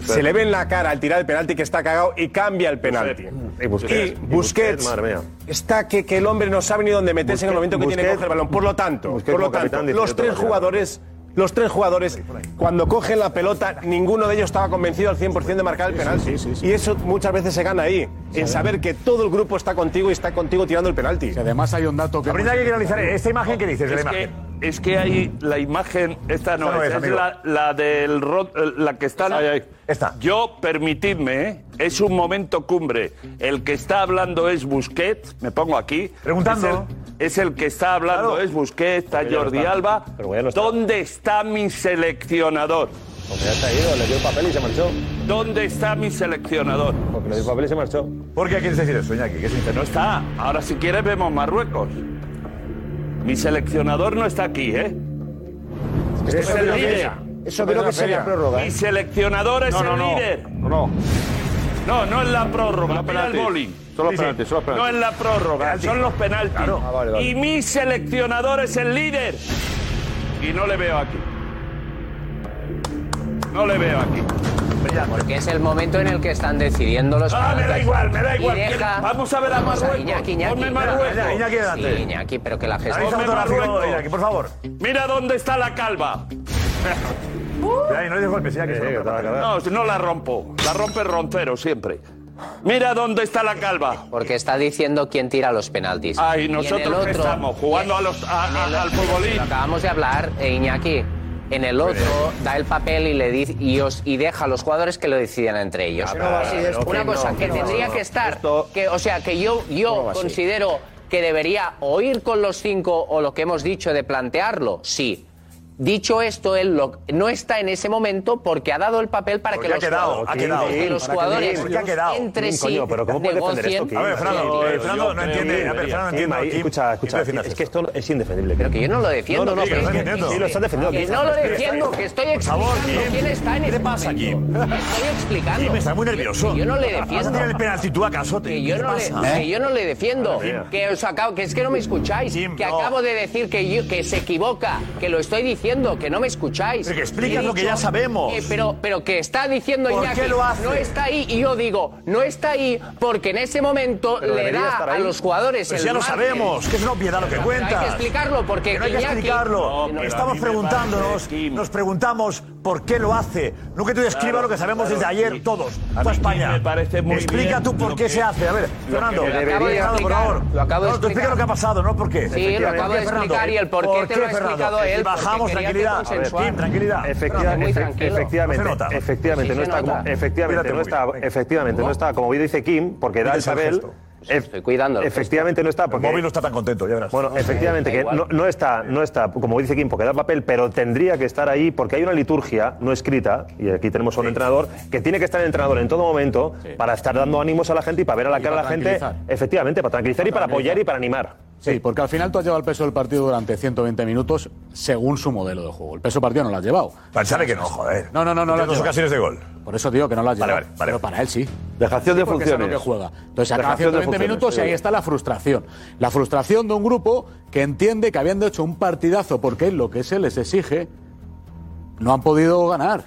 [SPEAKER 15] se le ve en la cara al tirar el penalti que está cagado y cambia el penalti. Y
[SPEAKER 4] Y Busquets. Y Busquets,
[SPEAKER 15] Busquets
[SPEAKER 4] madre mía.
[SPEAKER 15] está que, que el hombre no sabe ni dónde meterse en el momento que tiene que
[SPEAKER 4] Busquets-
[SPEAKER 15] coger el balón. Por lo tanto,
[SPEAKER 4] Busquets
[SPEAKER 15] por lo
[SPEAKER 4] como
[SPEAKER 15] tanto
[SPEAKER 4] capitán dice
[SPEAKER 15] los
[SPEAKER 4] otra
[SPEAKER 15] tres
[SPEAKER 4] manera.
[SPEAKER 15] jugadores, los tres jugadores, cuando cogen la pelota, ninguno de ellos estaba convencido al 100% de marcar el penalti. Y eso muchas veces se gana ahí, en saber que todo el grupo está contigo y está contigo tirando el penalti.
[SPEAKER 17] además hay un dato que...
[SPEAKER 6] Habría que analizar esta
[SPEAKER 10] imagen que dices,
[SPEAKER 6] es, que, es que hay la imagen, esta no,
[SPEAKER 10] Esta no
[SPEAKER 6] es,
[SPEAKER 10] es,
[SPEAKER 6] es
[SPEAKER 10] amigo.
[SPEAKER 6] la, la del ro- eh, la que está. Yo permitidme, ¿eh? es un momento cumbre. El que está hablando es Busquets, me pongo aquí.
[SPEAKER 10] Preguntando.
[SPEAKER 6] Es el, es el que está hablando, es Busquets, está
[SPEAKER 4] Pero ya no
[SPEAKER 6] Jordi
[SPEAKER 4] está.
[SPEAKER 6] Alba.
[SPEAKER 4] Pero ya no está.
[SPEAKER 6] ¿Dónde está mi seleccionador?
[SPEAKER 4] Ya está ido, le dio el papel y se marchó.
[SPEAKER 6] ¿Dónde está mi seleccionador?
[SPEAKER 4] Porque le dio el papel y se marchó.
[SPEAKER 10] ¿Por qué quieres decir eso, Iñaki?
[SPEAKER 6] Que no está. Ahora, si quieres, vemos Marruecos. Mi seleccionador no está aquí, ¿eh?
[SPEAKER 11] Eso
[SPEAKER 6] Es el
[SPEAKER 11] creo que
[SPEAKER 6] líder.
[SPEAKER 11] es- eso creo que es en la prórroga, ¿eh?
[SPEAKER 6] Mi seleccionador es
[SPEAKER 11] No, no,
[SPEAKER 6] el
[SPEAKER 11] no.
[SPEAKER 6] líder.
[SPEAKER 5] No,
[SPEAKER 6] no, no es la prórroga. Mira el
[SPEAKER 5] penaltis.
[SPEAKER 6] boli.
[SPEAKER 5] Son los penaltis, son los penaltis.
[SPEAKER 6] No es la prórroga, son los penaltis.
[SPEAKER 10] Ah,
[SPEAKER 5] vale.
[SPEAKER 6] Y mi seleccionador es el líder. Y no le veo aquí. No le veo aquí.
[SPEAKER 21] Porque es el momento en el que están decidiendo los
[SPEAKER 6] Ah, me da
[SPEAKER 21] penaltis.
[SPEAKER 6] igual, me da
[SPEAKER 21] Y
[SPEAKER 6] igual.
[SPEAKER 21] deja-
[SPEAKER 6] ¿Quién- Vamos a ver a
[SPEAKER 21] Vamos
[SPEAKER 6] Marruecos.
[SPEAKER 21] Iñaki, Iñaki.
[SPEAKER 6] Ponme
[SPEAKER 21] Iñaki,
[SPEAKER 6] Marruecos.
[SPEAKER 21] Iñaki,
[SPEAKER 6] adelante.
[SPEAKER 21] Sí, Iñaki, pero que la
[SPEAKER 6] Ahí está
[SPEAKER 21] gestión...
[SPEAKER 6] fotografía,
[SPEAKER 10] Marruecos. Iñaki, por favor.
[SPEAKER 6] Mira dónde está la calva.
[SPEAKER 11] Uh.
[SPEAKER 10] Ahí, no le des golpes, eh. Iñaki. se rompe la patata.
[SPEAKER 6] No, no la rompo. La rompe Roncero siempre. Mira dónde está la calva.
[SPEAKER 21] Porque está diciendo quién tira los penaltis.
[SPEAKER 6] Ay,
[SPEAKER 21] Y en
[SPEAKER 6] nosotros
[SPEAKER 21] el
[SPEAKER 6] que
[SPEAKER 21] otro- eh,
[SPEAKER 6] estamos jugando a los, a- a- al futbolín.
[SPEAKER 21] Lo acabamos de hablar, eh, Iñaki. En el otro da el papel y le dice y, os- y deja a los jugadores que lo decidan entre ellos.
[SPEAKER 23] Que no va así esto.
[SPEAKER 21] Una
[SPEAKER 23] Ah, Que no,
[SPEAKER 21] cosa
[SPEAKER 23] que
[SPEAKER 21] que
[SPEAKER 23] no,
[SPEAKER 21] tendría
[SPEAKER 23] no, no.
[SPEAKER 21] que estar, que o sea que yo
[SPEAKER 23] No
[SPEAKER 21] yo
[SPEAKER 23] va así.
[SPEAKER 21] considero que debería o ir con los cinco o lo que hemos dicho de plantearlo, sí. Dicho esto, él lo- no está en ese momento porque ha dado el papel para
[SPEAKER 10] Porque
[SPEAKER 21] que
[SPEAKER 10] ha
[SPEAKER 21] los
[SPEAKER 10] quedado,
[SPEAKER 21] jugadores,
[SPEAKER 10] ha quedado.
[SPEAKER 21] para que los
[SPEAKER 10] Porque
[SPEAKER 21] jugadores
[SPEAKER 10] ha quedado.
[SPEAKER 21] entre sí
[SPEAKER 4] Coño, pero ¿cómo puedes defender esto?
[SPEAKER 21] negocien-
[SPEAKER 4] Kim?
[SPEAKER 10] A ver, Fernando,
[SPEAKER 4] Kim,
[SPEAKER 10] eh, Fernando no
[SPEAKER 4] yo creo
[SPEAKER 10] entiende,
[SPEAKER 4] que
[SPEAKER 10] a ver, Fernando no
[SPEAKER 4] Kim,
[SPEAKER 10] entiende,
[SPEAKER 4] ahí,
[SPEAKER 10] Kim.
[SPEAKER 4] Escucha, escucha,
[SPEAKER 10] Kim,
[SPEAKER 4] es que esto es indefendible.
[SPEAKER 21] Pero que yo no lo
[SPEAKER 4] No,
[SPEAKER 21] defiendo.
[SPEAKER 4] no, no,
[SPEAKER 21] que,
[SPEAKER 4] pero
[SPEAKER 21] que-
[SPEAKER 4] no,
[SPEAKER 21] que-
[SPEAKER 4] sí, lo estás defendiendo.
[SPEAKER 21] que
[SPEAKER 4] Kim.
[SPEAKER 21] no lo
[SPEAKER 4] Está-
[SPEAKER 21] defiendo, que estoy explicando quién está en ¿Qué pasa aquí? Estoy explicando.
[SPEAKER 10] Kim, está muy nervioso.
[SPEAKER 21] Que yo no le
[SPEAKER 10] Vas a
[SPEAKER 21] defiendo.
[SPEAKER 10] tirar el penalti tú acaso.
[SPEAKER 21] Que yo, no le, que yo no le defiendo,
[SPEAKER 10] Madre mía.
[SPEAKER 21] que, os acabo, que es que no me escucháis, que acabo de decir que, yo, que se equivoca, que lo estoy diciendo, que no me escucháis.
[SPEAKER 10] Pero que explicas
[SPEAKER 21] He
[SPEAKER 10] lo que ya sabemos.
[SPEAKER 21] eh, pero, pero que está diciendo
[SPEAKER 10] ¿Por
[SPEAKER 21] Iñaki,
[SPEAKER 10] qué lo hace?
[SPEAKER 21] no está ahí, y yo digo, no está ahí porque en ese momento
[SPEAKER 10] Pero
[SPEAKER 21] le
[SPEAKER 10] debería
[SPEAKER 21] da
[SPEAKER 10] estar
[SPEAKER 21] a
[SPEAKER 10] ahí.
[SPEAKER 21] los jugadores
[SPEAKER 10] Pero
[SPEAKER 21] el
[SPEAKER 10] si ya lo
[SPEAKER 21] margen.
[SPEAKER 10] sabemos, que es una obviedad lo que
[SPEAKER 21] Pero
[SPEAKER 10] cuentas.
[SPEAKER 21] Hay que explicarlo porque
[SPEAKER 10] Que no hay que
[SPEAKER 21] Iñaki-
[SPEAKER 10] explicarlo.
[SPEAKER 21] No, pero a
[SPEAKER 10] Estamos
[SPEAKER 21] mí me
[SPEAKER 10] preguntándonos,
[SPEAKER 21] parece, Kim,
[SPEAKER 10] nos preguntamos por qué lo hace. No que tú describas
[SPEAKER 6] Claro,
[SPEAKER 10] lo que sabemos
[SPEAKER 6] claro,
[SPEAKER 10] desde ayer
[SPEAKER 6] sí.
[SPEAKER 10] todos,
[SPEAKER 6] A
[SPEAKER 10] toda
[SPEAKER 6] mí
[SPEAKER 10] España.
[SPEAKER 6] me parece muy
[SPEAKER 10] Explica
[SPEAKER 6] bien
[SPEAKER 10] tú por
[SPEAKER 6] lo
[SPEAKER 10] qué
[SPEAKER 6] que-
[SPEAKER 10] se hace. A ver,
[SPEAKER 6] lo que
[SPEAKER 10] Fernando,
[SPEAKER 6] debería-
[SPEAKER 10] Fernando, por
[SPEAKER 6] explicar,
[SPEAKER 10] favor.
[SPEAKER 6] lo acabo de
[SPEAKER 10] No, tú explica
[SPEAKER 6] explicar.
[SPEAKER 10] lo que ha pasado, ¿no? ¿Por qué?
[SPEAKER 6] Sí, lo acabo de explicar y el por qué te lo ha
[SPEAKER 10] Fernando?
[SPEAKER 6] explicado él,
[SPEAKER 10] Bajamos
[SPEAKER 6] porque quería que
[SPEAKER 10] tranquilidad.
[SPEAKER 6] consensuara.
[SPEAKER 10] Tim, tranquilidad.
[SPEAKER 4] Efectiva-
[SPEAKER 10] Fernando,
[SPEAKER 4] efe-
[SPEAKER 10] tranquilo.
[SPEAKER 4] efectivamente,
[SPEAKER 10] No se nota.
[SPEAKER 4] efectivamente,
[SPEAKER 10] Sí,
[SPEAKER 4] no
[SPEAKER 10] se
[SPEAKER 4] está
[SPEAKER 10] nota.
[SPEAKER 4] como, efectivamente,
[SPEAKER 10] Cuídate
[SPEAKER 4] no
[SPEAKER 10] muy
[SPEAKER 4] está,
[SPEAKER 10] bien, venga.
[SPEAKER 4] efectivamente, no está, como bien dice Kim, porque da
[SPEAKER 10] Cuídate
[SPEAKER 4] el
[SPEAKER 10] el
[SPEAKER 4] Sabel.
[SPEAKER 10] gesto.
[SPEAKER 4] Estoy cuidando. Efectivamente no está. Porque,
[SPEAKER 10] móvil no está tan contento, ya verás.
[SPEAKER 4] Bueno, efectivamente,
[SPEAKER 10] da
[SPEAKER 4] que
[SPEAKER 10] igual.
[SPEAKER 4] no, no está, no está, como dice Kim, porque da papel, pero tendría que estar ahí porque hay una liturgia no escrita, y aquí tenemos a un entrenador, que tiene que estar el entrenador en todo momento para estar dando ánimos a la gente y para ver a la
[SPEAKER 17] Y
[SPEAKER 4] cara a
[SPEAKER 17] para
[SPEAKER 4] la gente,
[SPEAKER 17] tranquilizar.
[SPEAKER 4] efectivamente, para tranquilizar y para apoyar y para animar.
[SPEAKER 17] Sí, porque al final tú has llevado el peso del partido durante 120 minutos según su modelo de juego. El peso del partido no lo has llevado.
[SPEAKER 10] Pensale que no, joder.
[SPEAKER 17] No, no, no, no. lo
[SPEAKER 10] Tiene
[SPEAKER 17] has
[SPEAKER 10] dos
[SPEAKER 17] llevado.
[SPEAKER 10] ocasiones de gol.
[SPEAKER 17] Por eso digo que no lo has
[SPEAKER 10] Vale,
[SPEAKER 17] llevado.
[SPEAKER 10] vale,
[SPEAKER 17] Pero para él sí.
[SPEAKER 5] Dejación
[SPEAKER 17] Sí,
[SPEAKER 5] de
[SPEAKER 17] porque es a lo
[SPEAKER 5] funciones.
[SPEAKER 17] que juega. Entonces, acaba
[SPEAKER 5] Dejación de
[SPEAKER 17] 120
[SPEAKER 5] funciones,
[SPEAKER 17] minutos y
[SPEAKER 5] sí.
[SPEAKER 17] ahí está la frustración. La frustración de un grupo que entiende que habiendo hecho un partidazo porque es lo que se les exige, no han podido ganar.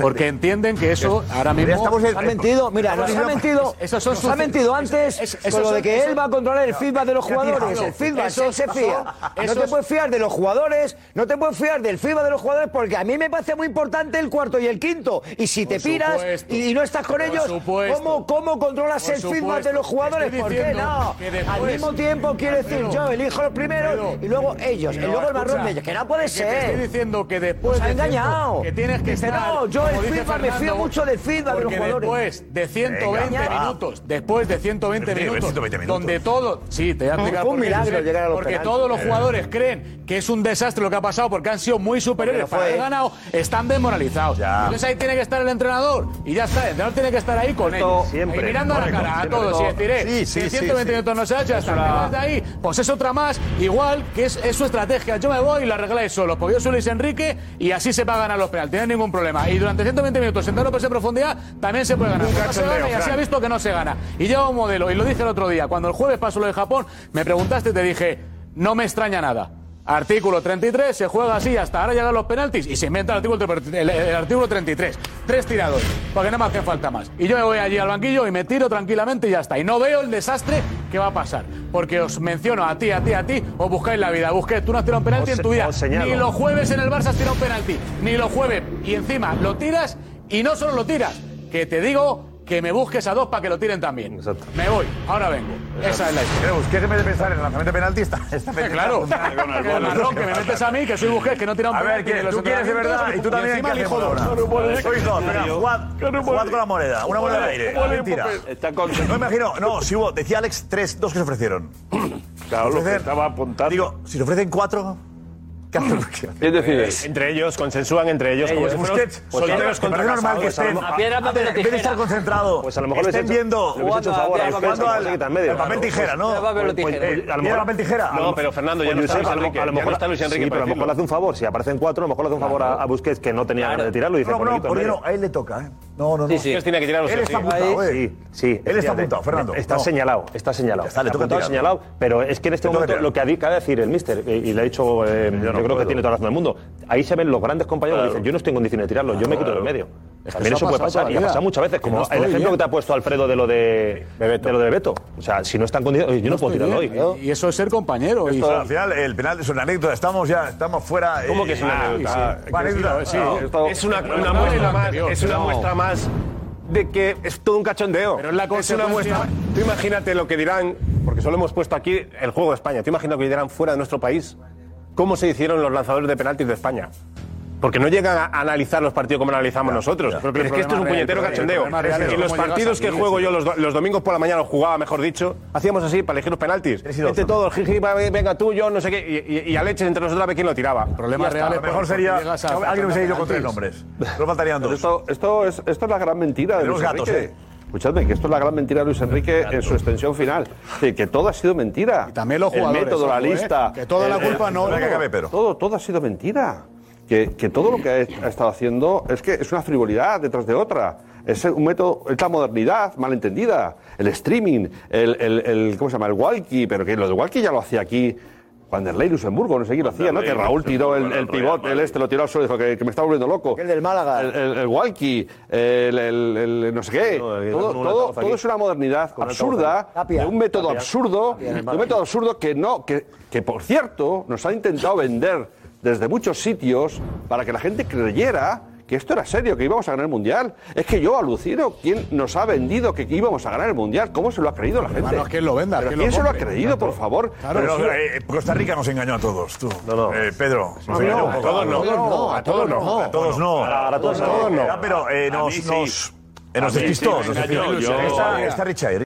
[SPEAKER 17] porque entienden que eso ahora mismo.
[SPEAKER 20] ha mentido, mira, nos ha mentido,
[SPEAKER 17] Esos son
[SPEAKER 20] nos
[SPEAKER 17] sus-
[SPEAKER 20] ha mentido antes
[SPEAKER 17] es-
[SPEAKER 20] con
[SPEAKER 17] esos
[SPEAKER 20] lo de
[SPEAKER 17] son-
[SPEAKER 20] que
[SPEAKER 17] esos-
[SPEAKER 20] él va a controlar el
[SPEAKER 17] Ya.
[SPEAKER 20] feedback de los
[SPEAKER 17] Ya,
[SPEAKER 20] jugadores.
[SPEAKER 17] tío.
[SPEAKER 20] El feedback,
[SPEAKER 17] Esos-
[SPEAKER 20] él se fía.
[SPEAKER 17] son-
[SPEAKER 20] No te
[SPEAKER 17] esos-
[SPEAKER 20] puedes fiar de los jugadores, no te puedes fiar del feedback de los jugadores, porque a mí me parece muy importante el cuarto y el quinto. Y si te piras
[SPEAKER 17] supuesto.
[SPEAKER 20] y no estás con
[SPEAKER 17] Por
[SPEAKER 20] ellos,
[SPEAKER 17] supuesto.
[SPEAKER 20] ¿cómo, cómo controlas
[SPEAKER 17] Por
[SPEAKER 20] el feedback
[SPEAKER 17] supuesto.
[SPEAKER 20] de los jugadores?
[SPEAKER 17] Estoy
[SPEAKER 20] ¿Por qué
[SPEAKER 17] diciendo
[SPEAKER 20] no?
[SPEAKER 17] que después-
[SPEAKER 20] Al mismo tiempo quiero decir
[SPEAKER 17] Alfredo,
[SPEAKER 20] yo elijo los primeros y luego ellos, y
[SPEAKER 17] Pero,
[SPEAKER 20] luego el marrón
[SPEAKER 17] escucha,
[SPEAKER 20] de ellos, que no puede
[SPEAKER 17] que te
[SPEAKER 20] ser.
[SPEAKER 17] estoy diciendo que después
[SPEAKER 20] Nos ha
[SPEAKER 17] de cierto-
[SPEAKER 20] engañado.
[SPEAKER 17] Pues que tienes que
[SPEAKER 20] Dice,
[SPEAKER 17] estar
[SPEAKER 20] No, yo el
[SPEAKER 17] como dice
[SPEAKER 20] feedback me fío
[SPEAKER 17] Fernando,
[SPEAKER 20] mucho del feedback de los
[SPEAKER 17] porque
[SPEAKER 20] jugadores.
[SPEAKER 17] después de 120
[SPEAKER 20] Venga, va.
[SPEAKER 17] minutos, después de 120
[SPEAKER 20] Pero,
[SPEAKER 17] minutos,
[SPEAKER 20] 120 minutos.
[SPEAKER 17] donde todo, sí, te voy a explicar
[SPEAKER 20] Fue un
[SPEAKER 17] por qué,
[SPEAKER 20] milagro
[SPEAKER 17] Josep,
[SPEAKER 20] llegar a los
[SPEAKER 17] porque
[SPEAKER 20] penaltis.
[SPEAKER 17] todos los
[SPEAKER 20] Eh.
[SPEAKER 17] jugadores creen que es un desastre lo que ha pasado porque han sido muy superiores
[SPEAKER 20] Porque no
[SPEAKER 17] para haber
[SPEAKER 20] fue.
[SPEAKER 17] ganado, están desmoralizados.
[SPEAKER 20] Ya.
[SPEAKER 17] Entonces ahí tiene que estar el entrenador y ya está, el entrenador tiene que estar ahí con
[SPEAKER 4] Correcto.
[SPEAKER 17] ellos,
[SPEAKER 4] Siempre.
[SPEAKER 17] y mirando a la
[SPEAKER 4] Correcto.
[SPEAKER 17] cara a
[SPEAKER 4] Siempre.
[SPEAKER 17] todos y decir, eh,
[SPEAKER 4] Sí, sí,
[SPEAKER 17] que
[SPEAKER 4] sí,
[SPEAKER 17] 120
[SPEAKER 4] sí.
[SPEAKER 17] minutos no se ha hecho hasta
[SPEAKER 4] Es
[SPEAKER 17] que
[SPEAKER 4] una-
[SPEAKER 17] vas de ahí, pues es otra más, igual que es, es su estrategia. Yo me voy y la arregláis solos, porque yo soy Luis Enrique y así se va a ganar los penaltis, no hay ningún problema. Y durante 120 minutos, en dos en profundidad, también se puede ganar.
[SPEAKER 15] Un
[SPEAKER 17] Pero no se
[SPEAKER 15] cachondeo,
[SPEAKER 17] gana y así
[SPEAKER 15] Fran.
[SPEAKER 17] ha visto que no se gana. Y lleva un modelo, y lo dije el otro día, cuando el jueves pasó lo de Japón, me preguntaste y te dije, no me extraña nada. Artículo 33, se juega así hasta ahora llegan los penaltis y se inventa el artículo, tre- el- el artículo 33. Tres tiradores, porque no me hace falta más. Y yo me voy allí al banquillo y me tiro tranquilamente y ya está. Y no veo el desastre que va a pasar. Porque os menciono a ti, a ti, a ti, os buscáis la vida. Busqué, tú no has tirado un penalti
[SPEAKER 4] Os-
[SPEAKER 17] en tu vida.
[SPEAKER 4] os señalo.
[SPEAKER 17] Ni los jueves en el Barça has tirado un penalti. Ni los jueves. Y encima lo tiras y no solo lo tiras. Que te digo que me busques a dos para que lo tiren también. Me voy, ahora vengo. Esa es la historia.
[SPEAKER 10] Creus, ¿qué se me de pensar en el lanzamiento de penalti? Está, está
[SPEAKER 17] Claro, que el marrón que me metes a mí, que soy Busquets, que no tira un
[SPEAKER 10] A ver,
[SPEAKER 17] penalti.
[SPEAKER 10] ¿quién-
[SPEAKER 17] en los
[SPEAKER 10] tú quieres de
[SPEAKER 17] entrenamientos,
[SPEAKER 10] verdad y tú también.
[SPEAKER 17] encima
[SPEAKER 10] ¿qué
[SPEAKER 17] elijo
[SPEAKER 10] hacemos
[SPEAKER 17] dos.
[SPEAKER 10] ahora? Sois dos, venga, jugad, jugad con la moneda. Una moneda al aire.
[SPEAKER 6] Vale,
[SPEAKER 10] Mentira.
[SPEAKER 6] papel. Está
[SPEAKER 10] No imagino, no, si hubo, decía Alex, tres, dos que se ofrecieron.
[SPEAKER 6] Claro, lo que
[SPEAKER 10] Ofrecer-
[SPEAKER 6] estaba apuntando.
[SPEAKER 10] Digo, si se ofrecen cuatro, ¿qué hacemos?
[SPEAKER 6] ¿Quién decide?
[SPEAKER 15] Eh, Entre ellos, consensúan entre ellos.
[SPEAKER 10] Pues
[SPEAKER 15] como si fueran
[SPEAKER 10] Busquets,
[SPEAKER 15] solteros
[SPEAKER 10] solteros
[SPEAKER 15] contra
[SPEAKER 10] normal que
[SPEAKER 15] casados.
[SPEAKER 10] estén.
[SPEAKER 15] A piedra, papel o
[SPEAKER 10] en vez de estar
[SPEAKER 15] tijera.
[SPEAKER 10] concentrado,
[SPEAKER 15] Pues a lo mejor les
[SPEAKER 10] estén
[SPEAKER 15] he hecho-
[SPEAKER 10] viendo.
[SPEAKER 15] les he hecho un favor a los
[SPEAKER 10] jugando
[SPEAKER 15] que
[SPEAKER 10] al,
[SPEAKER 15] se quitan
[SPEAKER 10] al
[SPEAKER 15] medio,
[SPEAKER 10] papel
[SPEAKER 15] claro.
[SPEAKER 4] Pues,
[SPEAKER 10] tijera, ¿no?
[SPEAKER 15] Piedra, papel o tijera.
[SPEAKER 10] Pues, eh,
[SPEAKER 15] Piedra,
[SPEAKER 10] a lo mejor-
[SPEAKER 15] papel o tijera.
[SPEAKER 10] No, pero
[SPEAKER 15] Fernando, ya
[SPEAKER 4] Pues
[SPEAKER 15] no está
[SPEAKER 4] Josep,
[SPEAKER 15] Luis
[SPEAKER 4] a lo-
[SPEAKER 15] Enrique,
[SPEAKER 4] a lo
[SPEAKER 15] ya
[SPEAKER 4] mejor
[SPEAKER 15] no está Luis Enrique
[SPEAKER 4] Sí, pero a
[SPEAKER 15] para
[SPEAKER 4] lo mejor le hace un favor. Si aparecen cuatro, a lo mejor le hace un favor a, a Busquets, que no tenía ganas de tirarlo. Y dice,
[SPEAKER 10] No,
[SPEAKER 4] "Pues
[SPEAKER 10] no,
[SPEAKER 4] me quito
[SPEAKER 10] porque
[SPEAKER 4] el
[SPEAKER 10] no, a él le toca, ¿eh? No, no, no.
[SPEAKER 4] Sí, sí. Busquets tiene que tirar los
[SPEAKER 10] Él está
[SPEAKER 4] sencillos.
[SPEAKER 10] apuntado, ¿eh?
[SPEAKER 4] Sí, sí.
[SPEAKER 10] Él está
[SPEAKER 4] fíjate.
[SPEAKER 10] apuntado, Fernando.
[SPEAKER 4] Está
[SPEAKER 10] No.
[SPEAKER 4] señalado, está señalado.
[SPEAKER 10] Ya está, le toca
[SPEAKER 4] Apuntado,
[SPEAKER 10] tirar.
[SPEAKER 4] señalado, pero es que en este
[SPEAKER 10] Le toca
[SPEAKER 4] momento
[SPEAKER 10] tirar.
[SPEAKER 4] lo que ha- acaba de decir el míster, y y lo ha dicho, eh, yo, creo que
[SPEAKER 10] puedo.
[SPEAKER 4] tiene toda la razón del mundo, ahí se ven los grandes compañeros que dicen, yo no estoy en condiciones de tirarlo, yo me quito del medio.
[SPEAKER 17] que
[SPEAKER 4] También
[SPEAKER 17] eso
[SPEAKER 4] eso
[SPEAKER 17] ha pasado toda
[SPEAKER 4] puede pasar,
[SPEAKER 17] la
[SPEAKER 4] y ha
[SPEAKER 17] vida.
[SPEAKER 4] pasado muchas veces,
[SPEAKER 17] Que
[SPEAKER 4] como
[SPEAKER 17] no
[SPEAKER 4] el
[SPEAKER 17] estoy
[SPEAKER 4] ejemplo
[SPEAKER 17] bien.
[SPEAKER 4] que te ha puesto Alfredo de lo de, de lo de Beto. O sea, si no está en condiciones, oye, yo no, puedo
[SPEAKER 17] estoy
[SPEAKER 4] tirarlo
[SPEAKER 17] bien. ¿eh?
[SPEAKER 4] hoy.
[SPEAKER 17] Y eso es ser compañero. y-
[SPEAKER 10] Esto, al final, el penal es una anécdota. Estamos ya, estamos fuera. eh,
[SPEAKER 17] ¿Cómo que es una anécdota?
[SPEAKER 10] Ah, anécdota,
[SPEAKER 17] Sí,
[SPEAKER 10] no.
[SPEAKER 15] Es una, una muestra más. Es una muestra más de que es todo un cachondeo.
[SPEAKER 17] Pero es la
[SPEAKER 15] una
[SPEAKER 17] consecuencia-
[SPEAKER 15] muestra. Tú imagínate lo que dirán, porque solo hemos puesto aquí el juego de España. Tú imagínate lo que dirán fuera de nuestro país. ¿Cómo se hicieron los lanzadores de penaltis de España? Porque no llegan a analizar los partidos como analizamos nosotros.
[SPEAKER 17] ya.
[SPEAKER 15] Pero
[SPEAKER 17] Pero el
[SPEAKER 15] es que esto es un
[SPEAKER 17] problema
[SPEAKER 15] puñetero
[SPEAKER 17] real, el
[SPEAKER 15] cachondeo.
[SPEAKER 17] problema real es
[SPEAKER 15] En los
[SPEAKER 17] cómo llegas
[SPEAKER 15] partidos
[SPEAKER 17] aquí,
[SPEAKER 15] que juego
[SPEAKER 17] sí.
[SPEAKER 15] yo los, do- los domingos por la mañana, los jugaba, mejor dicho, hacíamos así para elegir los penaltis. Entre todos, jiji, va, venga tú, yo, no sé qué. Y, y- y a leches entre nosotros a ver quién lo tiraba. El
[SPEAKER 17] problema real es
[SPEAKER 10] Lo mejor sería. Alguien hubiese ido con tres nombres. Solo faltarían dos.
[SPEAKER 5] Esto, esto, es, esto es la gran mentira de
[SPEAKER 10] Tenemos
[SPEAKER 5] Luis
[SPEAKER 10] gatos,
[SPEAKER 5] Enrique.
[SPEAKER 10] ¿eh?
[SPEAKER 5] Escuchadme, que esto es la gran mentira de Luis Enrique en su extensión final. Es decir, que todo ha sido mentira.
[SPEAKER 17] también los jugadores,
[SPEAKER 5] El método, la
[SPEAKER 17] ojo, ¿eh?
[SPEAKER 5] lista.
[SPEAKER 17] Que toda la
[SPEAKER 5] el- el-
[SPEAKER 17] culpa no-
[SPEAKER 5] todo,
[SPEAKER 17] Espera que acabe, Pedro.
[SPEAKER 5] Todo, todo ha sido mentira. Que, que todo lo que ha, ha estado haciendo es que es una frivolidad detrás de otra. Es un método, es la modernidad malentendida, el streaming, el, el- el- ¿cómo se llama? El walkie, pero que lo del walkie ya lo hacía aquí Wanderlei Luxemburgo, no sé quién lo hacía, ¿no? Que Raúl tiró el, el pivote, el este lo tiró al suelo, dijo que, que me está volviendo loco. El del Málaga. El, el, walkie, el, el- el no sé qué.
[SPEAKER 4] No, el-
[SPEAKER 5] todo,
[SPEAKER 4] un
[SPEAKER 5] todo-
[SPEAKER 4] altavoz aquí.
[SPEAKER 5] todo es una modernidad
[SPEAKER 4] Con un
[SPEAKER 5] absurda,
[SPEAKER 4] altavoz aquí.
[SPEAKER 5] de un método
[SPEAKER 4] Tapia.
[SPEAKER 5] absurdo,
[SPEAKER 4] Tapia.
[SPEAKER 5] de un método absurdo que no, que, que por cierto nos ha intentado vender desde muchos sitios para que la gente creyera que esto era serio, que íbamos a ganar el mundial. Es que yo alucino quién nos ha vendido que íbamos a ganar el mundial. ¿Cómo se lo ha creído la gente?
[SPEAKER 17] Hermano, es que lo venda,
[SPEAKER 5] Pero
[SPEAKER 17] que lo
[SPEAKER 5] ¿Quién se lo ha
[SPEAKER 17] compre.
[SPEAKER 5] creído, por favor?
[SPEAKER 10] Pero,
[SPEAKER 5] Pero-
[SPEAKER 10] eh, Costa Rica nos engañó a todos, tú. Eh, Pedro, nos
[SPEAKER 5] a mí
[SPEAKER 10] engañó
[SPEAKER 5] no,
[SPEAKER 10] un
[SPEAKER 5] a
[SPEAKER 10] poco.
[SPEAKER 5] todos no.
[SPEAKER 10] A todos no. A todos no.
[SPEAKER 5] A- a todos no.
[SPEAKER 10] Ah, Pero eh,
[SPEAKER 5] A
[SPEAKER 10] nos
[SPEAKER 5] mí sí.
[SPEAKER 10] nos- eh,
[SPEAKER 5] A
[SPEAKER 10] nos
[SPEAKER 5] mí sí,
[SPEAKER 10] despistó.
[SPEAKER 5] me
[SPEAKER 10] nos
[SPEAKER 5] engañó,
[SPEAKER 10] despistó.
[SPEAKER 5] yo-
[SPEAKER 10] Está- Está Richard.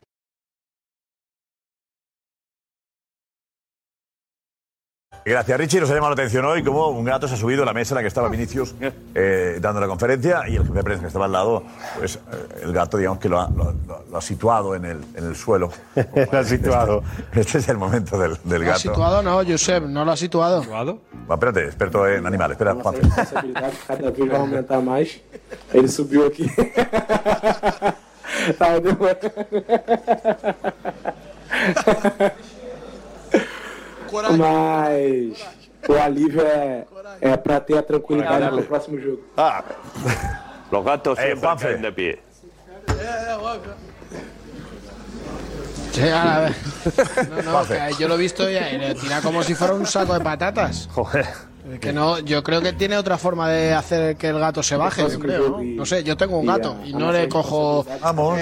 [SPEAKER 10] Gracias, Richie. Nos ha llamado la atención hoy cómo un gato se ha subido a la mesa en la que estaba Vinicius eh, dando la conferencia y el jefe de prensa que estaba al lado, pues eh, el gato, digamos que lo ha, lo- lo- lo ha situado en el, en el suelo. lo ha situado. Este, es el momento del, del
[SPEAKER 16] ¿Lo ha
[SPEAKER 10] gato.
[SPEAKER 16] situado no, Josep? ¿No lo ha situado?
[SPEAKER 10] Va, espérate, experto en animales. Espera, Juan.
[SPEAKER 12] cada vez vai aumentar mais. Ele subiu aqui. Tava demorando. Mas o alívio é, é para ter a tranquilidade
[SPEAKER 6] Coragem.
[SPEAKER 12] pro próximo jogo.
[SPEAKER 6] Ah, los gatos
[SPEAKER 12] Eh,
[SPEAKER 6] siempre
[SPEAKER 12] Juanfe.
[SPEAKER 6] caen de pie.
[SPEAKER 16] Sí, a ver. No, no, que yo lo he visto y eh, le tira como si fuera un saco de patatas.
[SPEAKER 4] Joder.
[SPEAKER 16] Que no, yo creo que tiene otra forma de hacer que el gato se baje, yo creo, ¿no? No sé, yo tengo un gato y no le cojo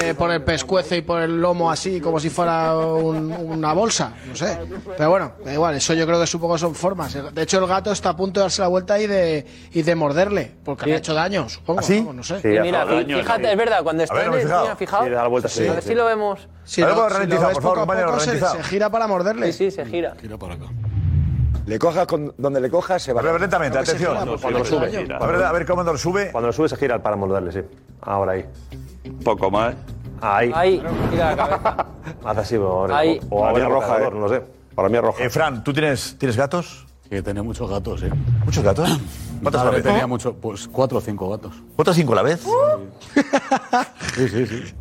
[SPEAKER 16] eh, por el pescuezo y por el lomo así como si fuera un- una bolsa, no sé. Pero bueno, da igual, eso yo creo que supongo que son formas. De hecho, el gato está a punto de darse la vuelta y de, y de morderle, porque le ha hecho daño, supongo. vamos, No sé.
[SPEAKER 3] Sí, mira, fi- fíjate, es verdad, cuando está en el mira, fijado,
[SPEAKER 4] Sí, da la vuelta, sí.
[SPEAKER 3] a ver si lo vemos.
[SPEAKER 16] Si lo, si lo ves poco a poco, se, se gira para morderle.
[SPEAKER 3] Sí, sí, se gira.
[SPEAKER 11] Le cojas con, donde le cojas, se va.
[SPEAKER 10] Pero lentamente,
[SPEAKER 11] No, que se
[SPEAKER 10] atención.
[SPEAKER 11] gira, por
[SPEAKER 4] Cuando
[SPEAKER 11] favor.
[SPEAKER 4] sube.
[SPEAKER 10] A ver, a ver cómo nos sube.
[SPEAKER 4] Cuando lo sube se gira para moldarle, sí. Ahora ahí.
[SPEAKER 6] Un poco más.
[SPEAKER 4] Ahí.
[SPEAKER 3] Ahí, mira la cabeza.
[SPEAKER 4] Haz así, o, o,
[SPEAKER 3] Ahí.
[SPEAKER 4] o
[SPEAKER 5] Para mí
[SPEAKER 4] abre
[SPEAKER 5] es
[SPEAKER 4] el
[SPEAKER 5] roja,
[SPEAKER 4] ordenador,
[SPEAKER 5] eh.
[SPEAKER 4] no sé.
[SPEAKER 5] Para mí es roja.
[SPEAKER 10] Eh, Fran, ¿tú tienes, tienes gatos?
[SPEAKER 17] Sí, tenía muchos gatos, ¿eh?
[SPEAKER 10] ¿Muchos gatos?
[SPEAKER 17] Mi
[SPEAKER 10] ¿Cuántos a la
[SPEAKER 17] padre
[SPEAKER 10] vez?
[SPEAKER 17] tenía mucho, pues cuatro o cinco gatos.
[SPEAKER 10] ¿Cuántos cinco a la vez?
[SPEAKER 17] Sí, sí, sí.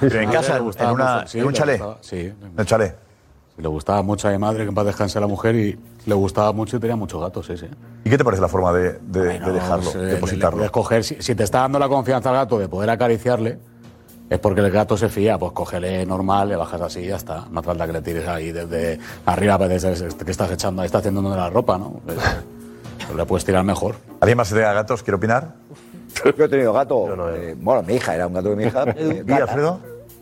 [SPEAKER 10] Pero en
[SPEAKER 17] Mi
[SPEAKER 10] casa,
[SPEAKER 17] madre le
[SPEAKER 10] en
[SPEAKER 17] gustaba
[SPEAKER 10] una-
[SPEAKER 17] mucho, sí,
[SPEAKER 10] en un
[SPEAKER 17] le
[SPEAKER 10] chalet.
[SPEAKER 17] gustaba, Sí.
[SPEAKER 10] El chalet.
[SPEAKER 17] Le gustaba mucho a mi madre, que en paz descanse la mujer, y le gustaba mucho y tenía muchos gatos, sí, sí.
[SPEAKER 10] ¿Y qué te parece la forma de, de- de
[SPEAKER 17] No,
[SPEAKER 10] dejarlo,
[SPEAKER 17] pues, eh, le- le
[SPEAKER 10] depositarlo?
[SPEAKER 17] puedes coger, si, si te está dando la confianza al gato de poder acariciarle, es porque el gato se fía, pues cógele normal, le bajas así y ya está. No falta que le tires ahí desde arriba, parece que estás echando, ahí estás haciendo de la ropa, ¿no? Pues, pues le puedes tirar mejor.
[SPEAKER 10] ¿Alguien más de gatos quiere opinar?
[SPEAKER 11] Yo he tenido gato. eh, bueno, mi hija era un gato de mi hija. eh,
[SPEAKER 10] ¿Y
[SPEAKER 11] gata,
[SPEAKER 10] Alfredo?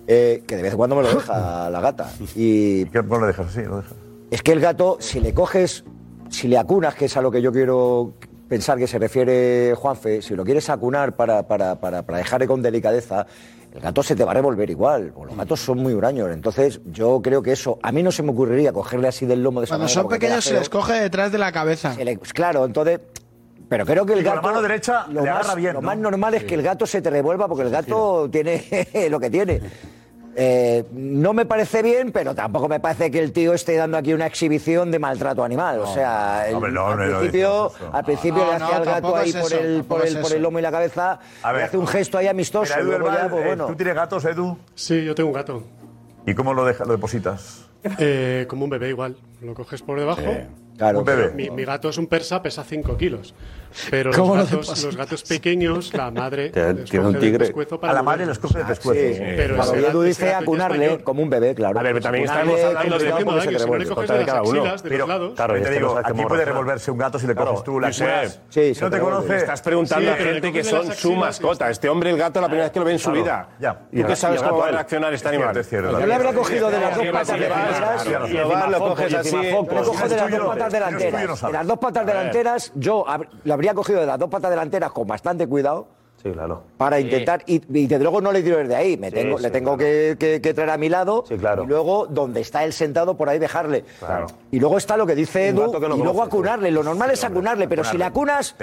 [SPEAKER 11] eh, que de vez en cuando me lo deja la gata. Y
[SPEAKER 10] ¿Cómo lo dejas así? Lo dejas.
[SPEAKER 11] Es que el gato, si le coges, si le acunas, que es a lo que yo quiero pensar que se refiere Juanfe, si lo quieres acunar para, para, para, para dejarle con delicadeza, el gato se te va a revolver igual. porque Los gatos son muy huraños. Entonces, yo creo que eso, a mí no se me ocurriría cogerle así del lomo de esa
[SPEAKER 16] Cuando
[SPEAKER 11] manera,
[SPEAKER 16] son
[SPEAKER 11] porque queda
[SPEAKER 16] pequeños se
[SPEAKER 11] feo.
[SPEAKER 16] les coge detrás de la cabeza.
[SPEAKER 11] Se le- claro, entonces. Pero creo que el
[SPEAKER 10] Y con
[SPEAKER 11] gato.
[SPEAKER 10] la mano derecha
[SPEAKER 11] lo
[SPEAKER 10] le
[SPEAKER 11] más,
[SPEAKER 10] agarra bien,
[SPEAKER 11] Lo
[SPEAKER 10] ¿no?
[SPEAKER 11] más normal es que el gato se te revuelva porque el gato tiene lo que tiene. Eh, no me parece bien, pero tampoco me parece que el tío esté dando aquí una exhibición de maltrato animal. o sea, el-
[SPEAKER 10] Hombre, no,
[SPEAKER 11] al
[SPEAKER 10] no, no,
[SPEAKER 11] principio, al principio
[SPEAKER 16] No,
[SPEAKER 11] le hace
[SPEAKER 16] no,
[SPEAKER 11] al gato
[SPEAKER 16] tampoco
[SPEAKER 11] ahí
[SPEAKER 16] es
[SPEAKER 11] por,
[SPEAKER 16] eso,
[SPEAKER 11] el,
[SPEAKER 16] tampoco
[SPEAKER 11] por,
[SPEAKER 16] es
[SPEAKER 11] el, por
[SPEAKER 16] eso.
[SPEAKER 11] el lomo y la cabeza,
[SPEAKER 10] A
[SPEAKER 11] le
[SPEAKER 10] ver.
[SPEAKER 11] hace un gesto ahí amistoso.
[SPEAKER 10] Mira, Edu
[SPEAKER 11] luego ya,
[SPEAKER 10] Herbal,
[SPEAKER 11] pues
[SPEAKER 10] eh,
[SPEAKER 11] bueno.
[SPEAKER 10] ¿tú tienes gatos, Edu?
[SPEAKER 9] Sí, yo tengo un gato.
[SPEAKER 10] ¿Y cómo lo, dejas, lo depositas?
[SPEAKER 9] Eh, como un bebé igual. Lo coges por debajo.
[SPEAKER 10] claro. Un bebé.
[SPEAKER 9] Mi, mi gato es un persa, pesa 5 kilos. Pero los
[SPEAKER 10] ¿Cómo lo
[SPEAKER 9] gatos,
[SPEAKER 10] depositas?
[SPEAKER 9] los gatos pequeños, la madre.
[SPEAKER 10] Tiene-
[SPEAKER 9] les
[SPEAKER 10] tiene un
[SPEAKER 9] coge del
[SPEAKER 10] tigre.
[SPEAKER 9] pescuezo
[SPEAKER 10] A la
[SPEAKER 9] volver.
[SPEAKER 10] madre les coge del pescuezo.
[SPEAKER 9] Ah, sí,
[SPEAKER 10] Sí.
[SPEAKER 9] Pero
[SPEAKER 11] Claro,
[SPEAKER 9] ese
[SPEAKER 11] y
[SPEAKER 9] gato-
[SPEAKER 11] Edu
[SPEAKER 9] ese
[SPEAKER 11] dice
[SPEAKER 9] gato ya es
[SPEAKER 11] acunarle
[SPEAKER 9] mayor.
[SPEAKER 11] como un bebé, claro.
[SPEAKER 9] A ver, pero también
[SPEAKER 11] Acunarle
[SPEAKER 9] estamos hablando de
[SPEAKER 11] complicado
[SPEAKER 9] encima
[SPEAKER 11] porque
[SPEAKER 9] de
[SPEAKER 11] se
[SPEAKER 9] que si no le
[SPEAKER 11] revuelve.
[SPEAKER 9] coges de las axilas, de
[SPEAKER 10] pero,
[SPEAKER 9] los lados.
[SPEAKER 10] claro, te
[SPEAKER 9] Este
[SPEAKER 10] digo,
[SPEAKER 9] no sabe
[SPEAKER 10] aquí
[SPEAKER 9] cómo
[SPEAKER 10] puede
[SPEAKER 9] razonar.
[SPEAKER 10] revolverse un gato si le coges tú la
[SPEAKER 15] Josep,
[SPEAKER 10] cuerda.
[SPEAKER 15] Sí,
[SPEAKER 10] Si no te conoce.
[SPEAKER 15] Estás Sí, preguntando pero a le gente coges que de son las su axilas, mascota. Este hombre, el gato, la primera vez que lo ve en su Claro, vida.
[SPEAKER 10] ya.
[SPEAKER 15] ¿Tú
[SPEAKER 10] Ya,
[SPEAKER 15] qué sabes
[SPEAKER 10] y el
[SPEAKER 15] cómo
[SPEAKER 10] gato
[SPEAKER 15] va a
[SPEAKER 10] él.
[SPEAKER 15] reaccionar este
[SPEAKER 10] Es cierto,
[SPEAKER 15] animal?
[SPEAKER 10] es cierto,
[SPEAKER 15] Yo
[SPEAKER 10] también.
[SPEAKER 15] le
[SPEAKER 11] habrá cogido de las dos
[SPEAKER 15] Sí,
[SPEAKER 11] patas
[SPEAKER 15] sí,
[SPEAKER 11] delanteras.
[SPEAKER 15] sí, sí,
[SPEAKER 11] Lo
[SPEAKER 15] sí,
[SPEAKER 11] vas,
[SPEAKER 15] sí,
[SPEAKER 11] lo
[SPEAKER 15] sí,
[SPEAKER 11] coges
[SPEAKER 15] sí,
[SPEAKER 11] así,
[SPEAKER 15] sí,
[SPEAKER 11] yo le
[SPEAKER 15] focos.
[SPEAKER 11] cojo de las dos
[SPEAKER 15] Tuyo no,
[SPEAKER 11] patas
[SPEAKER 15] tuyo no
[SPEAKER 11] delanteras.
[SPEAKER 15] sabes.
[SPEAKER 11] De las dos
[SPEAKER 15] A
[SPEAKER 11] patas
[SPEAKER 15] ver.
[SPEAKER 11] delanteras, yo hab- lo habría cogido de las dos patas delanteras con bastante cuidado.
[SPEAKER 4] Sí, claro.
[SPEAKER 11] Para intentar, y, y desde luego no le tiro desde ahí, me
[SPEAKER 4] Sí,
[SPEAKER 11] tengo,
[SPEAKER 4] sí,
[SPEAKER 11] le tengo que, que- que traer a mi lado y luego donde está él sentado por ahí dejarle.
[SPEAKER 4] Claro.
[SPEAKER 11] Y luego está lo que dice
[SPEAKER 4] Un
[SPEAKER 11] Edu,
[SPEAKER 4] gato que
[SPEAKER 11] y
[SPEAKER 4] no
[SPEAKER 11] luego
[SPEAKER 4] conoces,
[SPEAKER 11] acunarle, lo normal es acunarle, pero si le acunas,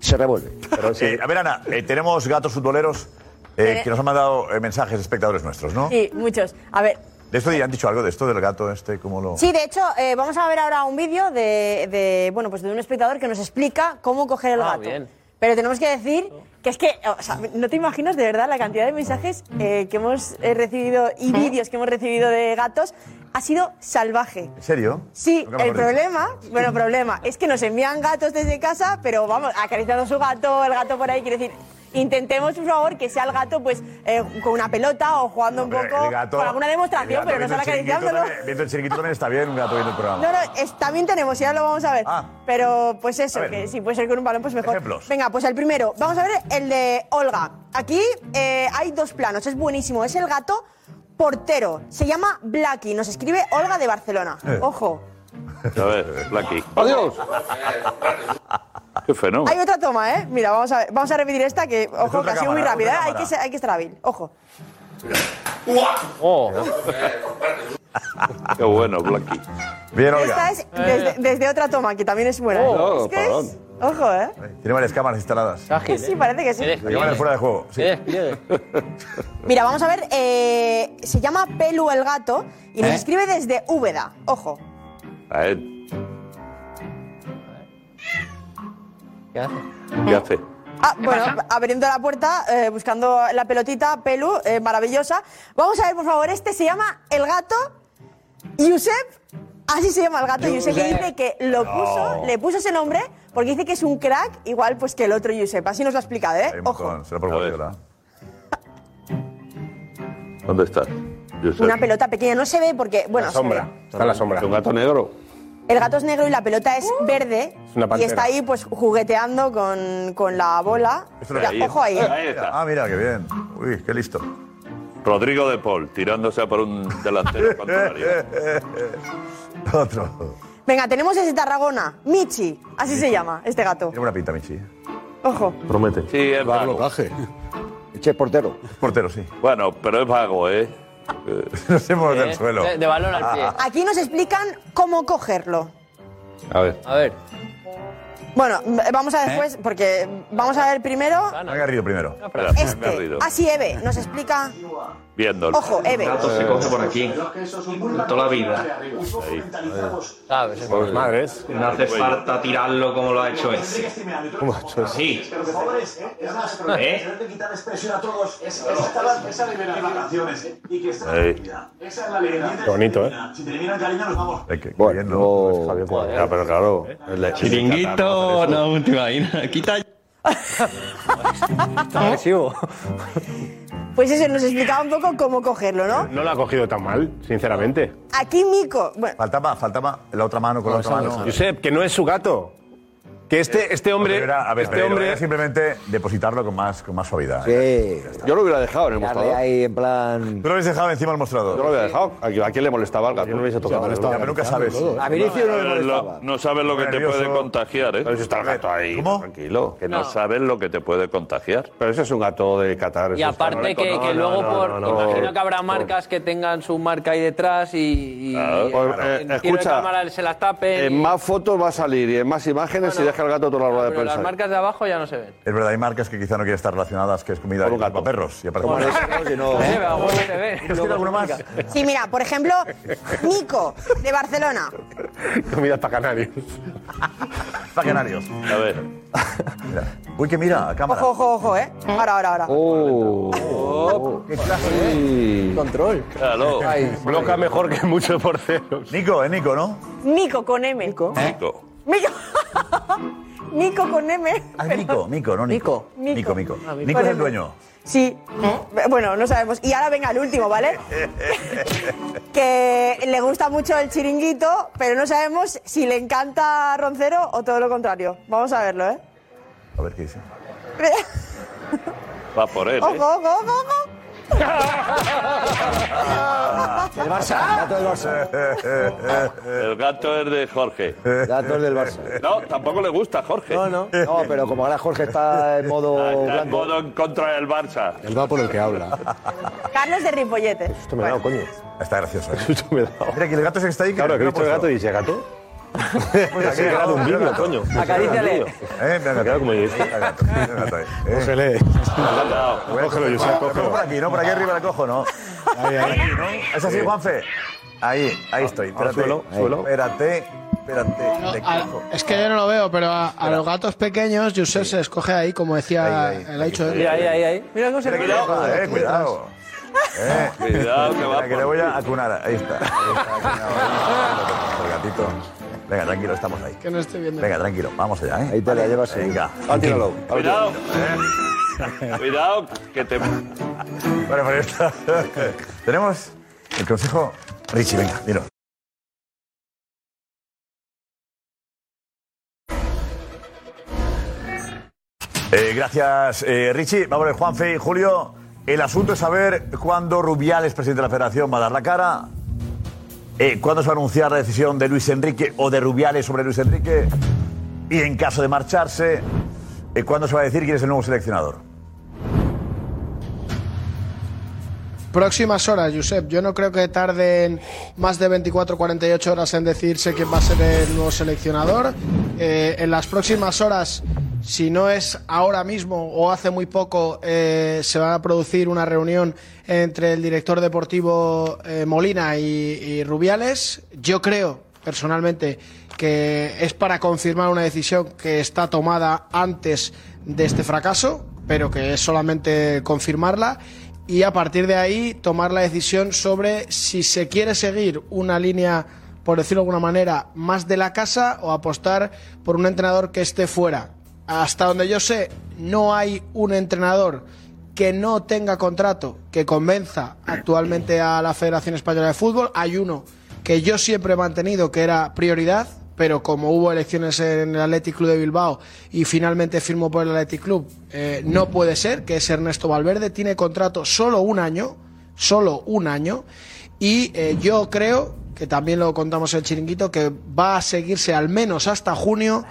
[SPEAKER 11] se revuelve.
[SPEAKER 10] Eh, a ver, Ana, eh, tenemos gatos futboleros eh, que nos han mandado eh, mensajes espectadores nuestros, ¿no?
[SPEAKER 8] Sí, muchos. A ver,
[SPEAKER 10] ¿De esto ya han dicho algo? ¿De esto del gato este? ¿Cómo lo...?
[SPEAKER 8] Sí, de hecho, eh, vamos a ver ahora un vídeo de, de, bueno, pues de un espectador que nos explica cómo coger el
[SPEAKER 3] Ah,
[SPEAKER 8] gato.
[SPEAKER 3] bien.
[SPEAKER 8] Pero tenemos que decir que es que, o sea, no te imaginas de verdad la cantidad de mensajes eh, que hemos eh, recibido y vídeos que hemos recibido de gatos. Ha sido salvaje.
[SPEAKER 10] ¿En serio?
[SPEAKER 8] Sí,
[SPEAKER 10] Nunca
[SPEAKER 8] el
[SPEAKER 10] mejor
[SPEAKER 8] problema, bueno, problema, es que nos envían gatos desde casa, pero vamos, acariciando a su gato, el gato por ahí, quiere decir, Intentemos, por favor, que sea el gato pues eh, con una pelota o jugando un poco
[SPEAKER 10] El gato-
[SPEAKER 8] con alguna demostración,
[SPEAKER 10] el gato
[SPEAKER 8] pero no
[SPEAKER 10] viendo
[SPEAKER 8] solo
[SPEAKER 10] el chiringuito
[SPEAKER 8] acariciándolo.
[SPEAKER 10] también- Viendo el chiringuito también está bien, un gato viendo el programa.
[SPEAKER 8] No, no, es- también tenemos, ya lo vamos a ver.
[SPEAKER 6] Ah.
[SPEAKER 8] Pero pues eso,
[SPEAKER 10] A ver.
[SPEAKER 8] que si puede ser con un balón, pues mejor.
[SPEAKER 10] Ejemplos.
[SPEAKER 8] Venga, pues el primero, vamos a ver el de Olga. Aquí eh, hay dos planos, es buenísimo. Es el gato portero, se llama Blacky, nos escribe Olga de Barcelona.
[SPEAKER 6] Eh.
[SPEAKER 8] Ojo.
[SPEAKER 6] A ver, Blacky.
[SPEAKER 5] ¡Adiós!
[SPEAKER 6] ¡Qué fenómeno!
[SPEAKER 8] Hay otra toma, ¿eh? Mira, vamos a, ver- vamos a repetir esta, que ojo, que
[SPEAKER 6] otra
[SPEAKER 8] ha sido muy
[SPEAKER 6] cámara,
[SPEAKER 8] rápida, ¿eh?
[SPEAKER 6] otra
[SPEAKER 8] hay, que
[SPEAKER 6] cámara.
[SPEAKER 8] ser, hay que estar hábil, ojo.
[SPEAKER 10] Oh.
[SPEAKER 6] ¡Qué bueno, Blacky!
[SPEAKER 10] Bien,
[SPEAKER 8] Esta
[SPEAKER 10] Olga.
[SPEAKER 8] es desde, desde otra toma, que también es buena. ¿eh?
[SPEAKER 10] Oh,
[SPEAKER 8] es que es- Ojo, ¿eh?
[SPEAKER 10] Tiene varias cámaras instaladas.
[SPEAKER 8] ágil, Sí, ¿eh? parece que sí. Eres
[SPEAKER 10] La cámara
[SPEAKER 8] bien.
[SPEAKER 10] es fuera de juego. Sí.
[SPEAKER 8] Mira, vamos a ver, eh, se llama Pelu el gato y nos
[SPEAKER 6] ¿Eh?
[SPEAKER 8] escribe desde Úbeda, ojo.
[SPEAKER 6] A ver.
[SPEAKER 3] ¿Qué hace?
[SPEAKER 6] ¿Qué hace?
[SPEAKER 8] Ah, bueno, abriendo la puerta, eh, buscando la pelotita, Pelu, eh, maravillosa. Vamos a ver, por favor, este se llama El Gato Yusef. Así se llama el gato Yusef, que
[SPEAKER 29] Yusef.
[SPEAKER 8] dice que lo puso, le puso ese nombre porque dice que es un crack igual pues que el otro Yusef. Así nos lo ha explicado, ¿eh? Ojo,
[SPEAKER 10] Con- será por Guardiola.
[SPEAKER 6] ¿Dónde está? Josep.
[SPEAKER 8] una pelota pequeña, no se ve porque, bueno, se ve.
[SPEAKER 6] Está en la sombra. ¿Es un gato negro?
[SPEAKER 8] el gato es negro y la pelota es verde
[SPEAKER 6] Es una
[SPEAKER 8] y
[SPEAKER 6] pantera.
[SPEAKER 8] está ahí pues jugueteando con, con la bola. Mira, ojo ahí. ¿eh?
[SPEAKER 10] Ah, mira, qué bien. Uy, qué listo.
[SPEAKER 6] Rodrigo de Paul, tirándose a por un delantero contrario.
[SPEAKER 10] Otro.
[SPEAKER 8] Venga, tenemos ese Tarragona, Michi, así se llama este gato.
[SPEAKER 10] Tiene buena pinta, Michi.
[SPEAKER 8] Ojo.
[SPEAKER 10] Promete.
[SPEAKER 6] Sí, es vago.
[SPEAKER 10] Che, portero. Portero, sí.
[SPEAKER 6] Bueno, pero es vago, ¿eh?
[SPEAKER 10] Nos hemos
[SPEAKER 6] del suelo.
[SPEAKER 3] De, de balón al
[SPEAKER 10] Ah.
[SPEAKER 3] pie.
[SPEAKER 8] Aquí nos explican cómo cogerlo.
[SPEAKER 6] A ver.
[SPEAKER 3] A ver.
[SPEAKER 8] Bueno, m- vamos
[SPEAKER 6] ¿Eh?
[SPEAKER 8] a después, porque vamos a ver primero.
[SPEAKER 10] Ha Garrido primero.
[SPEAKER 6] Espera, me he rido.
[SPEAKER 8] Ah, sí, Eve, nos explica.
[SPEAKER 6] Viéndolo.
[SPEAKER 8] Ojo, Eve.
[SPEAKER 18] gato se coge por aquí. Toda la vida.
[SPEAKER 3] ¿Sabes?
[SPEAKER 6] Por
[SPEAKER 18] madres. No hace falta tirarlo como lo ha hecho ese.
[SPEAKER 4] ¿Cómo ha hecho eso?
[SPEAKER 18] Sí. ¿Eh?
[SPEAKER 15] Bonito, ¿eh?
[SPEAKER 4] Pues,
[SPEAKER 5] Bueno, Ya, pero claro, el de
[SPEAKER 29] Chiringuito, no te imaginas. Quita.
[SPEAKER 15] agresivo.
[SPEAKER 8] Pues eso, nos explicaba un poco cómo cogerlo, ¿no?
[SPEAKER 15] No lo ha cogido tan mal, sinceramente.
[SPEAKER 8] Aquí Mico. Bueno,
[SPEAKER 10] Faltaba, faltaba la otra mano con la otra mano.
[SPEAKER 15] Josep, que no es su gato. Que este, este hombre.
[SPEAKER 10] Pero era- ¿eh? a ver,
[SPEAKER 15] este
[SPEAKER 10] pero
[SPEAKER 15] hombre.
[SPEAKER 10] era simplemente depositarlo con más, con más suavidad. ¿eh?
[SPEAKER 5] Yo lo hubiera dejado en el
[SPEAKER 10] Darle
[SPEAKER 5] mostrador.
[SPEAKER 10] ahí,
[SPEAKER 5] en plan...
[SPEAKER 10] Tú lo habéis dejado encima del mostrador.
[SPEAKER 5] Yo lo había dejado. ¿A a quién le molestaba el gato? Yo no hubiese
[SPEAKER 10] tocado. Ya, pero nunca sabes. A Vinicius no le molestaba.
[SPEAKER 6] No sabes lo que te
[SPEAKER 10] Nervioso.
[SPEAKER 6] puede contagiar, ¿eh? Pero si está el gato ahí, tranquilo. Que no, sabes lo que te puede contagiar.
[SPEAKER 5] Pero eso es un gato de Qatar.
[SPEAKER 6] eso
[SPEAKER 3] Y
[SPEAKER 6] está-
[SPEAKER 18] este
[SPEAKER 3] aparte
[SPEAKER 6] No,
[SPEAKER 3] que,
[SPEAKER 6] no,
[SPEAKER 3] que
[SPEAKER 6] no,
[SPEAKER 3] luego
[SPEAKER 6] no,
[SPEAKER 3] por...
[SPEAKER 6] no, no,
[SPEAKER 3] imagino
[SPEAKER 6] por-
[SPEAKER 3] que habrá marcas que tengan su marca ahí detrás y... y
[SPEAKER 5] Claro.
[SPEAKER 3] y-
[SPEAKER 5] Pues,
[SPEAKER 3] en
[SPEAKER 5] eh,
[SPEAKER 3] tiro de
[SPEAKER 5] escucha,
[SPEAKER 3] cámara se las tapen.
[SPEAKER 5] En
[SPEAKER 3] y-
[SPEAKER 5] más fotos va a salir y en más imágenes si deja el gato toda la rueda de
[SPEAKER 3] pero las
[SPEAKER 5] prensa.
[SPEAKER 3] marcas de abajo ya no se ven.
[SPEAKER 10] Es verdad, hay marcas que quizá no quieren estar relacionadas, que es comida para perros. Y aparece
[SPEAKER 11] Eh,
[SPEAKER 3] Se ve, a huevo se ve.
[SPEAKER 10] alguno más?
[SPEAKER 8] sí, mira, por ejemplo, Mico, de Barcelona.
[SPEAKER 15] Comida para canarios.
[SPEAKER 10] para canarios.
[SPEAKER 6] A ver.
[SPEAKER 10] Uy, que mira, a cámara.
[SPEAKER 8] Ojo, ojo, ojo, ¿eh? Ahora, ahora, ahora.
[SPEAKER 5] Oh.
[SPEAKER 10] ¡Qué clase!
[SPEAKER 15] Control.
[SPEAKER 6] Claro.
[SPEAKER 15] Bloca mejor que muchos porceros.
[SPEAKER 10] Nico, eh, Nico, ¿no?
[SPEAKER 8] Mico con M. Mico.
[SPEAKER 6] ¿Eh? Nico.
[SPEAKER 8] Mico. Mico con M.
[SPEAKER 10] Ah,
[SPEAKER 8] pero-
[SPEAKER 10] Nico, Nico, no Nico. Mico, Mico.
[SPEAKER 8] Ah, Mico.
[SPEAKER 10] Nico es
[SPEAKER 8] Con
[SPEAKER 10] el
[SPEAKER 8] M.
[SPEAKER 10] dueño.
[SPEAKER 8] Sí. ¿Eh? Bueno, no sabemos. Y ahora venga el último, ¿vale? que le gusta mucho el chiringuito, pero no sabemos si le encanta Roncero o todo lo contrario. Vamos a verlo, ¿eh?
[SPEAKER 10] A ver qué dice.
[SPEAKER 6] Va por él,
[SPEAKER 8] ojo,
[SPEAKER 6] ¿eh?
[SPEAKER 8] ojo, ojo, ojo.
[SPEAKER 10] El Barça, gato del Barça.
[SPEAKER 6] El gato es de Jorge.
[SPEAKER 11] Gato del Barça.
[SPEAKER 6] No, tampoco le gusta a Jorge. No, no.
[SPEAKER 11] No, pero como ahora Jorge está en
[SPEAKER 5] Ah,
[SPEAKER 11] modo
[SPEAKER 6] Está en
[SPEAKER 11] blanco.
[SPEAKER 6] modo en contra del Barça.
[SPEAKER 11] Él va por el que habla.
[SPEAKER 8] Carlos de Ripollete.
[SPEAKER 5] Esto me da, coño.
[SPEAKER 10] Está gracioso. ¿eh?
[SPEAKER 5] Esto me da.
[SPEAKER 10] Mira, que el gato es el que está ahí. que
[SPEAKER 5] Claro, que he
[SPEAKER 10] lo
[SPEAKER 5] visto el
[SPEAKER 10] ha puesto.
[SPEAKER 5] gato y dice, ¿gato?
[SPEAKER 10] Mira,
[SPEAKER 5] Sí,
[SPEAKER 10] que
[SPEAKER 5] era de un
[SPEAKER 10] mira,
[SPEAKER 5] vídeo,
[SPEAKER 10] gato.
[SPEAKER 5] coño.
[SPEAKER 10] Acaríciale. Eh, mira, gato.
[SPEAKER 5] como yo.
[SPEAKER 10] Mira, gato, mira, gato ahí. Eh.
[SPEAKER 5] Cógele.
[SPEAKER 10] Voy a
[SPEAKER 5] Cógelo,
[SPEAKER 10] coger-
[SPEAKER 5] Josep,
[SPEAKER 10] Pero
[SPEAKER 5] cógelo.
[SPEAKER 10] por aquí, no, por aquí arriba la cojo, ¿no? Ahí, ahí, ¿no? Es así,
[SPEAKER 5] Sí.
[SPEAKER 10] Juanfe. Ahí, ahí estoy.
[SPEAKER 5] Ahora
[SPEAKER 10] Espérate,
[SPEAKER 5] Ah, suelo,
[SPEAKER 10] ahí.
[SPEAKER 5] suelo.
[SPEAKER 10] Espérate, espérate. le
[SPEAKER 16] A-
[SPEAKER 10] cojo.
[SPEAKER 16] es que yo no lo veo, pero a, a los gatos pequeños, Josep se escoge ahí, como decía el ¿eh? hecho.
[SPEAKER 3] Ahí, ahí, ahí, ahí. Mira cómo se
[SPEAKER 10] Mira,
[SPEAKER 3] ve.
[SPEAKER 10] que le cojo, eh, cuidado. Eh,
[SPEAKER 6] Cuidado, que va
[SPEAKER 10] Mira, que
[SPEAKER 6] por
[SPEAKER 10] le voy a
[SPEAKER 6] ti.
[SPEAKER 10] acunar. Ahí está. Ahí está acunado. El gatito. Venga, tranquilo, estamos ahí.
[SPEAKER 16] Que no estoy viendo.
[SPEAKER 10] Venga, tranquilo, vamos allá, ¿eh? Ahí te la llevas. Venga.
[SPEAKER 5] Ah, tíralo.
[SPEAKER 6] Cuidado. Cuidado, que te.
[SPEAKER 10] Bueno, pero está. Tenemos el consejo. Richie, venga, dilo. Eh, gracias, eh, Richie. Vamos a ver, Juanfe y Julio. El asunto es saber cuándo Rubiales, presidente de la Federación, va a dar la cara. eh, cuándo se va a anunciar la decisión de Luis Enrique o de Rubiales sobre Luis Enrique. Y en caso de marcharse, eh, cuándo se va a decir quién es el nuevo seleccionador.
[SPEAKER 16] Próximas horas, Josep. Yo no creo que tarden más de 24 48 horas en decirse quién va a ser el nuevo seleccionador. Eh, en las próximas horas, si no es ahora mismo o hace muy poco, eh, se va a producir una reunión entre el director deportivo eh, Molina y, y Rubiales. Yo creo, personalmente, que es para confirmar una decisión que está tomada antes de este fracaso, pero que es solamente confirmarla y a partir de ahí tomar la decisión sobre si se quiere seguir una línea, por decirlo de alguna manera, más de la casa o apostar por un entrenador que esté fuera. Hasta donde yo sé, no hay un entrenador que no tenga contrato que convenza actualmente a la Federación Española de Fútbol. Hay uno que yo siempre he mantenido que era prioridad, pero como hubo elecciones en el Athletic Club de Bilbao y finalmente firmó por el Athletic Club, eh, no puede ser que es Ernesto Valverde, tiene contrato solo un año, solo un año, y eh, yo creo que también lo contamos en el chiringuito, que va a seguirse al menos hasta junio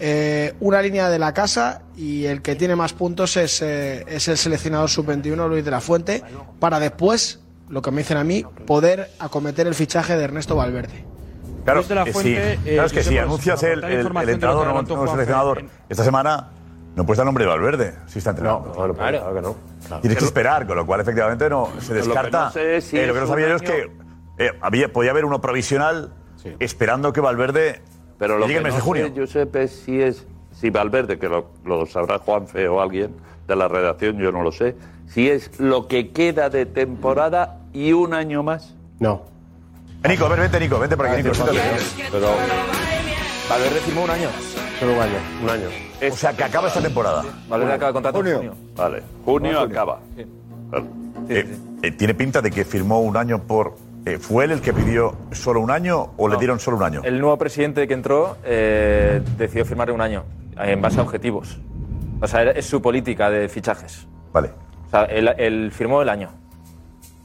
[SPEAKER 16] eh, una línea de la casa y el que tiene más puntos es, eh, es el seleccionador sub-21, Luis de la Fuente, para después, lo que me dicen a mí, poder acometer el fichaje de Ernesto Valverde.
[SPEAKER 10] Claro,
[SPEAKER 16] Luis de la
[SPEAKER 10] que
[SPEAKER 16] Fuente,
[SPEAKER 10] sí.
[SPEAKER 16] eh,
[SPEAKER 10] Claro, es que
[SPEAKER 16] Josep,
[SPEAKER 10] si
[SPEAKER 16] para
[SPEAKER 10] anuncias el,
[SPEAKER 16] complementar
[SPEAKER 10] el- el
[SPEAKER 16] información de lo que
[SPEAKER 10] entrenador o
[SPEAKER 16] adelantó
[SPEAKER 10] no
[SPEAKER 16] Juanfe
[SPEAKER 10] seleccionador
[SPEAKER 16] en-
[SPEAKER 10] esta semana, no puedes dar nombre de Valverde si está entrenado. No,
[SPEAKER 6] claro.
[SPEAKER 10] que no. Tienes que esperar, con lo cual efectivamente no
[SPEAKER 6] Lo que
[SPEAKER 10] se descarta.
[SPEAKER 6] no sé es si
[SPEAKER 10] Eh, lo que
[SPEAKER 6] es
[SPEAKER 10] no
[SPEAKER 6] un
[SPEAKER 10] sabía yo es
[SPEAKER 6] año-
[SPEAKER 10] que eh, había, podía haber uno provisional esperando que Valverde
[SPEAKER 6] Pero lo
[SPEAKER 10] llegue
[SPEAKER 6] que
[SPEAKER 10] el mes
[SPEAKER 6] no
[SPEAKER 10] de junio.
[SPEAKER 6] sé, Josep, es si es si Valverde, que lo, lo sabrá Juanfe o alguien de la redacción, yo no lo sé, si es lo que queda de temporada y un año más.
[SPEAKER 10] No. Nico, a ver, vente, Nico, vente por aquí, Nico. siéntate.
[SPEAKER 19] Valverde firmó un año.
[SPEAKER 10] Solo un año. Un año. O sea, que acaba esta temporada.
[SPEAKER 19] Valverde acaba el contrato en Junio.
[SPEAKER 10] Vale.
[SPEAKER 6] Junio acaba.
[SPEAKER 10] Eh, eh, tiene pinta de que firmó un año por. eh, ¿Fue él el que pidió solo un año o le dieron solo un año?
[SPEAKER 19] El nuevo presidente que entró eh, decidió firmar un año eh, en base a objetivos. O sea, era- es su política de fichajes.
[SPEAKER 10] Vale.
[SPEAKER 19] O sea, él, él firmó el año.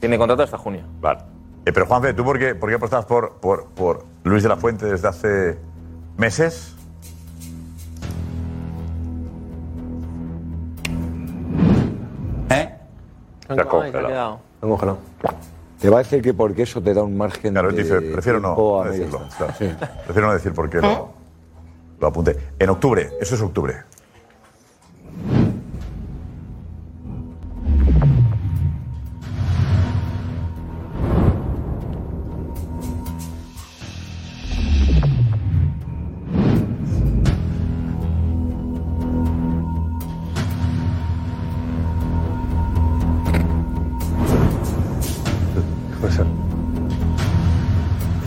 [SPEAKER 19] Tiene contrato hasta junio.
[SPEAKER 10] Vale. Eh, pero Juanfe, ¿tú por qué, por qué apostabas por, por, por Luis de la Fuente desde hace meses?
[SPEAKER 19] Se ha
[SPEAKER 10] congelado.
[SPEAKER 19] quedado.
[SPEAKER 11] Te va a decir que porque eso te da un margen
[SPEAKER 10] Claro, él
[SPEAKER 11] de
[SPEAKER 10] dice, prefiero no,
[SPEAKER 11] tiempo a
[SPEAKER 10] no
[SPEAKER 11] media
[SPEAKER 10] decirlo.
[SPEAKER 11] distancia.
[SPEAKER 10] claro. Prefiero no decir por qué lo, lo apunté. En octubre, eso es octubre.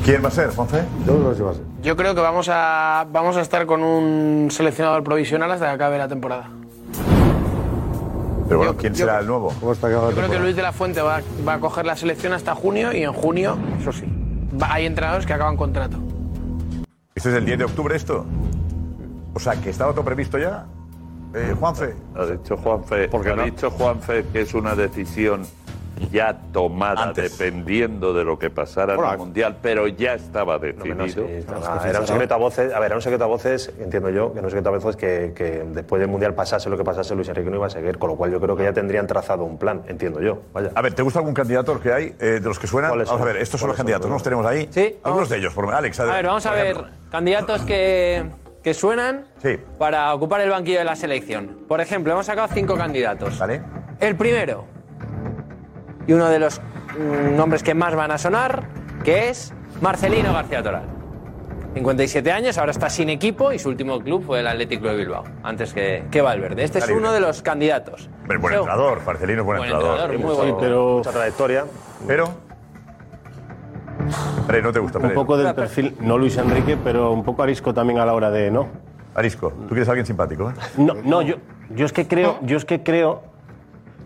[SPEAKER 10] ¿Quién va a ser, Juanfe? Yo creo que va a ser.
[SPEAKER 16] Yo creo que vamos a, vamos a estar con un seleccionador provisional hasta que acabe la temporada.
[SPEAKER 10] Pero bueno, ¿quién será el nuevo? ¿Cómo está acabando?
[SPEAKER 16] Yo creo que Luis de la Fuente va, va a coger la selección hasta junio y en junio, eso sí, va- hay entrenadores que acaban contrato.
[SPEAKER 10] ¿Esto ¿Este es el 10 de octubre esto? O sea, que estaba todo previsto ya. Eh, Juanfe.
[SPEAKER 6] Ha dicho Juanfe, ha dicho Juanfe que es una decisión ya tomada dependiendo de lo que pasara en el
[SPEAKER 4] Bueno,
[SPEAKER 6] Mundial, pero ya estaba decidido.
[SPEAKER 4] Ah, era un secreto a voces, a ver, era un secreto a voces, entiendo yo, que no secreto a voces que, que después del Mundial pasase lo que pasase, Luis Enrique no iba a seguir, con lo cual yo creo que ya tendrían trazado un plan, entiendo yo. Vaya.
[SPEAKER 10] A ver, ¿te gusta algún candidato los que hay, eh, de los que suenan?
[SPEAKER 4] ¿Cuáles
[SPEAKER 10] Vamos a
[SPEAKER 4] son?
[SPEAKER 10] ver, estos son los
[SPEAKER 4] ¿Cuáles son?
[SPEAKER 10] candidatos, ¿no? los tenemos ahí. Sí. Algunos de ellos, por Alex,
[SPEAKER 3] A ver, vamos a ver candidatos que, que suenan
[SPEAKER 10] Sí.
[SPEAKER 3] para ocupar el banquillo de la selección. Por ejemplo, hemos sacado cinco candidatos.
[SPEAKER 10] Vale.
[SPEAKER 3] El primero, y uno de los mm, nombres que más van a sonar, que es Marcelino García Toral. 57 años, ahora está sin equipo y su último club fue el Atlético de Bilbao, antes que, que Valverde. Este es
[SPEAKER 10] Está libre.
[SPEAKER 3] uno de los candidatos.
[SPEAKER 10] Pero buen
[SPEAKER 3] Segu-
[SPEAKER 10] entrenador, Marcelino es buen,
[SPEAKER 3] Buen
[SPEAKER 10] entrenador.
[SPEAKER 3] entrenador, muy bueno. Sí,
[SPEAKER 10] pero... Mucha trayectoria. Pero. Pere, no te gusta,
[SPEAKER 9] Un
[SPEAKER 10] Pere.
[SPEAKER 9] poco del perfil, no Luis Enrique, pero un poco arisco también a la hora de no.
[SPEAKER 10] Arisco, tú quieres a alguien simpático, ¿eh?
[SPEAKER 9] No, no, yo.
[SPEAKER 1] Yo es que creo, yo es que creo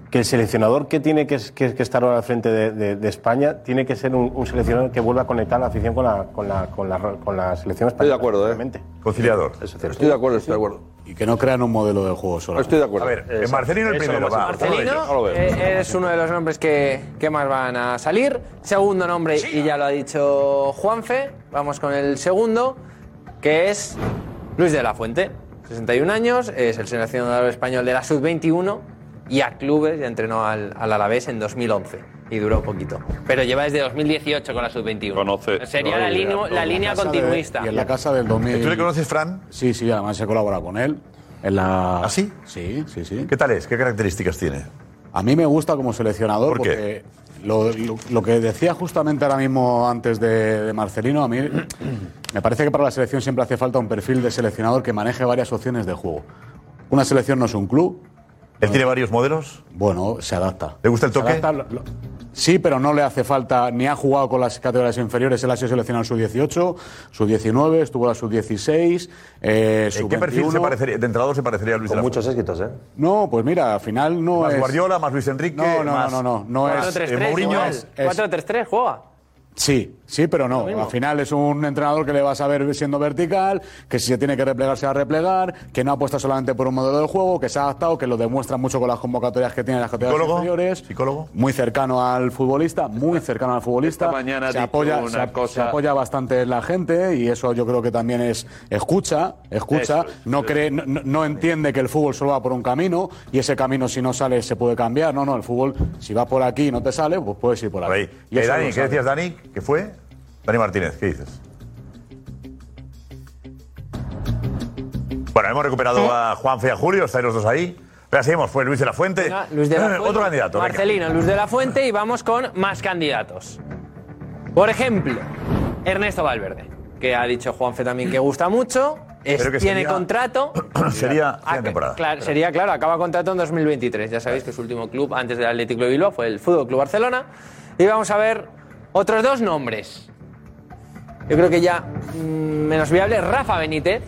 [SPEAKER 1] que el seleccionador que tiene que, que- que estar ahora al frente de, de- de España tiene que ser un, un seleccionador que vuelva a conectar a la afición con la, con la, con la, con la selección
[SPEAKER 5] Estoy de
[SPEAKER 1] española.
[SPEAKER 5] acuerdo, ¿eh?
[SPEAKER 10] Conciliador.
[SPEAKER 5] Estoy de acuerdo, estoy de acuerdo.
[SPEAKER 17] Y que no crean un modelo de juego solo.
[SPEAKER 5] Estoy de acuerdo.
[SPEAKER 17] A ver, eh, Marcelino el primero, va.
[SPEAKER 5] Marcelino,
[SPEAKER 17] No lo
[SPEAKER 3] Marcelino
[SPEAKER 17] veo.
[SPEAKER 3] eh, es uno de los nombres que, que más van a salir. Segundo nombre, y ya lo ha dicho Juanfe, vamos con el segundo, que es Luis de la Fuente. 61 años, es el seleccionador español de la Sub-21 y a clubes ya entrenó al, al Alavés en 2011 y duró poquito. Pero lleva desde 2018 con la Sub-21. Sería la, línea- la línea
[SPEAKER 17] casa de-
[SPEAKER 3] continuista.
[SPEAKER 17] y en la casa del 2000.
[SPEAKER 3] ¿Tú le
[SPEAKER 17] conoces,
[SPEAKER 10] Fran?
[SPEAKER 17] Sí, sí, además he colaborado con él. En la... ¿Ah,
[SPEAKER 10] sí?
[SPEAKER 17] Sí, sí, sí.
[SPEAKER 10] ¿Qué tal es? ¿Qué características tiene?
[SPEAKER 17] A mí me gusta como seleccionador
[SPEAKER 10] ¿Por
[SPEAKER 17] porque lo, lo- lo que decía justamente ahora mismo antes de, de Marcelino, a mí me parece que para la selección siempre hace falta un perfil de seleccionador que maneje varias opciones de juego. Una selección no es un club.
[SPEAKER 10] ¿Él tiene varios modelos?
[SPEAKER 17] Bueno, se adapta.
[SPEAKER 10] ¿Le gusta el
[SPEAKER 17] Se
[SPEAKER 10] toque?
[SPEAKER 17] adapta, lo- lo- Sí, pero no le hace falta, ni ha jugado con las categorías inferiores, él ha sido seleccionado sub-18, sub-19, estuvo la sub-16, eh,
[SPEAKER 10] ¿En qué perfil se
[SPEAKER 17] sub-21.
[SPEAKER 10] parecería, de entrenador se parecería a Luis de la muchos
[SPEAKER 17] éxitos, ¿eh? No, pues mira, al final no
[SPEAKER 10] Más
[SPEAKER 17] es.
[SPEAKER 10] Guardiola, más Luis Enrique,
[SPEAKER 17] No, no,
[SPEAKER 10] más- eh,
[SPEAKER 17] no, no, no, no es.
[SPEAKER 3] 4-3-3, igual. 4-3-3, juega.
[SPEAKER 17] Sí, sí, pero no. Al final es un entrenador que le vas a ver siendo vertical, que si se tiene que replegar, se va a replegar, que no apuesta solamente por un modelo de juego, que se ha adaptado, que lo demuestra mucho con las convocatorias que tiene las categorías inferiores.
[SPEAKER 10] ¿Psicólogo?
[SPEAKER 17] Muy cercano al futbolista, muy cercano al futbolista.
[SPEAKER 6] esta mañana
[SPEAKER 17] se
[SPEAKER 6] dijo
[SPEAKER 17] apoya,
[SPEAKER 6] una
[SPEAKER 17] se ap- se
[SPEAKER 6] cosa-
[SPEAKER 17] apoya bastante en la gente y eso yo creo que también es escucha, escucha,
[SPEAKER 6] Eso es,
[SPEAKER 17] no cree, no, no- no entiende que el fútbol solo va por un camino y ese camino si no sale se puede cambiar. No, no, el fútbol si va por aquí y no te sale, pues puedes ir por
[SPEAKER 10] Por
[SPEAKER 17] aquí.
[SPEAKER 10] ahí.
[SPEAKER 17] Y
[SPEAKER 10] Eh,
[SPEAKER 17] eso
[SPEAKER 10] Dani,
[SPEAKER 17] lo
[SPEAKER 10] ¿qué
[SPEAKER 17] sabe.
[SPEAKER 10] decías, Dani? ¿Qué fue? Dani Martínez, ¿qué dices? Bueno, hemos
[SPEAKER 3] ¿Eh?
[SPEAKER 10] recuperado a Juanfe y a Julio, estáis los dos ahí. Pero seguimos, fue Luis de la Fuente. Eh,
[SPEAKER 3] Venga, Luis de la Fuente.
[SPEAKER 10] Otro candidato. venga.
[SPEAKER 3] Marcelino, Luis de la Fuente y vamos con más candidatos. Por ejemplo, Ernesto Valverde, que ha dicho Juanfe también que gusta mucho, es-
[SPEAKER 10] Pero que
[SPEAKER 3] tiene
[SPEAKER 10] sería-
[SPEAKER 3] contrato. Ah,
[SPEAKER 10] sería sería temporada.
[SPEAKER 3] Claro, sería claro, acaba contrato en 2023. Ya sabéis que su último club antes del Atlético Club de Bilbao fue el Fútbol Club Barcelona. Y vamos a ver otros dos nombres. Yo creo que ya mm, menos viable, Rafa Benítez,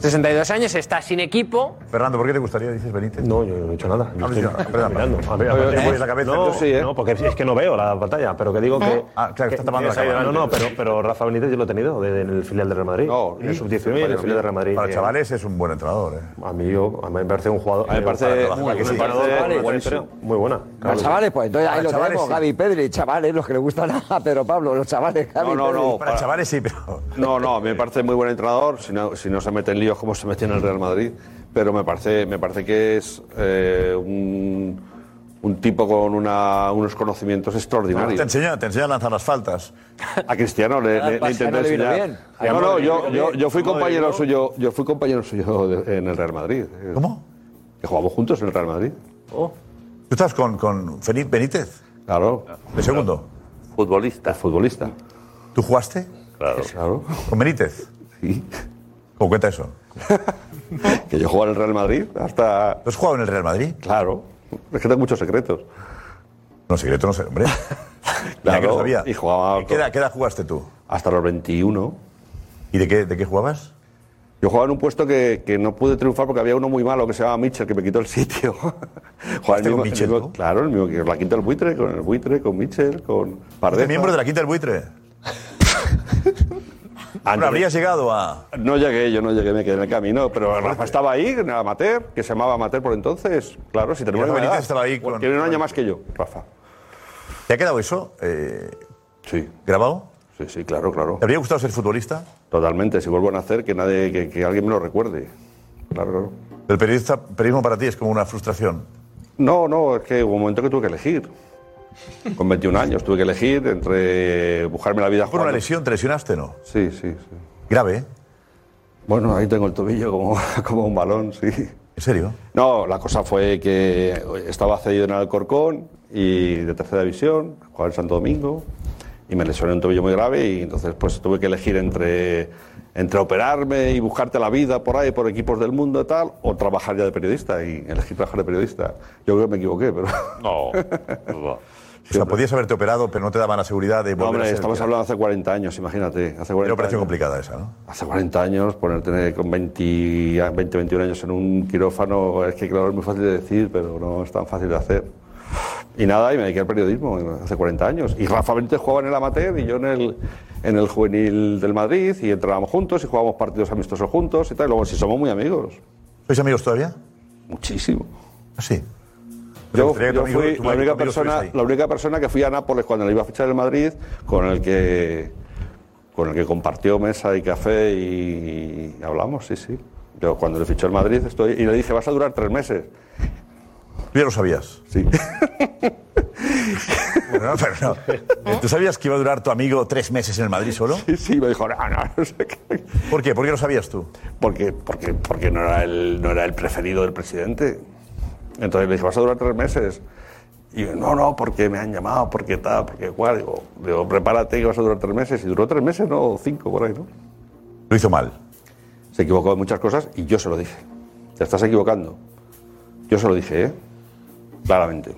[SPEAKER 3] 62 años, está sin equipo.
[SPEAKER 10] Fernando, ¿por qué te gustaría, dices Benítez?
[SPEAKER 4] No, yo no he hecho nada. Yo
[SPEAKER 10] Ah,
[SPEAKER 4] estoy
[SPEAKER 10] no, perdón,
[SPEAKER 4] mirando.
[SPEAKER 10] perdón.
[SPEAKER 4] A ver,
[SPEAKER 10] Oye,
[SPEAKER 4] aparte-
[SPEAKER 10] ¿te pones la cabeza?
[SPEAKER 4] no,
[SPEAKER 10] Yo sí, ¿eh?
[SPEAKER 4] no, porque es que no veo la pantalla, pero que digo que.
[SPEAKER 10] Ah, claro,
[SPEAKER 4] que-
[SPEAKER 10] estás tapando
[SPEAKER 4] que
[SPEAKER 10] la
[SPEAKER 4] se ha ido-
[SPEAKER 10] cámara.
[SPEAKER 4] No, no, pero, pero Rafa Benítez yo lo he tenido de- en el filial del Real Madrid. No,
[SPEAKER 10] ¿eh?
[SPEAKER 4] en el sub-19 y en el filial del Real Madrid. eh.
[SPEAKER 10] Para chavales es un buen entrenador. ¿eh?
[SPEAKER 4] A mí, yo, a mí me parece un jugador. eh,
[SPEAKER 10] A mí me parece
[SPEAKER 4] para trabajar,
[SPEAKER 10] muy
[SPEAKER 4] que
[SPEAKER 10] buen
[SPEAKER 4] sí.
[SPEAKER 10] entrenador,
[SPEAKER 4] Para
[SPEAKER 10] vale,
[SPEAKER 4] trabajar,
[SPEAKER 10] buenísimo.
[SPEAKER 4] pero Muy buena.
[SPEAKER 11] Los chavales, pues entonces
[SPEAKER 10] Para
[SPEAKER 11] ahí lo
[SPEAKER 10] chavales,
[SPEAKER 11] tenemos,
[SPEAKER 10] sí.
[SPEAKER 11] Gaby Pedri, chavales, los que le gustan a Pedro Pablo, los chavales, Gaby
[SPEAKER 5] no,
[SPEAKER 11] Pedri.
[SPEAKER 5] no, para-
[SPEAKER 10] Chavales sí, pero.
[SPEAKER 5] No, no, me parece muy buen entrenador, si no, si no se mete en líos como se metió en el Real Madrid, pero me parece, me parece que es eh, un, un tipo con una- unos conocimientos extraordinarios.
[SPEAKER 10] Te enseña, te enseña a lanzar las faltas.
[SPEAKER 5] A Cristiano le, le- le intenté enseñar. No, no, yo, yo, yo fui compañero suyo, yo fui compañero suyo de- en el Real Madrid.
[SPEAKER 10] ¿Cómo?
[SPEAKER 5] Que jugamos juntos en el Real Madrid. Oh.
[SPEAKER 10] ¿Tú estás con, con Felipe Benítez?
[SPEAKER 5] Claro.
[SPEAKER 10] ¿De segundo?
[SPEAKER 6] Futbolista.
[SPEAKER 5] Futbolista.
[SPEAKER 10] ¿Tú jugaste?
[SPEAKER 6] Claro.
[SPEAKER 10] ¿Con Benítez?
[SPEAKER 5] Sí.
[SPEAKER 10] ¿Cómo cuenta eso?
[SPEAKER 5] Que yo jugaba en el Real Madrid hasta.
[SPEAKER 10] ¿Tú has jugado en el Real Madrid?
[SPEAKER 5] Claro. Es que tengo muchos secretos.
[SPEAKER 10] No, secretos no sé, hombre. Mira que lo sabía.
[SPEAKER 5] Y jugaba.
[SPEAKER 10] ¿Qué edad, qué edad jugaste tú?
[SPEAKER 5] Hasta los 21.
[SPEAKER 10] ¿Y de qué, de qué jugabas?
[SPEAKER 5] Yo jugaba en un puesto que, que no pude triunfar porque había uno muy malo que se llamaba Mitchell, que me quitó el sitio. Jugaba el mismo, el mismo- Claro, el mismo que la quinta del buitre, con el buitre, con Mitchell, con Pardeza.
[SPEAKER 10] ¿Eres miembro de la Quinta del Buitre? Bueno, habrías llegado a...?
[SPEAKER 5] No llegué, yo no llegué, me quedé en el camino, pero Rafa estaba ahí, en el amateur, que se llamaba amateur por entonces. Claro, si tenemos
[SPEAKER 10] Rafa
[SPEAKER 5] la misma
[SPEAKER 10] Benítez
[SPEAKER 5] edad.
[SPEAKER 10] estaba ahí con-
[SPEAKER 5] Tiene un año más que yo, Rafa.
[SPEAKER 10] ¿Te ha quedado eso? eh,
[SPEAKER 5] Sí.
[SPEAKER 10] ¿Grabado?
[SPEAKER 5] Sí, sí, claro, claro.
[SPEAKER 10] ¿Te habría gustado ser futbolista?
[SPEAKER 5] Totalmente, si vuelvo a nacer, que, nadie, que, que alguien me lo recuerde. Claro, claro.
[SPEAKER 10] ¿El periodista, periodismo para ti es como una frustración?
[SPEAKER 5] No, no, es que hubo un momento que tuve que elegir. Con 21 años tuve que elegir entre buscarme la vida
[SPEAKER 10] ¿Por una
[SPEAKER 5] jugando.
[SPEAKER 10] lesión? ¿Te lesionaste, no?
[SPEAKER 5] Sí, sí, sí.
[SPEAKER 10] ¿Grave? ¿eh?
[SPEAKER 5] Bueno, ahí tengo el tobillo como, como un balón, sí.
[SPEAKER 10] ¿En serio?
[SPEAKER 5] No, la cosa fue que estaba cedido en Alcorcón y de tercera división, jugaba en Santo Domingo y me lesioné un tobillo muy grave y entonces pues tuve que elegir entre, entre operarme y buscarte la vida por ahí, por equipos del mundo y tal, o trabajar ya de periodista y elegí trabajar de periodista. Yo creo que me equivoqué, pero...
[SPEAKER 6] No.
[SPEAKER 10] O sea, podías haberte operado, pero no te daban la seguridad de
[SPEAKER 5] No,
[SPEAKER 10] volver a
[SPEAKER 5] hombre,
[SPEAKER 10] ser
[SPEAKER 5] estamos
[SPEAKER 10] el que
[SPEAKER 5] hablando hace 40 años, imagínate. Hace 40
[SPEAKER 10] Era operación
[SPEAKER 5] años.
[SPEAKER 10] complicada esa, ¿no?
[SPEAKER 5] Hace 40 años, ponerte con 20, a- 20, 21 años en un quirófano, es que claro, es muy fácil de decir, pero no es tan fácil de hacer. Y nada, y me dediqué al periodismo hace 40 años. Y Rafa Benítez jugaba en el amateur y yo en el, en el juvenil del Madrid, y entrenábamos juntos y jugábamos partidos amistosos juntos y tal. Y luego, sí, somos muy amigos.
[SPEAKER 10] ¿Sois amigos todavía? Ah,
[SPEAKER 5] Muchísimo.
[SPEAKER 10] Sí.
[SPEAKER 5] Yo,
[SPEAKER 10] Sería tu
[SPEAKER 5] yo
[SPEAKER 10] amigo-
[SPEAKER 5] fui
[SPEAKER 10] tu
[SPEAKER 5] la única,
[SPEAKER 10] amigo estuviste
[SPEAKER 5] persona,
[SPEAKER 10] ahí.
[SPEAKER 5] la única persona que fui a Nápoles cuando le iba a fichar el Madrid, con el que con el que compartió mesa y café y, hablamos, sí, sí. Yo cuando le fichó el Madrid estoy y le dije, vas a durar tres meses.
[SPEAKER 10] Ya lo sabías.
[SPEAKER 5] Sí.
[SPEAKER 10] Bueno, no, pero no. Eh, ¿Tú sabías que iba a durar tu amigo tres meses en el Madrid solo?
[SPEAKER 5] Sí, sí, me dijo, no, no, no sé qué.
[SPEAKER 10] ¿Por qué? ¿Por qué lo sabías tú?
[SPEAKER 5] Porque, porque, porque no, era el, no era el preferido del presidente. Entonces le dije, vas a durar tres meses. Y yo, no, no, porque me han llamado, porque tal, porque cual. Digo, digo, prepárate que vas a durar tres meses. Y duró tres meses, ¿no? O cinco por ahí, ¿no?
[SPEAKER 10] Lo hizo mal.
[SPEAKER 5] Se equivocó en muchas cosas y yo se lo dije. Te estás equivocando. Yo se lo dije, ¿eh? Claramente.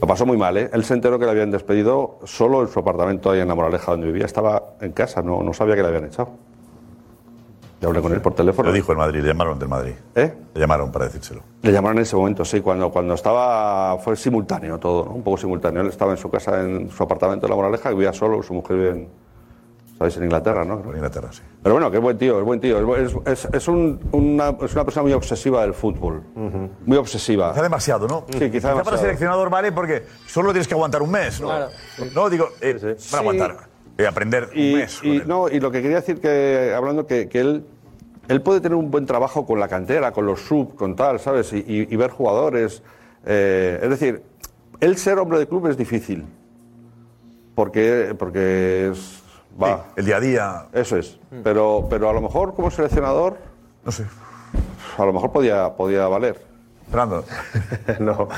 [SPEAKER 5] Lo pasó muy mal, ¿eh? Él se enteró que le habían despedido solo en su apartamento ahí en la Moraleja donde vivía. Estaba en casa, no, no sabía que le habían echado. Y hablé con él por teléfono.
[SPEAKER 10] Lo dijo el Madrid, le llamaron del Madrid.
[SPEAKER 5] ¿Eh?
[SPEAKER 10] Le llamaron para decírselo.
[SPEAKER 5] Le llamaron en ese momento, sí, cuando, cuando estaba, fue simultáneo todo, ¿no? un poco simultáneo. Él estaba en su casa, en su apartamento de la Moraleja, y vivía solo, su mujer vive en, ¿sabéis? en Inglaterra, ¿no? En
[SPEAKER 10] Inglaterra, sí.
[SPEAKER 5] Pero bueno, qué buen tío, es buen tío. Es, bu- es- es- es un- una, es una persona muy obsesiva del fútbol, muy obsesiva.
[SPEAKER 10] Quizá demasiado, ¿no?
[SPEAKER 5] Sí, quizá
[SPEAKER 10] para
[SPEAKER 5] demasiado.
[SPEAKER 10] seleccionador vale porque solo tienes que aguantar un mes, ¿no? No, digo, eh, para aguantar. eh, aprender
[SPEAKER 5] y, y no, y lo que quería decir que, hablando, que, que él, él puede tener un buen trabajo con la cantera, con los sub, con tal, ¿sabes? Y, y- y ver jugadores. eh, es decir, él ser hombre de club es difícil. Porque, porque es. Va.
[SPEAKER 10] el día a día.
[SPEAKER 5] Eso es. Pero, pero a lo mejor como seleccionador.
[SPEAKER 10] No sé.
[SPEAKER 5] A lo mejor podía, podía valer.
[SPEAKER 10] Fernando.
[SPEAKER 4] no,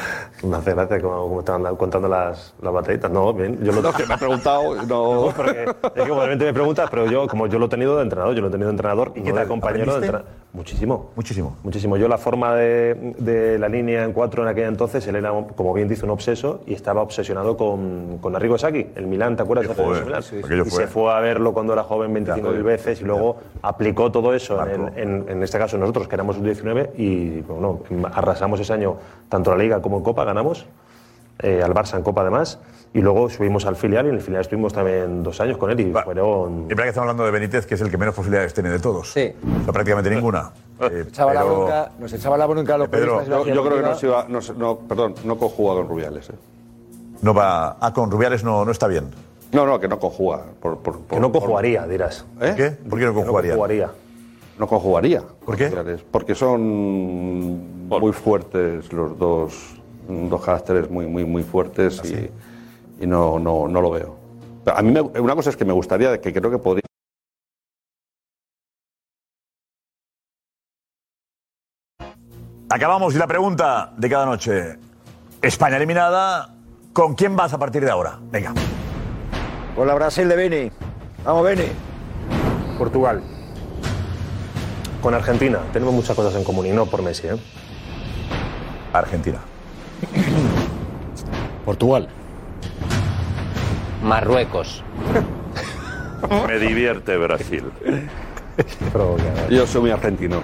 [SPEAKER 4] me hace gracia como, como estaban dando- contando las, las batallitas. No, bien, yo lo
[SPEAKER 5] No, que me ha preguntado. No,
[SPEAKER 4] porque es que obviamente me preguntas, pero yo, como yo lo he tenido de entrenador, yo lo he tenido de entrenador, no
[SPEAKER 10] qué
[SPEAKER 4] de
[SPEAKER 10] tal?
[SPEAKER 4] compañero de
[SPEAKER 10] ¿Aprendiste?
[SPEAKER 4] entrenador. Muchísimo.
[SPEAKER 10] Muchísimo.
[SPEAKER 4] Muchísimo. Yo la forma de, de la línea en cuatro en aquella entonces, él era, como bien dice, un obseso y estaba obsesionado con, con Arrigo Sacchi, el Milán, ¿te acuerdas?
[SPEAKER 10] Aquello fue,
[SPEAKER 4] El Milán.
[SPEAKER 10] sí, sí. Aquello
[SPEAKER 4] Y
[SPEAKER 10] fue.
[SPEAKER 4] se fue a verlo cuando era joven 25.000 veces y luego aplicó todo eso, en, el- en- en este caso nosotros, que éramos un 19 y bueno, arrasamos ese año tanto la Liga como en Copa, ganamos eh, al Barça en Copa además, y luego subimos al filial y en el filial estuvimos también dos años con él y fueron...
[SPEAKER 10] Y para que estamos hablando de Benítez, que es el que menos posibilidades tiene de todos. Sí. O sea, prácticamente ninguna. Eh,
[SPEAKER 11] Echaba la
[SPEAKER 10] pero-
[SPEAKER 11] bronca, nos echaba la bronca a los
[SPEAKER 10] Pedro,
[SPEAKER 11] periodistas.
[SPEAKER 5] Yo, yo creo que no se iba. No, se- no, perdón, no conjuga con Rubiales. ¿eh?
[SPEAKER 10] No va. Ah, con Rubiales no, no está bien.
[SPEAKER 5] No, no, que no conjuga. Por, por, por-
[SPEAKER 4] Que no conjugaría, dirás.
[SPEAKER 5] ¿Eh?
[SPEAKER 10] ¿Qué? ¿Por qué no conjugaría?
[SPEAKER 5] No conjugaría.
[SPEAKER 10] ¿Por qué?
[SPEAKER 5] Porque son muy fuertes los dos, dos caracteres muy, muy, muy fuertes
[SPEAKER 10] Ah,
[SPEAKER 5] y, y no, no, no lo veo. A mí me- una cosa es que me gustaría, que creo que podría...
[SPEAKER 10] Acabamos y la pregunta de cada noche. España eliminada, ¿con quién vas a partir de ahora? Venga.
[SPEAKER 33] Con la Brasil de Beni. Vamos, Beni.
[SPEAKER 4] Portugal. Con Argentina. Tenemos muchas cosas en común y no por Messi, ¿eh?
[SPEAKER 10] Argentina.
[SPEAKER 34] Portugal.
[SPEAKER 35] Marruecos.
[SPEAKER 15] Me divierte Brasil.
[SPEAKER 5] Yo soy muy argentino.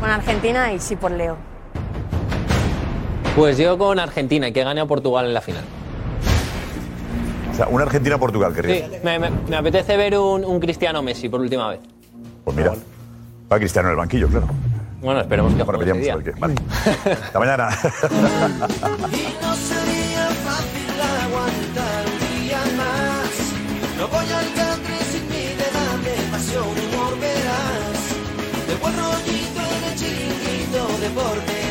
[SPEAKER 8] Con Argentina y sí por Leo.
[SPEAKER 3] Pues yo con Argentina, y que gane a Portugal en la final.
[SPEAKER 10] O sea, una Argentina-Portugal,
[SPEAKER 3] Sí,
[SPEAKER 10] querría.
[SPEAKER 3] me, me- me apetece ver un, un Cristiano Messi por última vez.
[SPEAKER 10] Pues mira. Va Cristiano en el banquillo, claro.
[SPEAKER 3] Bueno, esperemos que
[SPEAKER 10] Ahora
[SPEAKER 3] juegue ese
[SPEAKER 10] veríamos a
[SPEAKER 3] día.
[SPEAKER 10] ver qué. Vale. Hasta mañana.
[SPEAKER 12] No sería fácil aguantar un día más. No voy al country sin mi dedame, pasión y humor verás. De buen rollito en el chiringuito, deporte